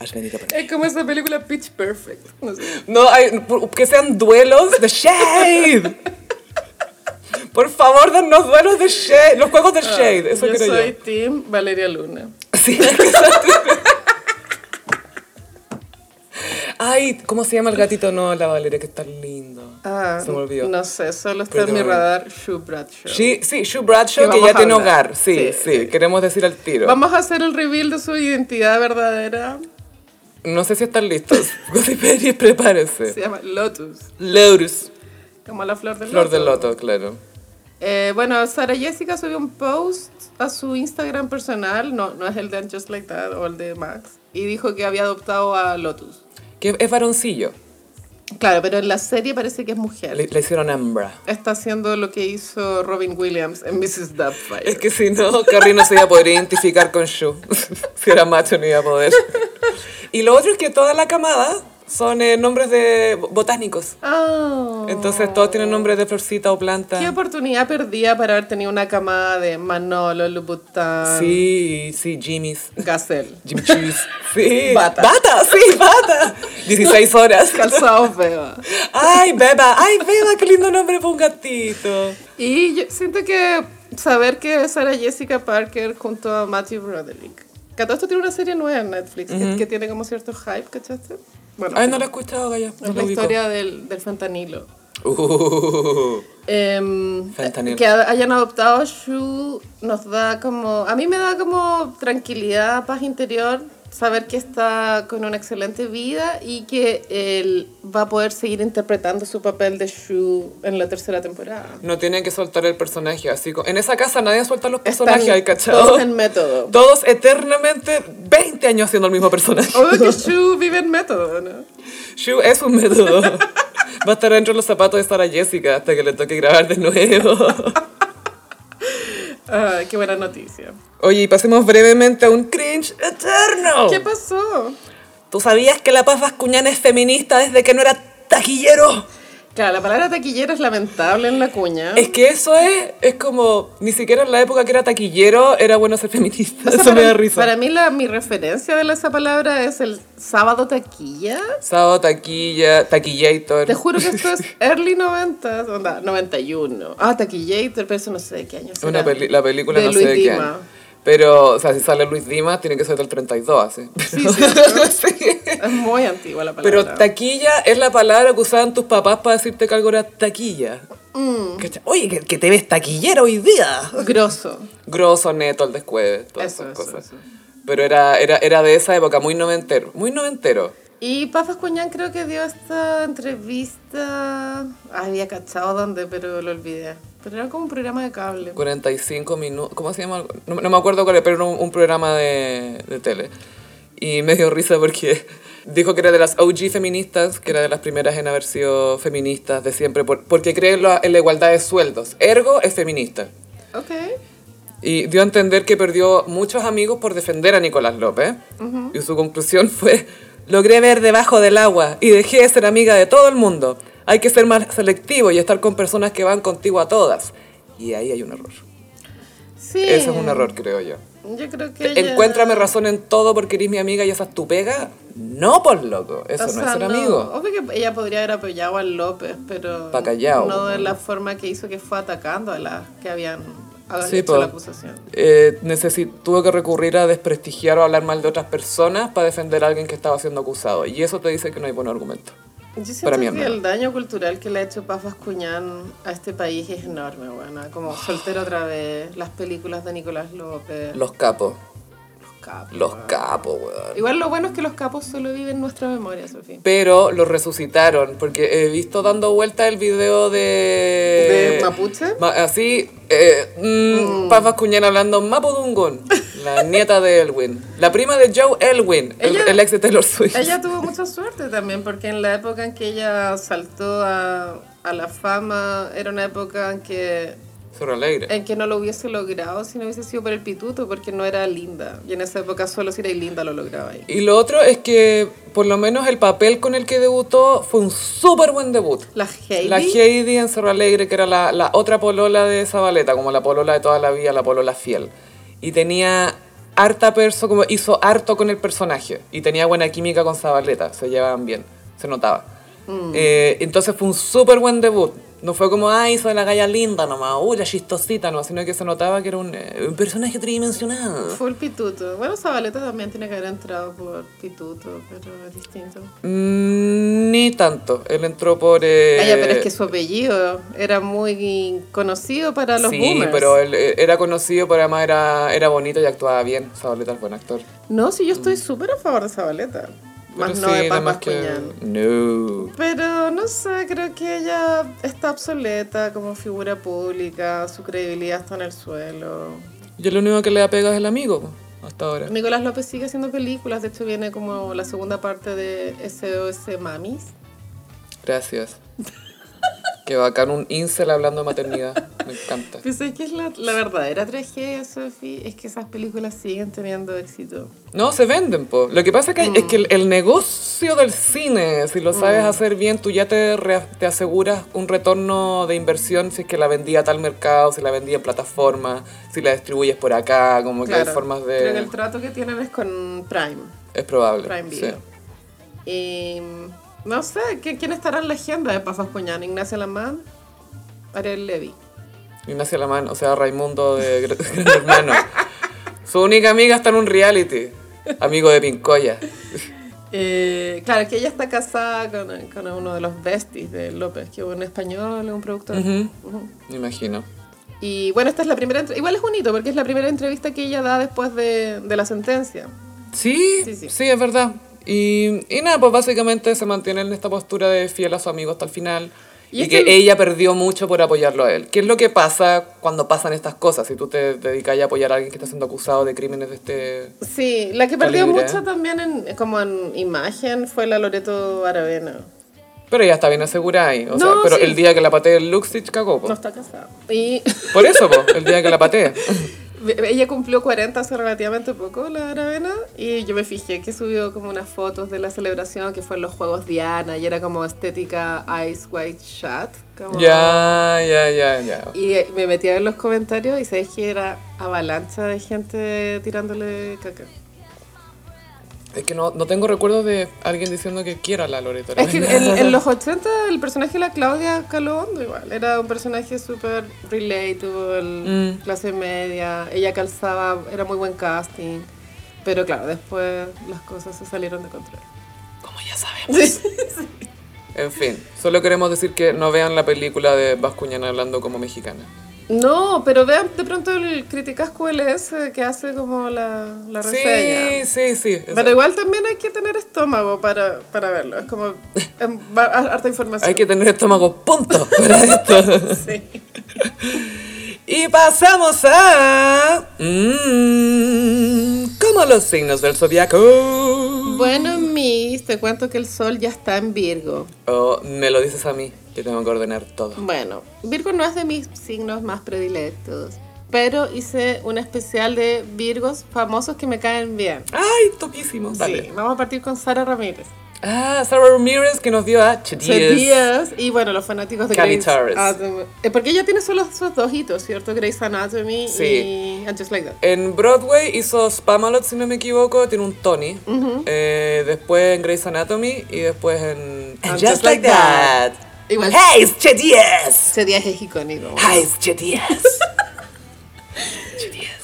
A: has venido para
B: Es como esa película Pitch Perfect. No sé.
A: No, hay- por- que sean duelos de Shade. Por favor, danos duelos de Shade. Los juegos de Shade. Eso
B: Ah, yo
A: quiero
B: soy
A: yo.
B: Team Valeria Luna.
A: Sí, es que sale- Ay, ¿cómo se llama el gatito? No, la Valeria, que está lindo.
B: Ah,
A: se me olvidó.
B: No sé, solo está en
A: Pero-
B: mi radar Shu Bradshaw.
A: Sí, sí, Sue Bradshaw,
B: Que
A: que
B: vamos
A: ya
B: a
A: tiene
B: hablar.
A: hogar. Sí,
B: Sí,
A: sí, queremos decir al tiro.
B: Vamos a hacer el reveal de su identidad verdadera.
A: No sé si están listos. Gossiperis, prepárese.
B: Se llama Lotus,
A: Lotus.
B: como la flor del
A: Flor
B: loto.
A: del loto, claro.
B: Eh, bueno, Sara Jessica subió un post a su Instagram personal, no, no es el de Just Like That o el de Max, y dijo que había adoptado a Lotus.
A: Que es varoncillo.
B: Claro, pero en la serie parece que es mujer.
A: Le, le hicieron hembra.
B: Está haciendo lo que hizo Robin Williams en Mrs. Doubtfire.
A: Es que si no, Carrie no se iba a poder identificar con Shu. si era macho, no iba a poder. Y lo otro es que toda la camada son eh, nombres de bo- botánicos.
B: Oh.
A: Entonces todos tienen nombres de florcita o planta.
B: Qué oportunidad perdida para haber tenido una camada de Manolo, Louboutin,
A: Sí, sí, Jimmy's.
B: Gazelle,
A: Jim Cheese. Sí.
B: Bata.
A: Bata, sí, bata. 16 horas.
B: calzado feo.
A: Ay, Beba. Ay, Beba, qué lindo nombre para un gatito.
B: Y yo siento que saber que Sarah Jessica Parker junto a Matthew Broderick. Que a todo esto tiene una serie nueva en Netflix que- que, tiene como cierto hype, ¿cachaste? Bueno,
A: Ay, no lo he escuchado, Gaya. No
B: es
A: lo
B: la
A: ubico.
B: historia del, del fentanilo.
A: Uh,
B: Em,
A: Fentanil.
B: que a- hayan adoptado a Shu nos da como. A mí me da como tranquilidad, paz interior, saber que está con una excelente vida y que él va a poder seguir interpretando su papel de Shu en la tercera temporada.
A: no tienen que soltar el personaje. así co- En esa casa nadie suelta los personajes,
B: Están
A: ¿hay cachado?
B: Todos en método.
A: Todos eternamente 20 años siendo el mismo personaje.
B: Obvio que Shu vive en método, ¿no?
A: Shu es un método. Va a estar dentro de los zapatos de Sara Jessica hasta que le toque grabar de nuevo.
B: Ay, qué buena noticia.
A: Oye, y pasemos brevemente a un cringe eterno.
B: ¿Qué pasó?
A: ¿Tú sabías que la paz vascuñana es feminista desde que no era taquillero?
B: Claro, la palabra taquillera es lamentable en la cuña.
A: Es que eso es, es como, ni siquiera en la época que era taquillero era bueno ser feminista.
B: O sea,
A: eso me
B: para-
A: da risa.
B: Para mí la, mi referencia de la- esa palabra es el sábado taquilla.
A: Sábado taquilla, taquillator.
B: Te juro que esto es early 90, onda, 91. Ah, taquillator, pero eso no sé de qué año será.
A: Una peli- la película
B: De
A: no
B: Luis
A: sé de qué
B: Dima.
A: año. Pero, o sea, si sale Luis Dimas, tiene que ser del 32, así.
B: Sí, sí,
A: Sí.
B: Es muy antigua la palabra.
A: Pero taquilla es la palabra que usaban tus papás para decirte que algo era taquilla.
B: Mm.
A: ¿Cachai? Oye, que, que te ves taquillero hoy día.
B: Grosso.
A: Grosso, neto, el descueve, todas
B: Eso,
A: esas
B: eso,
A: cosas.
B: eso.
A: Pero era, era, era de esa época, muy noventero. Muy noventero.
B: Y Paz Vascuñán creo que dio esta entrevista. Había cachado dónde, pero lo olvidé. Pero era como un programa de cable.
A: 45 minutos, ¿cómo se llama? No, no me acuerdo cuál era, pero era un, un programa de, de tele. Y me dio risa porque dijo que era de las OG feministas, que era de las primeras en haber sido feministas de siempre, por- porque cree en la, en la igualdad de sueldos. Ergo es feminista.
B: Ok.
A: Y dio a entender que perdió muchos amigos por defender a Nicolás López. Y su conclusión fue, logré ver debajo del agua y dejé de ser amiga de todo el mundo. Hay que ser más selectivo y estar con personas que van contigo a todas. Y ahí hay un error.
B: Sí.
A: Eso es un error, creo yo.
B: Yo creo que. ella-
A: Encuéntrame razón en todo porque eres mi amiga y esa es tu pega. No, por loco. Eso
B: O
A: no
B: sea,
A: es ser amigo.
B: Obvio que ella podría haber apoyado a López, pero.
A: Pa' callao.
B: No de la forma que hizo que fue atacando a las que habían hagan
A: Sí,
B: hecho
A: po.
B: la acusación.
A: Eh, necesi- tuvo que recurrir a desprestigiar o hablar mal de otras personas para defender a alguien que estaba siendo acusado. Y eso te dice que no hay buen argumento.
B: Yo siento
A: Para mí,
B: que
A: hermano.
B: el daño cultural que le ha hecho Paz Vascuñán a este país es enorme, bueno, como
A: Ah.
B: soltero otra vez, las películas de Nicolás López, los,
A: Los capos.
B: capos.
A: Los capos, weón.
B: Igual lo bueno es que los capos solo viven en nuestra memoria, Sofía.
A: Pero los resucitaron, porque he visto dando vuelta el video de...
B: ¿De Mapuche?
A: Ma- así, eh, mm, Paz Vascuñán hablando Mapudungun, la nieta de Elwin. La prima de Joe Elwin, el-
B: Ella-
A: el, ex de Taylor Swift.
B: Ella tuvo mucha suerte también, porque en la época en que ella saltó a, a la fama, era una época en que,
A: Sobre alegre.
B: en que no lo hubiese logrado si no hubiese sido por el pituto, porque no era linda. Y en esa época solo si era linda lo lograba ahí.
A: Y lo otro es que, por lo menos el papel con el que debutó fue un súper buen debut.
B: La Heidi.
A: La Heidi en Cerro Alegre, que era la, la otra polola de Zabaleta, como la polola de toda la vida, la polola fiel. Y tenía harta perso, como hizo harto con el personaje. Y tenía buena química
B: Mm.
A: con Zabaleta, se llevaban bien, se notaba. Eh, entonces fue un súper buen debut. No fue como, ay, soy la galla linda nomás, uy, la chistosita, no, sino que se notaba que era un, eh, un personaje tridimensional.
B: Full pituto. Bueno, Zabaleta también tiene que haber entrado por pituto, pero es distinto.
A: Mm, ni tanto, él entró por... eh,
B: Ay, ya, pero es que su apellido era muy conocido para los
A: sí,
B: boomers.
A: pero él eh, era conocido, pero además era, era bonito y actuaba bien. Zabaleta es buen actor.
B: No, sí, yo estoy súper a favor de Zabaleta. Más
A: Mm. Pero
B: no
A: sí,
B: de
A: era
B: Pampas
A: que-
B: Cuñán.
A: No.
B: Pero no sé, creo que ella está obsoleta como figura pública, su credibilidad está en el suelo.
A: Yo lo único que le apega es el amigo, po, hasta ahora.
B: Nicolás López sigue haciendo películas, de hecho viene como la segunda parte de SOS Mamis.
A: Gracias. Qué bacán, un incel hablando de maternidad. Me encanta.
B: Pues es que es la, la verdadera tragedia, Sophie, es que esas películas siguen teniendo éxito.
A: No, se venden, po. Lo que pasa que es que el, el negocio del cine, si lo sabes
B: Mm.
A: hacer bien, tú ya te, re- te aseguras un retorno de inversión si es que la vendía a tal mercado, si la vendía en plataforma, si la distribuyes por acá, como que hay formas de...
B: Creo que el trato que tienen es con Prime,
A: Es probable.
B: Prime
A: sí.
B: Video. Y, no sé, ¿qué- ¿quién estará en la agenda de Pasas Puñán? ¿Ignacia Lamán? Ariel Levy.
A: Ignacia Lamán, o sea, Raimundo de Gr- Gran Hermano. Su única amiga está en un reality. Amigo de Pincoya.
B: Eh, claro, que ella está casada con, con uno de los besties de López, que es un español, un productor. Ujú.
A: Me imagino.
B: Y bueno, esta es la primera. entre- Igual es bonito porque es la primera entrevista que ella da después de, de la sentencia.
A: Sí,
B: Sí,
A: sí,
B: sí.
A: es verdad. Y, y nada, pues básicamente se mantiene en esta postura de fiel a su amigo hasta el final.
B: Y
A: Y,
B: es
A: que
B: que-
A: ella perdió mucho por apoyarlo a él. ¿Qué es lo que pasa cuando pasan estas cosas? Si tú te dedicas a apoyar a alguien que está siendo acusado de crímenes de este...
B: Sí, la que perdió
A: Calibre,
B: mucho
A: ¿eh?
B: también en, como en imagen fue la Loreto Aravena.
A: Pero ella está bien asegurada ahí. O sea,
B: No,
A: pero
B: sí.
A: el día que la patee el Luxich cagó, po.
B: No está casada. Y
A: Por eso, po, el día que la patee.
B: ella cumplió 40 hace relativamente poco, la Aravena. Y yo me fijé que subió como unas fotos de la celebración que fue en los Juegos Diana y era como estética Ice White Shot. como-
A: ya, ya, ya, ya.
B: Y eh, me metí a ver los comentarios y sabéis que era avalancha de gente tirándole caca.
A: Es que no, no tengo recuerdos de alguien diciendo que quiera a la Loreto.
B: Es que en, en los 80 el personaje de la Claudia caló hondo igual. Era un personaje súper relatable,
A: Mm.
B: clase media. Ella calzaba, era muy buen casting. Pero claro, después las cosas se salieron de control.
A: Como ya sabemos. En fin, solo queremos decir que no vean la película de Bascuñana hablando como mexicana.
B: No, pero vean de pronto el Criticas QLS que hace como la, la reseña.
A: Sí, sí, sí. eso.
B: Pero igual también hay que tener estómago para, para verlo. Es como em, va- har- harta información.
A: Hay que tener estómago punto para esto.
B: Sí.
A: Y pasamos a... mm, como los signos del zodiaco.
B: Bueno, Miss, te cuento que el sol ya está en Virgo.
A: Oh, me lo dices a mí, que tengo que ordenar todo.
B: Bueno, Virgo no es de mis signos más predilectos. Pero hice un especial de Virgos famosos que me caen bien.
A: Ay, topísimo. Dale.
B: Sí, vamos a partir con Sara Ramírez.
A: Ah, Sarah Ramirez que nos dio a Chedies.
B: Díaz y bueno, los fanáticos de
A: Cami
B: Grey's
A: Torres.
B: Anatomy. Eh, Porque ella tiene solo esos dos hitos, ¿cierto? Grey's Anatomy
A: Sí.
B: y And Just Like That.
A: En Broadway hizo Spamalot, si no me equivoco, tiene un Tony. Eh, después en Grey's Anatomy y después en...
B: And Just Like That. Igual
C: ¡Hey, it's Chedies!
B: ese día es icónico.
C: ¡Hey, it's Chedies!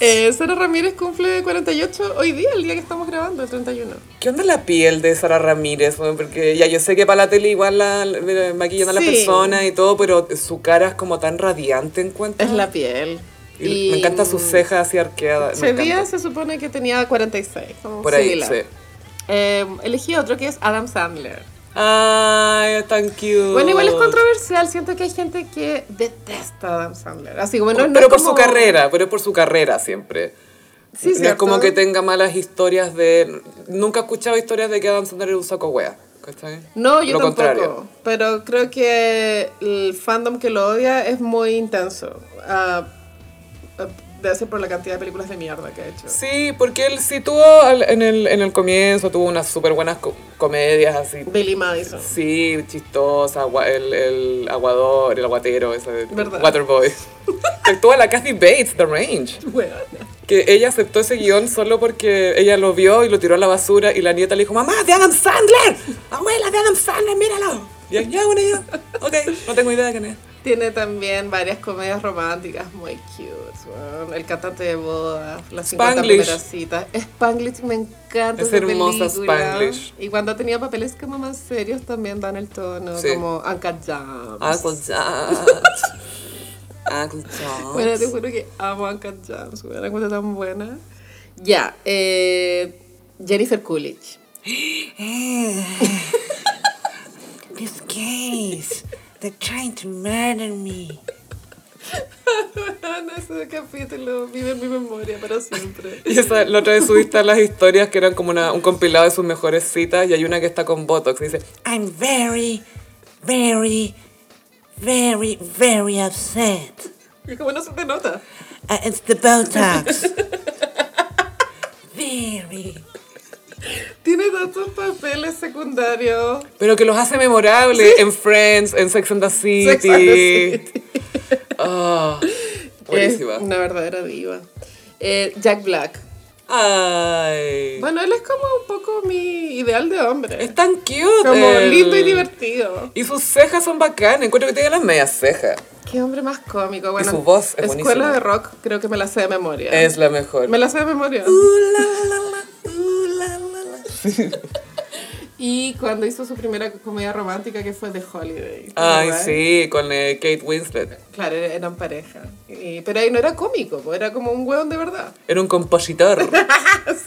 B: Eh, Sara Ramírez cumple 48 hoy día, el día que estamos grabando, el 31.
A: ¿Qué onda la piel de Sara Ramírez? weón? Porque ya yo sé que para la tele igual la, la- maquillan a la
B: Sí.
A: persona y todo, pero su cara es como tan radiante en cuenta.
B: Es la piel. mm,
A: Y me encanta sus cejas así arqueadas. me
B: Ese día
A: encanta.
B: se supone que tenía 46. como
A: Por ahí,
B: similar.
A: sí.
B: Eh, elegí otro que es Adam Sandler.
A: Ay, es tan cute.
B: Bueno, igual es controversial. Siento que hay gente que detesta a Adam Sandler. Así que bueno, no
A: pero
B: es
A: por su
B: como-
A: carrera, pero es por su carrera siempre.
B: Sí,
A: no es
B: cierto.
A: como que tenga malas historias de... Nunca he escuchado historias de que Adam Sandler es un saco wea. ¿cachai?
B: No, yo
A: Lo
B: tampoco.
A: contrario.
B: Pero creo que el fandom que lo odia es muy intenso. Ah, ah, debe ser por la cantidad de películas de mierda que ha hecho.
A: Sí, porque él sí tuvo al- en, el, en el comienzo, tuvo unas súper buenas co- comedias así.
B: Billy Madison.
A: Sí, chistosa, agua- el, el aguador, el aguatero, ese
B: ¿Verdad?
A: Waterboy. Actúa la Kathy Bates, The Range.
B: Weona.
A: Que ella aceptó ese guión solo porque ella lo vio y lo tiró a la basura y la nieta le dijo, mamá, de Adam Sandler, abuela, de Adam Sandler, míralo. Y ella, ya, bueno, ya, ok, no tengo idea de quién es.
B: Tiene también varias comedias románticas muy cute. weón. El cantante de bodas, las 50
A: Spanglish.
B: primeras citas. Spanglish me encanta.
A: Es
B: esa
A: hermosa
B: película.
A: Spanglish.
B: Y cuando tenía papeles como más serios también dan el tono,
A: Sí. Ah,
B: como Anka Jam.
A: Uncle John. Uncle John.
B: Bueno, te juro que amo a Cat Jams, una cosa tan buena. Ya, eh, Jennifer Coolidge.
A: Eh.
C: These gays, they're trying to murder me.
B: en ese capítulo vive en mi memoria para siempre.
A: Y esa, la otra vez subiste a las historias que eran como una- un compilado de sus mejores citas y hay una que está con Botox y dice,
C: I'm very, very, very, very upset.
B: Y como no se te nota.
A: Ah,
C: Uh, it's the Botox. very.
B: Tiene tantos papeles secundarios.
A: pero que los hace memorables en Friends, en Sex and the City.
B: Sex and the City.
A: Ah, buenísima.
B: Es una verdadera diva. Eh, Jack Black.
A: Ay.
B: Bueno, él es como un poco mi ideal de hombre.
A: Es tan cute.
B: Como
A: él.
B: lindo y divertido.
A: Y sus cejas son bacanas. Encuentro que tiene las medias cejas.
B: Qué hombre más cómico. Bueno,
A: su voz es
B: Escuela
A: buenísima.
B: de rock, creo que me la sé de memoria.
A: Es Uh, la mejor.
B: Me la sé de memoria. Y cuando hizo su primera comedia romántica que fue The Holiday. ¿te
A: Ay,
B: acuerdas?
A: sí, con eh, Kate Winslet.
B: Claro, er- eran pareja. Y- pero ahí no era cómico, po, era como un hueón de verdad. Ah,
A: Era un compositor.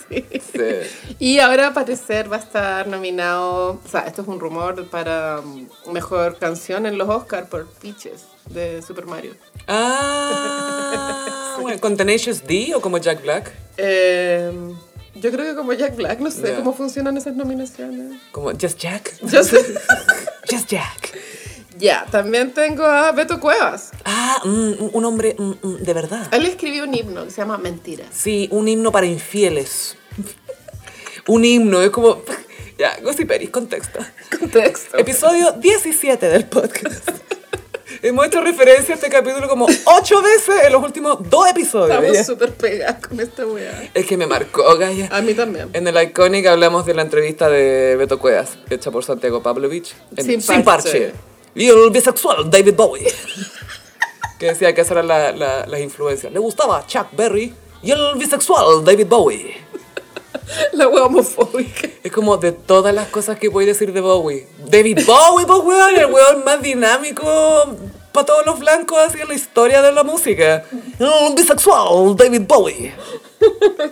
B: Sí.
A: Sí.
B: Y ahora al parecer va a estar nominado, o sea, esto es un rumor para um, mejor canción en los Oscars por Peaches de Super Mario.
A: Ah, bueno, ¿con Tenacious D o como Jack Black?
B: Eh, yo creo que como Jack Black, no sé
A: Ya.
B: cómo funcionan esas nominaciones.
A: Como Just Jack.
B: Yo sé.
A: Just Jack.
B: Ya, también tengo a Beto Cuevas.
A: Ah, mm, un hombre mm, mm, de verdad.
B: Él escribió un himno que se llama Mentiras.
A: Sí, un himno para infieles. Un himno, es como... Ya, Gossiperis, contexto.
B: Contexto.
A: Episodio 17 del podcast. Hemos hecho referencia a este capítulo como ocho veces en los últimos dos episodios. Ya.
B: Estamos súper pegados con esta weá.
A: Es que me marcó, Gaya.
B: A mí también.
A: En el Iconic hablamos de la entrevista de Beto Cuevas, hecha por Santiago Pavlovich. en-
B: Sin parche.
A: Y el bisexual David Bowie. que decía que esas eran la- la- las influencias. Le gustaba Chuck Berry y el bisexual David Bowie.
B: La wea homofóbica.
A: Es como de todas las cosas que voy a decir de Bowie. David Bowie, pues, weón, el weón más dinámico para todos los blancos así en la historia de la música. El bisexual David Bowie.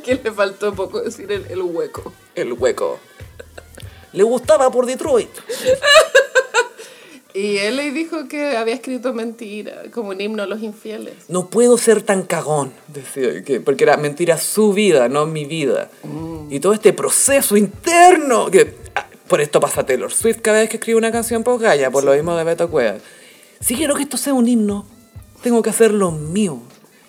B: que le faltó poco decir el, el hueco.
A: El hueco. Le gustaba por Detroit.
B: Y él le dijo que había escrito mentira, como un himno a los infieles.
A: No puedo ser tan cagón, decía, que, porque era mentira su vida, no mi vida. Y todo este proceso interno, que ah, por esto pasa Taylor Swift cada vez que escribe una canción por Gaia, por lo mismo de Beto Cuevas. Si quiero que esto sea un himno, tengo que hacer lo mío.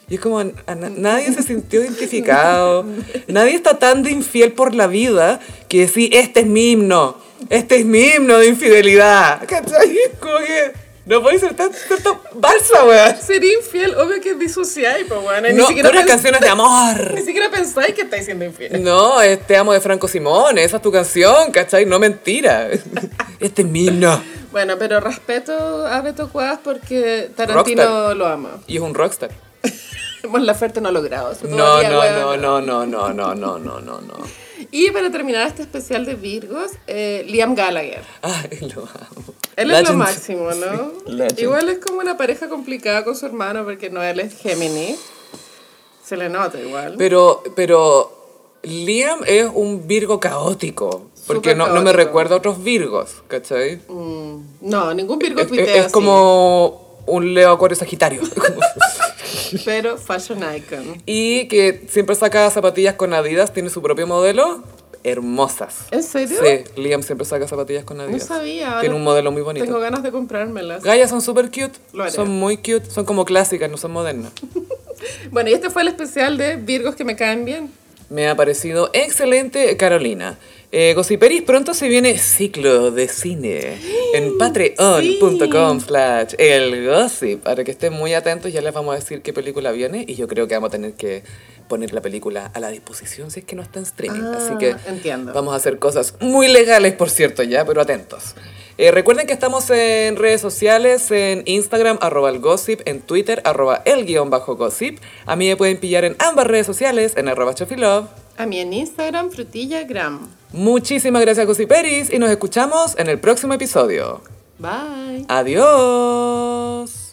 A: Y es como, a na- nadie se sintió identificado, nadie está tan de infiel por la vida que decir, este es mi himno, este es mi himno de infidelidad. ¿Cachai? Como que no puede ser tan, tan, tan balsa, weón.
B: Sería infiel, obvio que disociáis, pues bueno.
A: No, puras
B: pens-
A: canciones de amor.
B: Ni siquiera pensáis que estáis siendo infiel.
A: No, es Te amo de Franco Simone, esa es tu canción, ¿cachai? No mentira. Este es mi no.
B: Bueno, pero respeto a Beto Cuevas porque Tarantino
A: Rockstar.
B: lo ama.
A: Y es un rockstar.
B: Bueno, la oferta no ha logrado. eso
A: No,
B: todavía, weón.
A: no, no, no, no, no, no, no, no, no, no.
B: Y para terminar este especial de Virgos, eh, Liam Gallagher.
A: Ay, lo amo.
B: Él es lo
A: Legend.
B: máximo, ¿no?
A: Sí, legend.
B: Igual es como una pareja complicada con su hermano porque no él es Gemini. Se le nota igual.
A: Pero, pero Liam es un Virgo caótico. Porque
B: Súper
A: no, no me
B: caótico.
A: recuerda a otros Virgos, ¿cachai?
B: Mm, No, ningún Virgo
A: Es,
B: tuitea
A: es
B: así,
A: como un Leo Acuario Sagitario.
B: Pero fashion icon.
A: Y que siempre saca zapatillas con Adidas, tiene su propio modelo. Hermosas.
B: ¿En serio?
A: Sí, Liam siempre saca zapatillas con
B: No
A: Adidas.
B: sabía. ahora
A: Tiene un modelo muy bonito.
B: Tengo ganas de comprármelas.
A: Gallas son súper cute.
B: Lo haré.
A: Son muy cute. Son como clásicas, no son modernas.
B: Bueno, y este fue el especial de Virgos que me caen bien.
A: Me ha parecido excelente, Carolina. Eh, Gossiperis, pronto se viene ciclo de cine en patreon.com slash el gossip. Para que estén muy atentos, ya les vamos a decir qué película viene y yo creo que vamos a tener que poner la película a la disposición si es que no está en streaming.
B: Ah,
A: Así que
B: entiendo.
A: vamos a hacer cosas muy legales, por cierto, ya, pero atentos. Eh, recuerden que estamos en redes sociales, en Instagram, arroba el gossip, en Twitter, arroba el guión bajo gossip. A mí me pueden pillar en ambas redes sociales, en arroba chofilove.
B: A mí en Instagram, frutillagram.
A: Muchísimas gracias, Gossiperis, y nos escuchamos en el próximo episodio.
B: Bye.
A: Adiós.